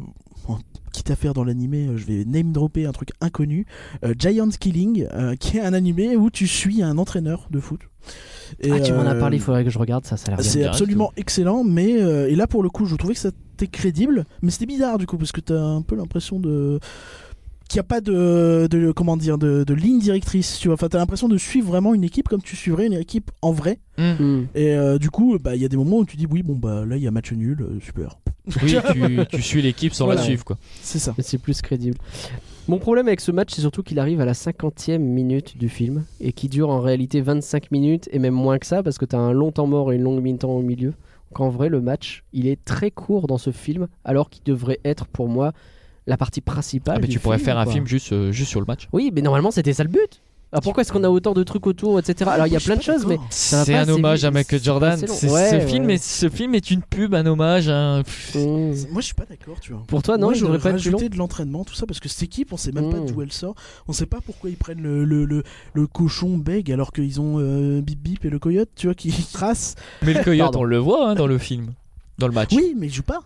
Speaker 3: bon, quitte à faire dans l'animé, euh, je vais name dropper un truc inconnu. Euh, Giant Killing, euh, qui est un animé où tu suis un entraîneur de foot. Et,
Speaker 2: Ah, tu m'en as
Speaker 3: euh,
Speaker 2: parlé, il faudrait que je regarde ça, ça a l'air bien.
Speaker 3: Ah, Bah, c'est
Speaker 8: direct,
Speaker 3: absolument excellent, mais euh, et là pour le coup, je trouvais que c'était crédible, mais c'était bizarre du coup parce que t'as un peu l'impression de qu'il n'y a pas de, de comment dire de, de ligne directrice, tu vois. Enfin, t'as l'impression de suivre vraiment une équipe comme tu suivrais une équipe en vrai.
Speaker 2: Hmm.
Speaker 3: Et euh, du coup, bah il y a des moments où tu dis oui, bon bah là il y a match nul, euh, super.
Speaker 8: Oui, tu, tu suis l'équipe sans la
Speaker 3: Voilà.
Speaker 8: suivre quoi.
Speaker 3: C'est ça.
Speaker 2: Mais C'est plus crédible. Mon problème avec ce match, c'est surtout qu'il arrive à la 50e minute du film et qui dure en réalité 25 minutes et même moins que ça parce que t'as un long temps mort et une longue mi-temps au milieu. Donc en vrai, le match, il est très court dans ce film alors qu'il devrait être pour moi la partie principale.
Speaker 8: Ah, mais
Speaker 2: du
Speaker 8: tu pourrais faire un
Speaker 2: quoi.
Speaker 8: film juste, euh, juste sur le match.
Speaker 2: Oui, mais normalement, c'était ça le but. Ah, pourquoi est-ce qu'on a autant de trucs autour, etc. Alors il y a
Speaker 3: Je suis
Speaker 2: plein de
Speaker 3: pas
Speaker 2: choses, mais
Speaker 3: d'accord.
Speaker 2: Ça va
Speaker 8: C'est
Speaker 2: pas
Speaker 8: un
Speaker 2: assez
Speaker 8: hommage
Speaker 2: vite,
Speaker 8: à Michael
Speaker 2: c'est
Speaker 8: Jordan.
Speaker 2: assez long.
Speaker 8: C'est-
Speaker 2: Ouais,
Speaker 8: ce,
Speaker 2: ouais.
Speaker 8: Film est, ce film est une pub, un hommage. un-
Speaker 2: Hmm.
Speaker 3: Moi, je suis pas d'accord, tu vois.
Speaker 2: pour
Speaker 8: Ah
Speaker 2: toi, non,
Speaker 3: Moi,
Speaker 2: il devrait
Speaker 3: j'aurais
Speaker 2: pas être plus long.
Speaker 3: rajouté de l'entraînement, tout ça, parce que cette équipe, on sait même
Speaker 8: Hmm.
Speaker 3: pas
Speaker 2: Mm.
Speaker 3: d'où elle sort, on sait pas pourquoi ils prennent le, le, le, le cochon bègue alors qu'ils ont euh, Bip Bip et le coyote, tu vois, qui tracent.
Speaker 8: Mais le coyote,
Speaker 2: Pardon.
Speaker 8: on le voit hein, dans le film, dans le match.
Speaker 3: Oui, mais ils jouent pas.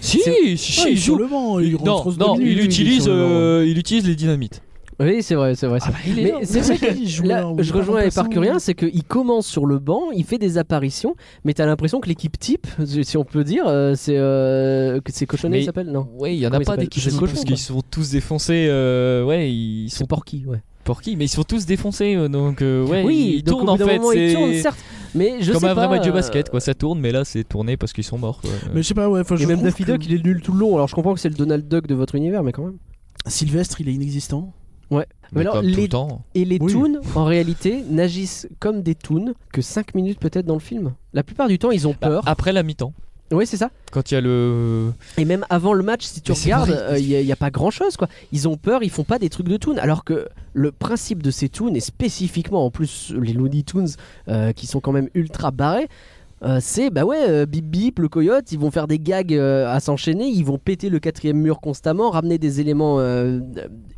Speaker 8: si, si, si,
Speaker 3: Ah,
Speaker 8: il
Speaker 3: ils jouent
Speaker 8: joue.
Speaker 3: le banc, ils rentrent
Speaker 8: Non,
Speaker 3: au
Speaker 8: non,
Speaker 3: demi,
Speaker 8: il
Speaker 3: ils-
Speaker 8: utilise,
Speaker 3: ils sont le banc.
Speaker 8: euh, il utilise les dynamites.
Speaker 2: Oui, c'est vrai, c'est vrai. c'est vrai. mais c'est vrai hein,
Speaker 3: Ils
Speaker 2: que
Speaker 3: jouent
Speaker 2: là,
Speaker 3: leur-
Speaker 2: je
Speaker 3: leur
Speaker 2: rejoins les
Speaker 3: remplaçant.
Speaker 2: Parkuriens, c'est qu'il commence sur le banc, il fait des apparitions, mais t'as l'impression que l'équipe type, si on peut dire, euh, c'est euh, que c'est Cochonnet,
Speaker 8: Mais-
Speaker 2: il s'appelle Non.
Speaker 8: Oui, il y en
Speaker 2: Comment
Speaker 8: a
Speaker 2: il
Speaker 8: pas
Speaker 2: s'appelle
Speaker 8: des qui
Speaker 2: Je sais pas,
Speaker 8: parce
Speaker 2: je
Speaker 8: qu'ils
Speaker 2: sais
Speaker 8: sont tous défoncés. euh, ouais, ils
Speaker 2: C'est
Speaker 8: sont
Speaker 2: Porky, ouais.
Speaker 8: pour qui Mais ils sont tous défoncés, euh, donc euh, ouais.
Speaker 2: oui,
Speaker 8: ils
Speaker 2: donc
Speaker 8: tournent
Speaker 2: au
Speaker 8: en
Speaker 2: bout d'un
Speaker 8: fait.
Speaker 2: moment, ils
Speaker 8: c'est
Speaker 2: tournent, certes, mais je
Speaker 8: Comme
Speaker 2: sais
Speaker 8: un vrai
Speaker 2: pas,
Speaker 8: match de
Speaker 2: euh,
Speaker 8: basket, quoi. Ça tourne, mais là, c'est tourné parce qu'ils sont morts. quoi.
Speaker 3: Mais je sais pas, ouais, enfin, je
Speaker 2: Et même
Speaker 3: trouve
Speaker 2: Daffy
Speaker 3: que
Speaker 2: Duck, il est nul tout le long. Alors je comprends que c'est le Donald Duck de votre univers, mais quand même.
Speaker 3: Sylvestre, il est inexistant.
Speaker 2: Mais
Speaker 8: Mais
Speaker 2: alors,
Speaker 8: comme tout
Speaker 2: les-
Speaker 8: le temps.
Speaker 2: Et les
Speaker 3: Oui.
Speaker 2: toons, en réalité, n'agissent comme des toons que 5 minutes peut-être dans le film. La plupart du temps, ils ont peur.
Speaker 8: Bah, Après la mi-temps,
Speaker 2: Oui, c'est ça.
Speaker 8: quand il y a le.
Speaker 2: Et même avant le match, si tu
Speaker 8: Mais c'est
Speaker 2: regardes,
Speaker 8: vrai.
Speaker 2: il n'y a, pas grand chose quoi. Ils ont peur, ils font pas des trucs de toon. Alors que le principe de ces toons, et spécifiquement en plus les Looney Tunes euh, qui sont quand même ultra barrés, euh, c'est bah ouais, euh, bip bip, le coyote, ils vont faire des gags euh, à s'enchaîner, ils vont péter le quatrième mur constamment, ramener des éléments euh,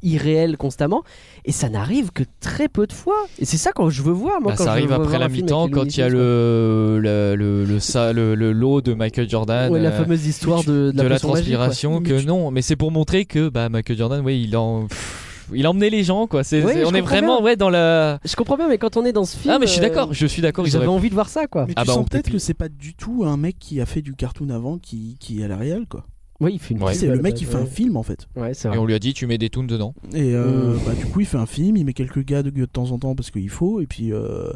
Speaker 2: irréels constamment, et ça n'arrive que très peu de fois. Et c'est ça quand je veux voir moi.
Speaker 8: Bah,
Speaker 2: quand
Speaker 8: ça
Speaker 2: je
Speaker 8: arrive
Speaker 2: veux
Speaker 8: après
Speaker 2: voir
Speaker 8: la
Speaker 2: un film
Speaker 8: mi-temps
Speaker 2: avec les
Speaker 8: quand il y a
Speaker 2: Looney Tunes,
Speaker 8: le, le, le, le, ça- le- le lot de Michael
Speaker 2: quoi.
Speaker 8: Jordan.
Speaker 2: Ouais, la
Speaker 8: euh,
Speaker 2: fameuse histoire de, de la,
Speaker 8: de la
Speaker 2: potion magique, quoi.
Speaker 8: transpiration
Speaker 3: Mais
Speaker 8: que
Speaker 3: tu-
Speaker 8: non mais c'est pour montrer que bah Michael Jordan ouais il en pff, il emmenait les gens quoi c'est
Speaker 2: Ouais,
Speaker 8: c'est-
Speaker 2: je
Speaker 8: on est
Speaker 2: comprends
Speaker 8: vraiment
Speaker 2: bien.
Speaker 8: ouais dans la
Speaker 2: Je comprends bien, mais quand on est dans ce film.
Speaker 8: ah mais je suis
Speaker 2: euh,
Speaker 8: d'accord je suis d'accord ils
Speaker 2: J'avais
Speaker 8: auraient-
Speaker 2: envie de voir ça, quoi.
Speaker 3: Mais
Speaker 8: Ah
Speaker 3: tu
Speaker 8: bah, on
Speaker 3: sens
Speaker 8: peut
Speaker 3: peut-être
Speaker 8: plus.
Speaker 3: que c'est pas du tout un mec qui a fait du cartoon avant qui, qui est à la réelle, quoi.
Speaker 2: Oui, il fait une euh,
Speaker 8: Ouais.
Speaker 3: C'est le mec qui fait un film en fait.
Speaker 2: Ouais, c'est
Speaker 8: et
Speaker 2: vrai.
Speaker 8: on lui a dit tu mets des tunes dedans
Speaker 3: Et euh,
Speaker 2: Mmh.
Speaker 3: bah, du coup, il fait un film, il met quelques gars de, de temps en temps parce qu'il faut. Et puis, euh,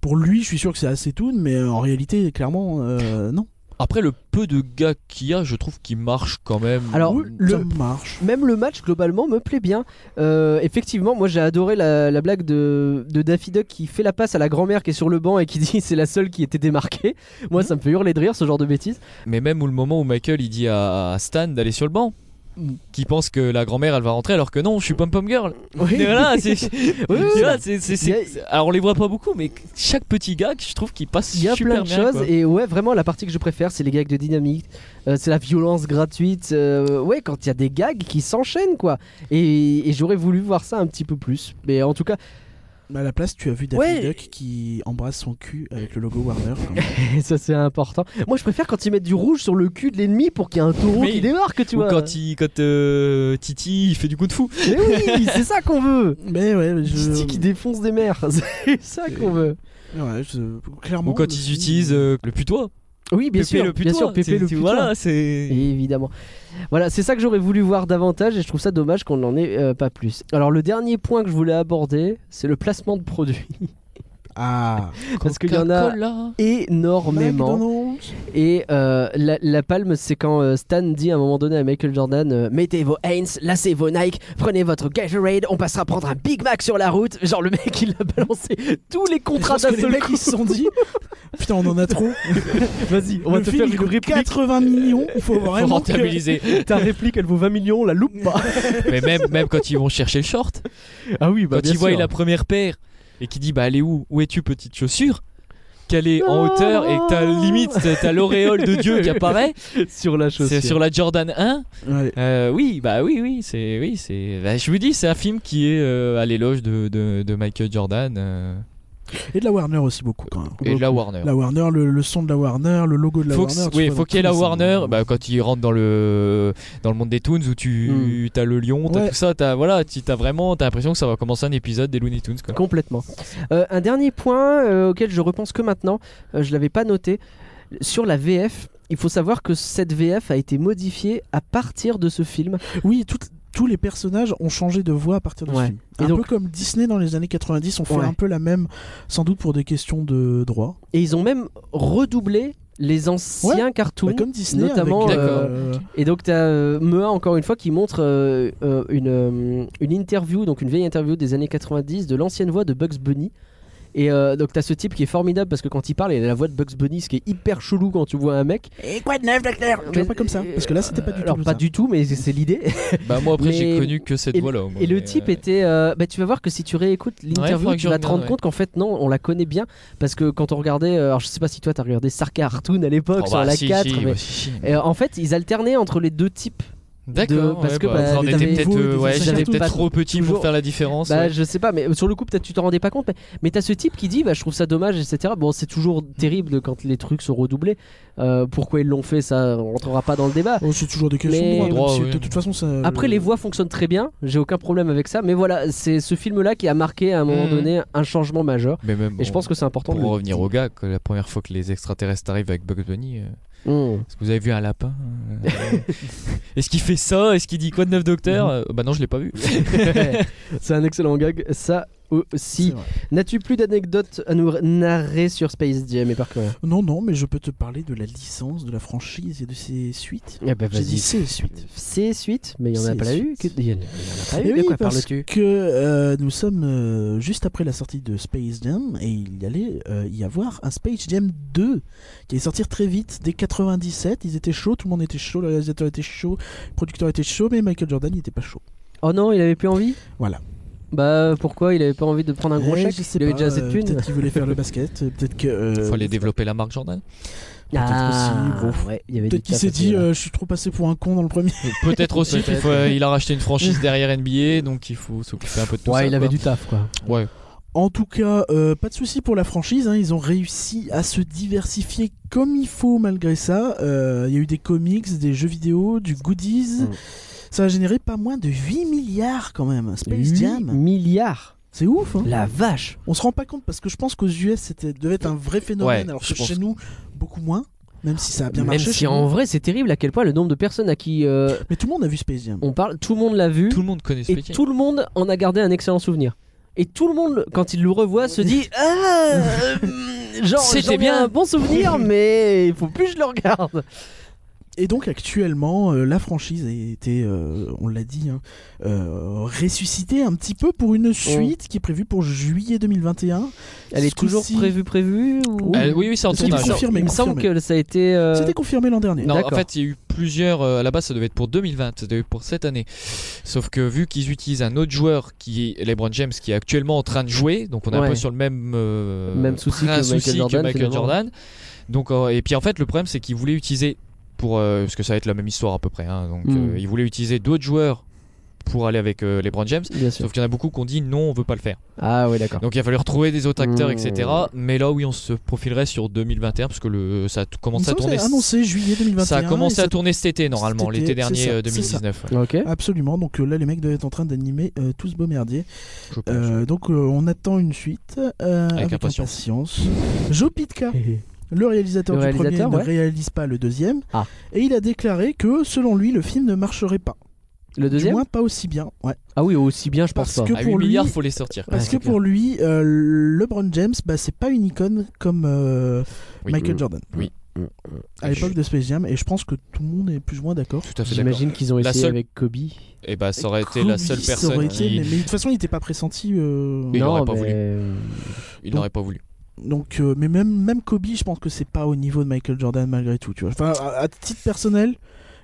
Speaker 3: pour lui, je suis sûr que c'est assez tout, mais euh, en réalité, clairement, euh, non.
Speaker 8: après le peu de gars qu'il y a je trouve qu'il marche quand même
Speaker 2: Alors,
Speaker 3: Oui,
Speaker 2: le-
Speaker 3: ça marche.
Speaker 2: Même le match, globalement, me plaît bien. Euh, effectivement, moi j'ai adoré la, la blague de, de Daffy Duck qui fait la passe à la grand-mère qui est sur le banc et qui dit c'est la seule qui était démarquée.
Speaker 8: Mmh.
Speaker 2: Moi, ça me fait hurler de rire, ce genre de bêtises.
Speaker 8: mais même où le moment où Michael il dit à, à Stan d'aller sur le banc
Speaker 2: Mm.
Speaker 8: qui pense que la grand-mère elle va rentrer alors que non, je suis pom pom girl.
Speaker 2: Oui.
Speaker 8: Et voilà, c'est- c'est-
Speaker 2: oui,
Speaker 8: voilà, c'est- c'est-
Speaker 2: Il y a-
Speaker 8: c'est- Alors on les voit pas beaucoup, mais chaque petit gag, je trouve qu'il passe
Speaker 2: Il y a
Speaker 8: super
Speaker 2: plein de
Speaker 8: bien,
Speaker 2: choses
Speaker 8: quoi.
Speaker 2: et ouais vraiment la partie que je préfère c'est les gags de dynamique, euh, c'est la violence gratuite, euh, ouais quand il y a des gags qui s'enchaînent quoi et, et j'aurais voulu voir ça un petit peu plus mais en tout cas
Speaker 3: Mais à la place, tu as vu Daffy
Speaker 2: Ouais.
Speaker 3: Duck qui embrasse son cul avec le logo Warner. quand même.
Speaker 2: ça c'est important. Moi je préfère quand ils mettent du rouge sur le cul de l'ennemi pour qu'il y ait un taureau
Speaker 8: Oui.
Speaker 2: qui démarque tu
Speaker 8: Ou
Speaker 2: vois.
Speaker 8: quand, il, quand euh, Titi il fait du coup de fou.
Speaker 2: Mais oui c'est ça qu'on veut.
Speaker 3: Mais ouais, je.
Speaker 2: Titi qui défonce des mers c'est ça qu'on veut.
Speaker 3: Ouais, je- Clairement.
Speaker 8: Ou quand
Speaker 3: le
Speaker 8: ils
Speaker 3: film-
Speaker 8: utilisent euh, le putois.
Speaker 2: Oui bien
Speaker 8: Pépé
Speaker 2: sûr
Speaker 8: le
Speaker 2: bien
Speaker 8: putois.
Speaker 2: sûr Pépé le
Speaker 8: C'est- c'est-
Speaker 2: putois.
Speaker 8: Voilà, c'est.
Speaker 2: Évidemment. Voilà, c'est ça que j'aurais voulu voir davantage et je trouve ça dommage qu'on n'en ait euh, pas plus. Alors le dernier point que je voulais aborder, c'est le placement de produits.
Speaker 3: Ah.
Speaker 2: Parce qu'il y en a énormément.
Speaker 3: McDonald's.
Speaker 2: Et euh, la, la palme, c'est quand euh, Stan dit à un moment donné à Michael Jordan euh, Mettez vos Heinz, lacez vos Nike, prenez votre Gatorade, on passera prendre un Big Mac sur la route. Genre le mec, il a balancé tous les
Speaker 3: Je
Speaker 2: contrats
Speaker 3: pense que
Speaker 2: d'un
Speaker 3: les
Speaker 2: seul
Speaker 3: mecs
Speaker 2: coup.
Speaker 3: ils se sont dit Putain, on en a trop.
Speaker 2: Vas-y, on
Speaker 3: le
Speaker 2: va te
Speaker 3: film,
Speaker 2: faire
Speaker 3: il
Speaker 2: une
Speaker 3: vaut
Speaker 2: réplique.
Speaker 3: 80 millions. Il faut
Speaker 8: Faut
Speaker 3: vraiment. que-
Speaker 8: rentabiliser.
Speaker 2: Ta réplique, elle vaut 20 millions, on la loupe pas.
Speaker 8: Mais même, même quand ils vont chercher le short,
Speaker 3: Bah,
Speaker 2: Ah oui,
Speaker 8: quand ils voient la première paire et qui dit bah elle est où Où es-tu petite chaussure Qu'elle est en hauteur et que t'as
Speaker 3: Ah.
Speaker 8: limite t'as- t'as l'auréole de Dieu qui apparaît
Speaker 2: sur la
Speaker 8: c'est
Speaker 2: chaussure.
Speaker 8: sur la Jordan 1.
Speaker 3: Ouais.
Speaker 8: Euh, oui bah oui oui c'est oui c'est bah, je vous dis c'est un film qui est euh, à l'éloge de, de, de Michael Jordan euh,
Speaker 3: Et de la Warner aussi beaucoup quand même.
Speaker 8: et de la Warner.
Speaker 3: La Warner, le, le son de la Warner, le logo de la
Speaker 8: faut que-
Speaker 3: Warner. tu
Speaker 8: oui,
Speaker 3: vois,
Speaker 8: faut
Speaker 3: dans
Speaker 8: qu'il y ait
Speaker 3: tous
Speaker 8: la
Speaker 3: les
Speaker 8: Warner.
Speaker 3: sens.
Speaker 8: Bah, quand ils rentrent dans le dans le monde des Toons où tu as le lion, t'as
Speaker 3: Hmm. Ouais.
Speaker 8: tout ça, t'as voilà, tu- t'as vraiment t'as l'impression que ça va commencer un épisode des Looney Tunes quoi.
Speaker 2: Complètement. Euh, un dernier point euh, auquel je repense que maintenant, euh, je l'avais pas noté, sur la VF. Il faut savoir que cette VF a été modifiée à partir de ce film.
Speaker 3: Oui, tout- tous les personnages ont changé de voix à partir de
Speaker 2: Ouais.
Speaker 3: ce film.
Speaker 2: Et
Speaker 3: un
Speaker 2: donc-
Speaker 3: peu comme Disney dans les années 90, on fait
Speaker 2: Ouais.
Speaker 3: un peu la même, sans doute pour des questions de droit.
Speaker 2: Et ils ont même redoublé les anciens cartoons.
Speaker 3: Bah, comme Disney,
Speaker 2: notamment,
Speaker 3: avec,
Speaker 8: euh,
Speaker 2: Et donc t'as euh, Mea encore une fois qui montre euh, euh, une, euh, une interview, donc une vieille interview des années 90 de l'ancienne voix de Bugs Bunny. Et euh, donc t'as ce type qui est formidable parce que quand il parle, il a la voix de Bugs Bunny, ce qui est hyper chelou quand tu vois un mec.
Speaker 3: Et quoi de neuf, docteur Tu
Speaker 2: Mais- euh,
Speaker 3: vois pas comme ça, parce que là c'était pas du
Speaker 2: Alors
Speaker 3: tout.
Speaker 2: pas
Speaker 3: ça.
Speaker 2: du tout, mais c'est- c'est l'idée.
Speaker 8: Bah moi après
Speaker 2: Mais-
Speaker 8: j'ai connu que cette
Speaker 2: et le-
Speaker 8: voix là. moi,
Speaker 2: Et le
Speaker 8: mais,
Speaker 2: type
Speaker 8: euh,
Speaker 2: était. euh, bah, tu vas voir que si tu réécoutes l'interview,
Speaker 8: faudra que
Speaker 2: tu
Speaker 8: je
Speaker 2: vas te
Speaker 8: regarde,
Speaker 2: rendre
Speaker 8: ouais.
Speaker 2: compte qu'en fait, non, on la connaît bien. Parce que quand on regardait. euh, alors, je sais pas si toi, t'as regardé Sarka Cartoon à l'époque,
Speaker 8: oh,
Speaker 2: sur
Speaker 8: bah,
Speaker 2: la
Speaker 8: si,
Speaker 2: 4.
Speaker 8: si,
Speaker 2: mais-
Speaker 8: bah, si, si.
Speaker 2: Et, euh, en fait, ils alternaient entre les deux types. Bah,
Speaker 8: D'accord.
Speaker 2: de- parce
Speaker 8: ouais,
Speaker 2: que,
Speaker 8: bah,
Speaker 2: bah,
Speaker 8: après, on
Speaker 2: les
Speaker 8: était
Speaker 2: Américains
Speaker 8: peut-être euh,
Speaker 2: sont
Speaker 8: ouais,
Speaker 2: surtout
Speaker 8: j'étais
Speaker 2: pas
Speaker 8: peut-être trop petit
Speaker 2: toujours-
Speaker 8: pour faire la différence.
Speaker 2: Bah,
Speaker 8: ouais.
Speaker 2: je sais pas, mais sur le coup, peut-être tu t'en rendais pas compte. Mais, mais t'as ce type qui dit, bah, je trouve ça dommage, etc. Bon, c'est
Speaker 8: Mm.
Speaker 2: toujours terrible quand les trucs sont redoublés. Euh, pourquoi ils l'ont fait, ça, on rentrera pas dans le
Speaker 8: Euh,
Speaker 2: débat.
Speaker 3: Oh, c'est toujours des questions
Speaker 2: Mais-
Speaker 3: de droit. même
Speaker 8: Droit,
Speaker 3: si
Speaker 8: oui.
Speaker 3: De toute façon, ça.
Speaker 2: Après, les voix fonctionnent très bien, j'ai aucun problème avec ça. Mais voilà, c'est ce film-là qui a marqué à un moment
Speaker 8: Mhm.
Speaker 2: donné un changement majeur.
Speaker 8: Mais même.
Speaker 2: Et je
Speaker 8: bon,
Speaker 2: pense que c'est important
Speaker 8: pour
Speaker 2: de le
Speaker 8: revenir au gars, que la première fois que les extraterrestres arrivent avec Bugs Bunny, euh,
Speaker 2: Mhm.
Speaker 8: est-ce que vous avez vu un lapin Euh, Est-ce qu'il fait ça Est-ce qu'il dit quoi de neuf docteur
Speaker 2: Mhm.
Speaker 8: Euh, Bah non, je l'ai pas vu.
Speaker 2: C'est un excellent gag, ça aussi. N'as-tu plus d'anecdotes à nous narrer sur Space Jam et par quoi
Speaker 3: Non, non, mais je peux te parler de la licence, de la franchise et de ses suites.
Speaker 2: Eh ben
Speaker 3: J'ai dit
Speaker 2: vas-y.
Speaker 3: ses suites.
Speaker 2: C'est suite, mais il n'y en a
Speaker 3: C'est
Speaker 2: pas eu.
Speaker 3: suite.
Speaker 2: que- Il y en a il y en a
Speaker 3: Mais
Speaker 2: pas eu. Ah De
Speaker 3: Eh oui,
Speaker 2: quoi
Speaker 3: parce
Speaker 2: parles-tu
Speaker 3: que euh, nous sommes euh, juste après la sortie de Space Jam et il y allait euh, y avoir un Space Jam 2 qui allait sortir très vite, dès 97. Ils étaient chauds, tout le monde était chaud, le réalisateur était chaud, le producteur était chaud, mais Michael Jordan n'était pas chaud.
Speaker 2: Oh non, il avait plus envie
Speaker 3: Voilà.
Speaker 2: Bah pourquoi il avait pas envie de prendre un gros
Speaker 3: Eh,
Speaker 2: chèque
Speaker 3: je sais
Speaker 2: Il avait
Speaker 3: pas,
Speaker 2: déjà
Speaker 3: euh,
Speaker 2: cette thune
Speaker 3: Peut-être qu'il voulait faire le basket, euh, peut-être que. euh,
Speaker 8: Fallait développer la marque Jordan.
Speaker 3: peut-être aussi, bon.
Speaker 2: Ah, ouais, il y avait
Speaker 3: Peut-être
Speaker 2: du
Speaker 3: qu'il
Speaker 2: taf
Speaker 3: s'est
Speaker 2: à ce
Speaker 3: dit,
Speaker 2: niveau-là.
Speaker 3: euh, je suis trop passé pour un con dans le premier.
Speaker 8: Peut-être aussi qu'il faut- euh, il a racheté une franchise derrière NBA, donc il faut s'occuper un peu de tout
Speaker 2: ouais,
Speaker 8: ça.
Speaker 2: il avait
Speaker 8: quoi.
Speaker 2: du taf quoi.
Speaker 8: Ouais.
Speaker 3: En tout cas, euh, pas de souci pour la franchise. hein. Ils ont réussi à se diversifier comme il faut malgré ça. Euh, Il y a eu des comics, des jeux vidéo, du goodies.
Speaker 2: Mm.
Speaker 3: Ça a généré pas moins de 8 milliards quand même. hein, Space
Speaker 2: 8
Speaker 3: Jam,
Speaker 2: milliards
Speaker 3: c'est ouf. hein.
Speaker 2: La vache
Speaker 3: On se rend pas compte parce que je pense qu'aux US c'était devait être un vrai phénomène,
Speaker 8: Ouais,
Speaker 3: alors que
Speaker 8: je pense.
Speaker 3: chez nous beaucoup moins. Même si ça a bien
Speaker 2: Même
Speaker 3: marché.
Speaker 2: si
Speaker 3: chez
Speaker 2: en
Speaker 3: nous.
Speaker 2: vrai c'est terrible à quel point le nombre de personnes à qui euh,
Speaker 3: Mais tout le monde a vu Space Jam.
Speaker 2: on parle, tout le monde l'a vu.
Speaker 8: Tout le monde connaît ce
Speaker 2: Et
Speaker 8: métier.
Speaker 2: tout le monde en a gardé un excellent souvenir. Et tout le monde, quand il le revoit, se dit Ah euh, Genre,
Speaker 8: C'était
Speaker 2: j'en ai
Speaker 8: bien.
Speaker 2: un bon souvenir, mais il faut plus que je le regarde.
Speaker 3: Et donc actuellement, euh, la franchise a été, euh, on l'a dit, hein, euh, ressuscitée un petit peu pour une suite qui est prévue pour juillet 2021.
Speaker 2: Elle est
Speaker 3: Ce
Speaker 2: toujours
Speaker 3: coup-ci-
Speaker 2: prévue, prévue ou...
Speaker 8: Euh, oui, oui, c'est en
Speaker 3: C'est
Speaker 8: tournage.
Speaker 3: confirmé,
Speaker 2: Il me
Speaker 3: confirmé.
Speaker 2: semble que ça a été. euh,
Speaker 3: C'était confirmé l'an dernier.
Speaker 8: Non, en
Speaker 2: D'accord.
Speaker 8: fait, il y a eu plusieurs. euh, à la base, ça devait être pour 2020, ça devait être pour cette année. Sauf que vu qu'ils utilisent un autre joueur qui est LeBron James, qui est actuellement en train de jouer, donc on est
Speaker 2: Ouais.
Speaker 8: un peu sur le même, euh,
Speaker 2: Même souci que
Speaker 8: prin-
Speaker 2: Michael
Speaker 8: souci
Speaker 2: Jordan,
Speaker 8: Michael
Speaker 2: finalement.
Speaker 8: Jordan. Donc, euh, et puis en fait, le problème, c'est qu'ils voulaient utiliser pour euh, parce que ça va être la même histoire à peu près. hein, donc,
Speaker 2: Mm.
Speaker 8: euh, ils voulaient utiliser d'autres joueurs pour aller avec euh, LeBron James.
Speaker 2: Bien sûr.
Speaker 8: Sauf qu'il y en a beaucoup qui ont dit non, on veut pas le faire.
Speaker 2: Ah oui, d'accord.
Speaker 8: Donc il a fallu retrouver des autres acteurs,
Speaker 2: Mm.
Speaker 8: etc. Mais là, oui, on se profilerait sur 2021 parce que le, ça
Speaker 3: Il me
Speaker 8: commence à
Speaker 3: semble que
Speaker 8: tourner.
Speaker 3: c'est annoncé juillet 2021.
Speaker 8: Ça a
Speaker 3: et
Speaker 8: commencé
Speaker 3: ça-
Speaker 8: à tourner cet été normalement,
Speaker 3: Cet été,
Speaker 8: l'été
Speaker 3: c'est
Speaker 8: dernier
Speaker 3: ça,
Speaker 8: euh,
Speaker 3: c'est ça.
Speaker 8: 2019. ouais.
Speaker 2: Ok.
Speaker 3: Absolument, donc euh, là les mecs doivent être en train d'animer euh, tout ce beau merdier.
Speaker 8: Je pense.
Speaker 3: Euh, donc euh, on attend une suite euh, avec,
Speaker 8: Avec impatience.
Speaker 3: impatience. Joe Pitka, le réalisateur,
Speaker 2: Le réalisateur,
Speaker 3: du premier,
Speaker 2: ouais.
Speaker 3: ne réalise pas le deuxième.
Speaker 2: Ah.
Speaker 3: Et il a déclaré que selon lui le film ne marcherait pas.
Speaker 2: Le
Speaker 3: du
Speaker 2: deuxième
Speaker 3: moins pas aussi bien. Ouais.
Speaker 2: Ah oui, aussi bien, je pense
Speaker 3: Parce
Speaker 2: pas.
Speaker 3: que
Speaker 8: à 8
Speaker 3: pour lui-
Speaker 8: milliards, faut les sortir.
Speaker 3: Parce
Speaker 2: c'est
Speaker 3: que pour lui, euh, LeBron James, bah, c'est pas une icône comme euh,
Speaker 8: Oui.
Speaker 3: Michael Jordan.
Speaker 8: Oui.
Speaker 3: À l'époque de Space Jam, et je pense que tout le monde est plus ou moins d'accord.
Speaker 8: Tout à fait d'accord.
Speaker 2: J'imagine qu'ils ont
Speaker 8: La
Speaker 2: essayé
Speaker 8: seule-
Speaker 2: avec Kobe.
Speaker 8: Et bah, ça aurait été la
Speaker 3: Kobe,
Speaker 8: seule
Speaker 3: ça
Speaker 8: personne
Speaker 3: aurait été,
Speaker 8: qui.
Speaker 3: mais, mais de toute façon, il n'était pas pressenti. euh,
Speaker 8: Il
Speaker 2: non,
Speaker 8: aurait pas voulu.
Speaker 2: mais...
Speaker 8: Il n'aurait pas voulu.
Speaker 3: Donc, euh, mais même, même Kobe, je pense que c'est pas au niveau de Michael Jordan malgré tout. Tu vois. Enfin, à, à titre personnel,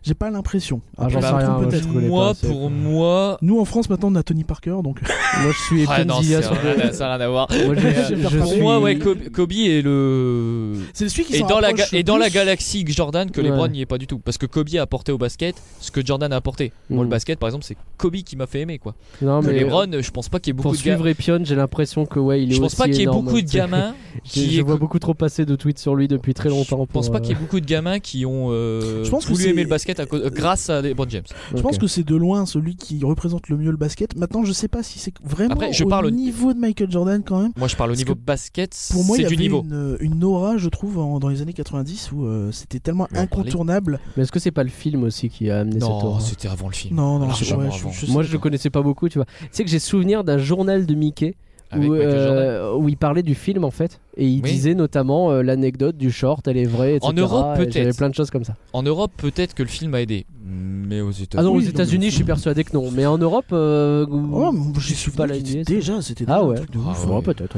Speaker 3: j'ai pas l'impression.
Speaker 2: Ah, j'en
Speaker 3: Après,
Speaker 2: sais
Speaker 3: je me
Speaker 2: rien,
Speaker 3: trompe
Speaker 2: moi, je
Speaker 3: peut-être.
Speaker 2: connais
Speaker 8: Moi,
Speaker 2: pas, c'est-
Speaker 8: pour moi.
Speaker 3: Nous en France maintenant, on a Tony Parker, donc
Speaker 2: Moi, je suis
Speaker 8: Ah
Speaker 2: pleine
Speaker 8: non, c'est-
Speaker 2: d'idées.
Speaker 8: ça n'a rien à- ça n'a rien à voir.
Speaker 2: Moi, je-
Speaker 8: Mais, euh,
Speaker 2: je- je
Speaker 8: pour
Speaker 2: suis-
Speaker 8: moi, ouais, Kobe, Kobe est le.
Speaker 3: c'est celui qui
Speaker 8: Et
Speaker 3: s'en
Speaker 8: dans, la
Speaker 3: rapproche
Speaker 8: ga- et dans
Speaker 3: le
Speaker 8: la
Speaker 3: plus.
Speaker 8: galaxie Jordan que
Speaker 2: Ouais.
Speaker 8: LeBron n'y est pas du tout parce que Kobe a apporté au basket ce que Jordan a apporté. Moi
Speaker 2: Mm.
Speaker 8: le basket par exemple c'est Kobe qui m'a fait aimer quoi.
Speaker 2: Non,
Speaker 8: Mais
Speaker 2: mais
Speaker 8: LeBron je pense pas qu'il y ait beaucoup
Speaker 2: pour
Speaker 8: de gars.
Speaker 2: suivre Epion, j'ai l'impression que ouais, il est
Speaker 8: Je pense
Speaker 2: aussi
Speaker 8: pas qu'il y ait
Speaker 2: énorme.
Speaker 3: hein,
Speaker 8: beaucoup de gamins
Speaker 2: Je,
Speaker 8: qui
Speaker 2: je
Speaker 8: aient-
Speaker 2: vois beaucoup trop passer de tweets sur lui depuis très longtemps.
Speaker 8: Je pense
Speaker 2: pour,
Speaker 8: pas
Speaker 2: euh,
Speaker 8: qu'il y ait beaucoup de gamins qui ont euh,
Speaker 3: Je pense que
Speaker 8: voulu
Speaker 3: c'est-
Speaker 8: aimer le basket à cause- euh, grâce à LeBron James.
Speaker 3: Je pense
Speaker 2: ok.
Speaker 3: que c'est de loin celui qui représente le mieux le basket. Maintenant, je sais pas si c'est vraiment
Speaker 8: Après, je
Speaker 3: au
Speaker 8: parle au-
Speaker 3: niveau de Michael Jordan quand même.
Speaker 8: Moi, je parle au
Speaker 3: Parce
Speaker 8: niveau
Speaker 3: que
Speaker 8: basket,
Speaker 3: Pour moi, il
Speaker 8: c'est
Speaker 3: y avait
Speaker 8: du niveau.
Speaker 3: une, une aura, je trouve, en- dans les années 90 où euh, c'était tellement
Speaker 8: Mais on parlait-
Speaker 3: incontournable.
Speaker 2: Mais est-ce que c'est pas le film aussi qui a amené cette
Speaker 8: Non,
Speaker 2: aura
Speaker 8: c'était avant le film.
Speaker 3: Non, non,
Speaker 8: Largement
Speaker 3: ouais,
Speaker 8: avant.
Speaker 3: je- je-
Speaker 2: Moi, je le connaissais pas beaucoup, tu vois. Tu sais que j'ai souvenir d'un journal de Mickey
Speaker 8: Avec
Speaker 2: où,
Speaker 8: Michael Jordan.
Speaker 2: euh, où il parlait du film en fait et il
Speaker 8: Oui.
Speaker 2: disait notamment euh, l'anecdote du short elle est vraie etc.
Speaker 8: En Europe,
Speaker 2: et
Speaker 8: peut-être.
Speaker 2: j'avais plein de choses comme ça
Speaker 8: En Europe, peut-être que le film a aidé, mais aux États-Unis.
Speaker 2: ah non aux
Speaker 3: Oui, donc-
Speaker 2: états unis je suis persuadé que non mais en Europe euh,
Speaker 3: Oh, mais j'ai
Speaker 2: suis
Speaker 3: souvenir
Speaker 2: pas la
Speaker 3: qu'il était
Speaker 2: NBA, ça.
Speaker 3: déjà, c'était
Speaker 2: Ah
Speaker 3: déjà un
Speaker 2: ouais.
Speaker 3: truc de
Speaker 8: Ah
Speaker 3: ouf.
Speaker 8: ouais.
Speaker 2: Ouais, peut-être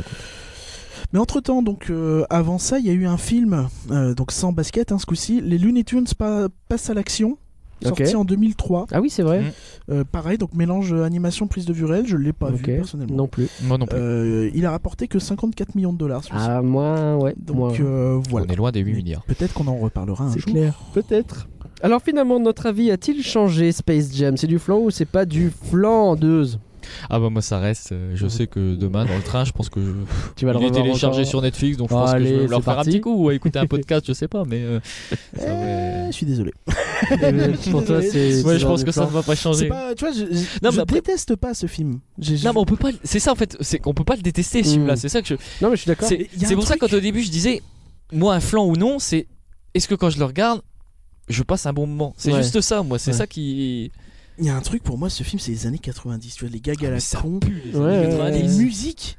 Speaker 3: Mais entre temps, donc euh, avant ça, il y a eu un film, euh, donc sans basket, hein, ce coup-ci, les Looney Tunes pa- passent à l'action, sorti
Speaker 2: Ok.
Speaker 3: en 2003.
Speaker 2: ah oui c'est vrai
Speaker 8: Mm.
Speaker 3: Euh, pareil, donc mélange euh, animation prise de vue réelle, je l'ai pas
Speaker 2: ok
Speaker 3: vu personnellement.
Speaker 2: non plus
Speaker 8: Moi non plus.
Speaker 3: Euh, il a rapporté que 54 millions de dollars. celui-ci.
Speaker 2: ah moi ouais moi.
Speaker 3: donc euh, voilà.
Speaker 8: On est loin des 8
Speaker 3: Mais
Speaker 8: milliards.
Speaker 3: Peut-être qu'on en reparlera un
Speaker 2: C'est
Speaker 3: jour.
Speaker 2: clair. Peut-être. Alors finalement, notre avis a-t-il changé Space Jam C'est du flan ou c'est pas du flandeuse
Speaker 8: Ah bah moi ça reste. euh, Je sais que demain dans le train, je pense que je...
Speaker 2: Tu vas le
Speaker 8: il est
Speaker 2: revoir
Speaker 8: téléchargé
Speaker 2: encore.
Speaker 8: sur Netflix, donc je pense
Speaker 2: Allez,
Speaker 8: que je vais leur
Speaker 2: c'est
Speaker 8: faire
Speaker 2: parti. Eh,
Speaker 8: un petit coup ou écouter un podcast, je sais pas, mais. euh, ça va-
Speaker 3: Euh, Je suis désolé.
Speaker 2: Et Pour toi, c'est.
Speaker 8: Ouais,
Speaker 2: c'est
Speaker 8: je
Speaker 2: dans
Speaker 8: pense
Speaker 2: le
Speaker 8: que ça ne
Speaker 2: flan.
Speaker 8: va pas
Speaker 3: C'est
Speaker 8: changer.
Speaker 3: pas, tu vois, je, je-
Speaker 8: mais
Speaker 3: je
Speaker 8: après-
Speaker 3: déteste pas ce film. J'ai- j'ai-
Speaker 8: Non, mais on peut pas. C'est ça en fait. C'est qu'on peut pas le détester ce film-là.
Speaker 2: Mm.
Speaker 8: C'est ça que je.
Speaker 2: Non, mais je suis d'accord.
Speaker 8: C'est
Speaker 3: Il y a
Speaker 8: c'est
Speaker 3: un
Speaker 8: pour ça
Speaker 3: truc-
Speaker 8: quand au début je disais, moi un flan ou non, c'est est-ce que quand je le regarde, je passe un bon moment. C'est
Speaker 2: Ouais.
Speaker 8: juste ça, moi. C'est
Speaker 2: Ouais.
Speaker 8: ça qui.
Speaker 3: Il y a un truc pour moi, ce film, c'est les années 90. Tu vois, les gags
Speaker 8: Ah,
Speaker 3: à la
Speaker 8: mais ça
Speaker 3: con,
Speaker 8: pue les
Speaker 2: Ouais,
Speaker 8: années
Speaker 2: ouais,
Speaker 3: les
Speaker 8: 90.
Speaker 3: musiques.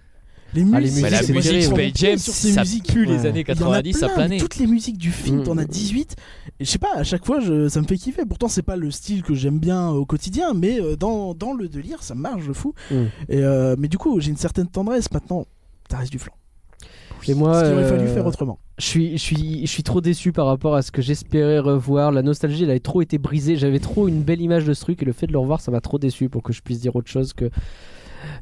Speaker 3: Les
Speaker 2: Ah, les
Speaker 3: musiques,
Speaker 2: musiques,
Speaker 8: Mais la
Speaker 3: c'est
Speaker 2: c'est
Speaker 8: musique
Speaker 3: terrible.
Speaker 8: Space James,
Speaker 3: sur ces
Speaker 8: ça
Speaker 3: musiques.
Speaker 8: pue les
Speaker 2: Ouais.
Speaker 8: années
Speaker 3: Il y en a
Speaker 8: 90,
Speaker 3: plein,
Speaker 8: ça
Speaker 3: mais
Speaker 8: planait.
Speaker 3: toutes les musiques du film,
Speaker 2: Mm.
Speaker 3: t'en as 18. Et je sais pas, à chaque fois, je- ça me fait kiffer. Pourtant, c'est pas le style que j'aime bien au quotidien, mais euh, dans, dans le délire, ça marche de fou.
Speaker 2: Mm.
Speaker 3: Et, euh, mais du coup, j'ai une certaine tendresse. Maintenant, ça reste du flan.
Speaker 2: Et moi,
Speaker 3: Ce qu'il aurait fallu
Speaker 2: euh,
Speaker 3: faire autrement.
Speaker 2: Je suis, je, suis, je suis trop déçu par rapport à ce que j'espérais revoir. La nostalgie, elle avait trop été brisée. J'avais trop une belle image de ce truc et le fait de le revoir, ça m'a trop déçu pour que je puisse dire autre chose que.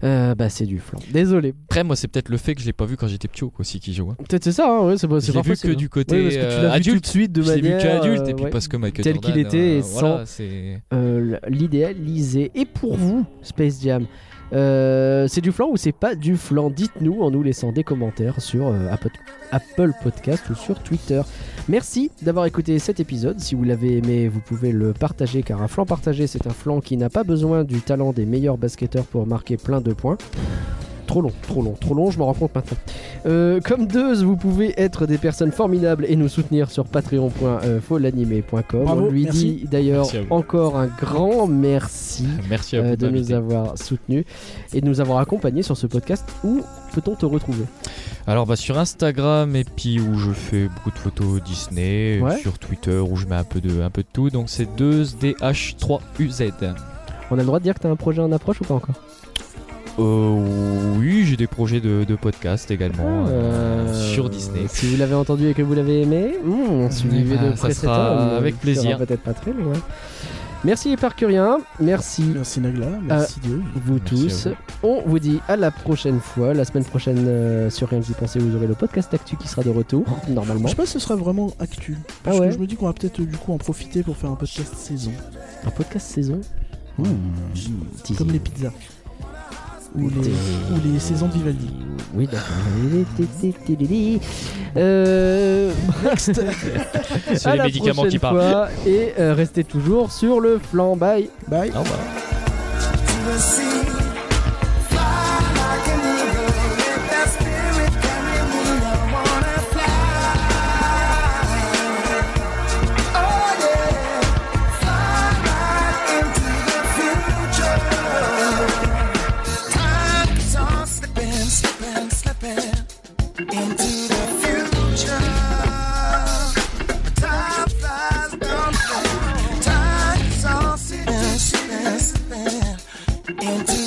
Speaker 2: Euh, bah, c'est du flan. Désolé.
Speaker 8: Après, moi, c'est peut-être le fait que je l'ai pas vu quand j'étais petit au- aussi qui joue. hein.
Speaker 2: Peut-être c'est ça, hein, ouais, c'est pas-
Speaker 8: Je
Speaker 2: c'est
Speaker 8: l'ai
Speaker 2: pas
Speaker 8: vu que
Speaker 2: possible.
Speaker 8: du côté
Speaker 2: Ouais, parce que tu l'as
Speaker 8: euh,
Speaker 2: vu tout de
Speaker 8: adulte.
Speaker 2: suite de
Speaker 8: Je l'ai vu
Speaker 2: manière.
Speaker 8: qu'adulte
Speaker 2: euh,
Speaker 8: et puis
Speaker 2: ouais.
Speaker 8: parce que Michael
Speaker 2: tel
Speaker 8: Jordan,
Speaker 2: qu'il était et
Speaker 8: euh, voilà, c'est-
Speaker 2: Euh, l'idéaliser. Et pour vous, Space Jam, euh, c'est du flan ou c'est pas du flan Dites-nous en nous laissant des commentaires sur euh, Apple- Apple Podcast ou sur Twitter. Merci d'avoir écouté cet épisode. Si vous l'avez aimé, vous pouvez le partager car un flan partagé, c'est un flan qui n'a pas besoin du talent des meilleurs basketteurs pour marquer plein de points. Trop long, trop long, trop long, je m'en rends compte maintenant. Euh, comme deux, vous pouvez être des personnes formidables et nous soutenir sur euh, patreon.folanimé.com. On
Speaker 3: Bravo,
Speaker 2: lui
Speaker 3: merci.
Speaker 2: dit d'ailleurs
Speaker 10: Merci à vous.
Speaker 2: encore un grand merci
Speaker 10: Merci à
Speaker 2: euh,
Speaker 10: vous
Speaker 2: de nous
Speaker 10: m'inviter.
Speaker 2: avoir soutenus et de nous avoir accompagnés sur ce podcast. Où peut-on te retrouver
Speaker 8: Alors bah sur Instagram et puis où je fais beaucoup de photos Disney,
Speaker 2: Ouais.
Speaker 8: sur Twitter où je mets un peu de un peu de tout. Donc c'est 2DH3UZ.
Speaker 2: On a le droit de dire que t'as un projet en approche ou pas encore
Speaker 8: Euh, oui, j'ai des projets de, de podcast également euh,
Speaker 2: Euh,
Speaker 8: sur Disney.
Speaker 2: Si vous l'avez entendu et que vous l'avez aimé, hmm, suivez
Speaker 8: Eh
Speaker 2: de
Speaker 8: ben, ça
Speaker 2: près cet
Speaker 8: sera
Speaker 2: homme, il
Speaker 8: avec
Speaker 2: sera
Speaker 8: plaisir.
Speaker 2: Peut-être pas très loin. Merci les parcuriens, merci
Speaker 3: Merci Nagla, merci Dieu.
Speaker 2: vous
Speaker 8: Merci
Speaker 2: tous.
Speaker 8: à vous.
Speaker 2: On vous dit à la prochaine fois. La semaine prochaine, euh, sur Rien que d'y penser, vous aurez le podcast Actu qui sera de retour,
Speaker 3: Je
Speaker 8: Oh.
Speaker 2: normalement.
Speaker 3: sais pas si ce sera vraiment actu.
Speaker 2: Ah
Speaker 3: Parce que
Speaker 2: ouais.
Speaker 3: Je me dis qu'on va peut-être euh, du coup en profiter pour faire un podcast saison.
Speaker 2: Un podcast saison. Mmh,
Speaker 3: Comme les pizzas. Ou les, ou les saisons de Vivaldi.
Speaker 2: Oui, d'accord. Euh,
Speaker 8: C'est
Speaker 2: à
Speaker 8: les
Speaker 2: la
Speaker 8: médicaments
Speaker 2: prochaine
Speaker 8: qui parlent.
Speaker 2: fois, Et euh, restez toujours sur le flanc. Bye.
Speaker 3: Bye.
Speaker 8: Au revoir.
Speaker 11: Into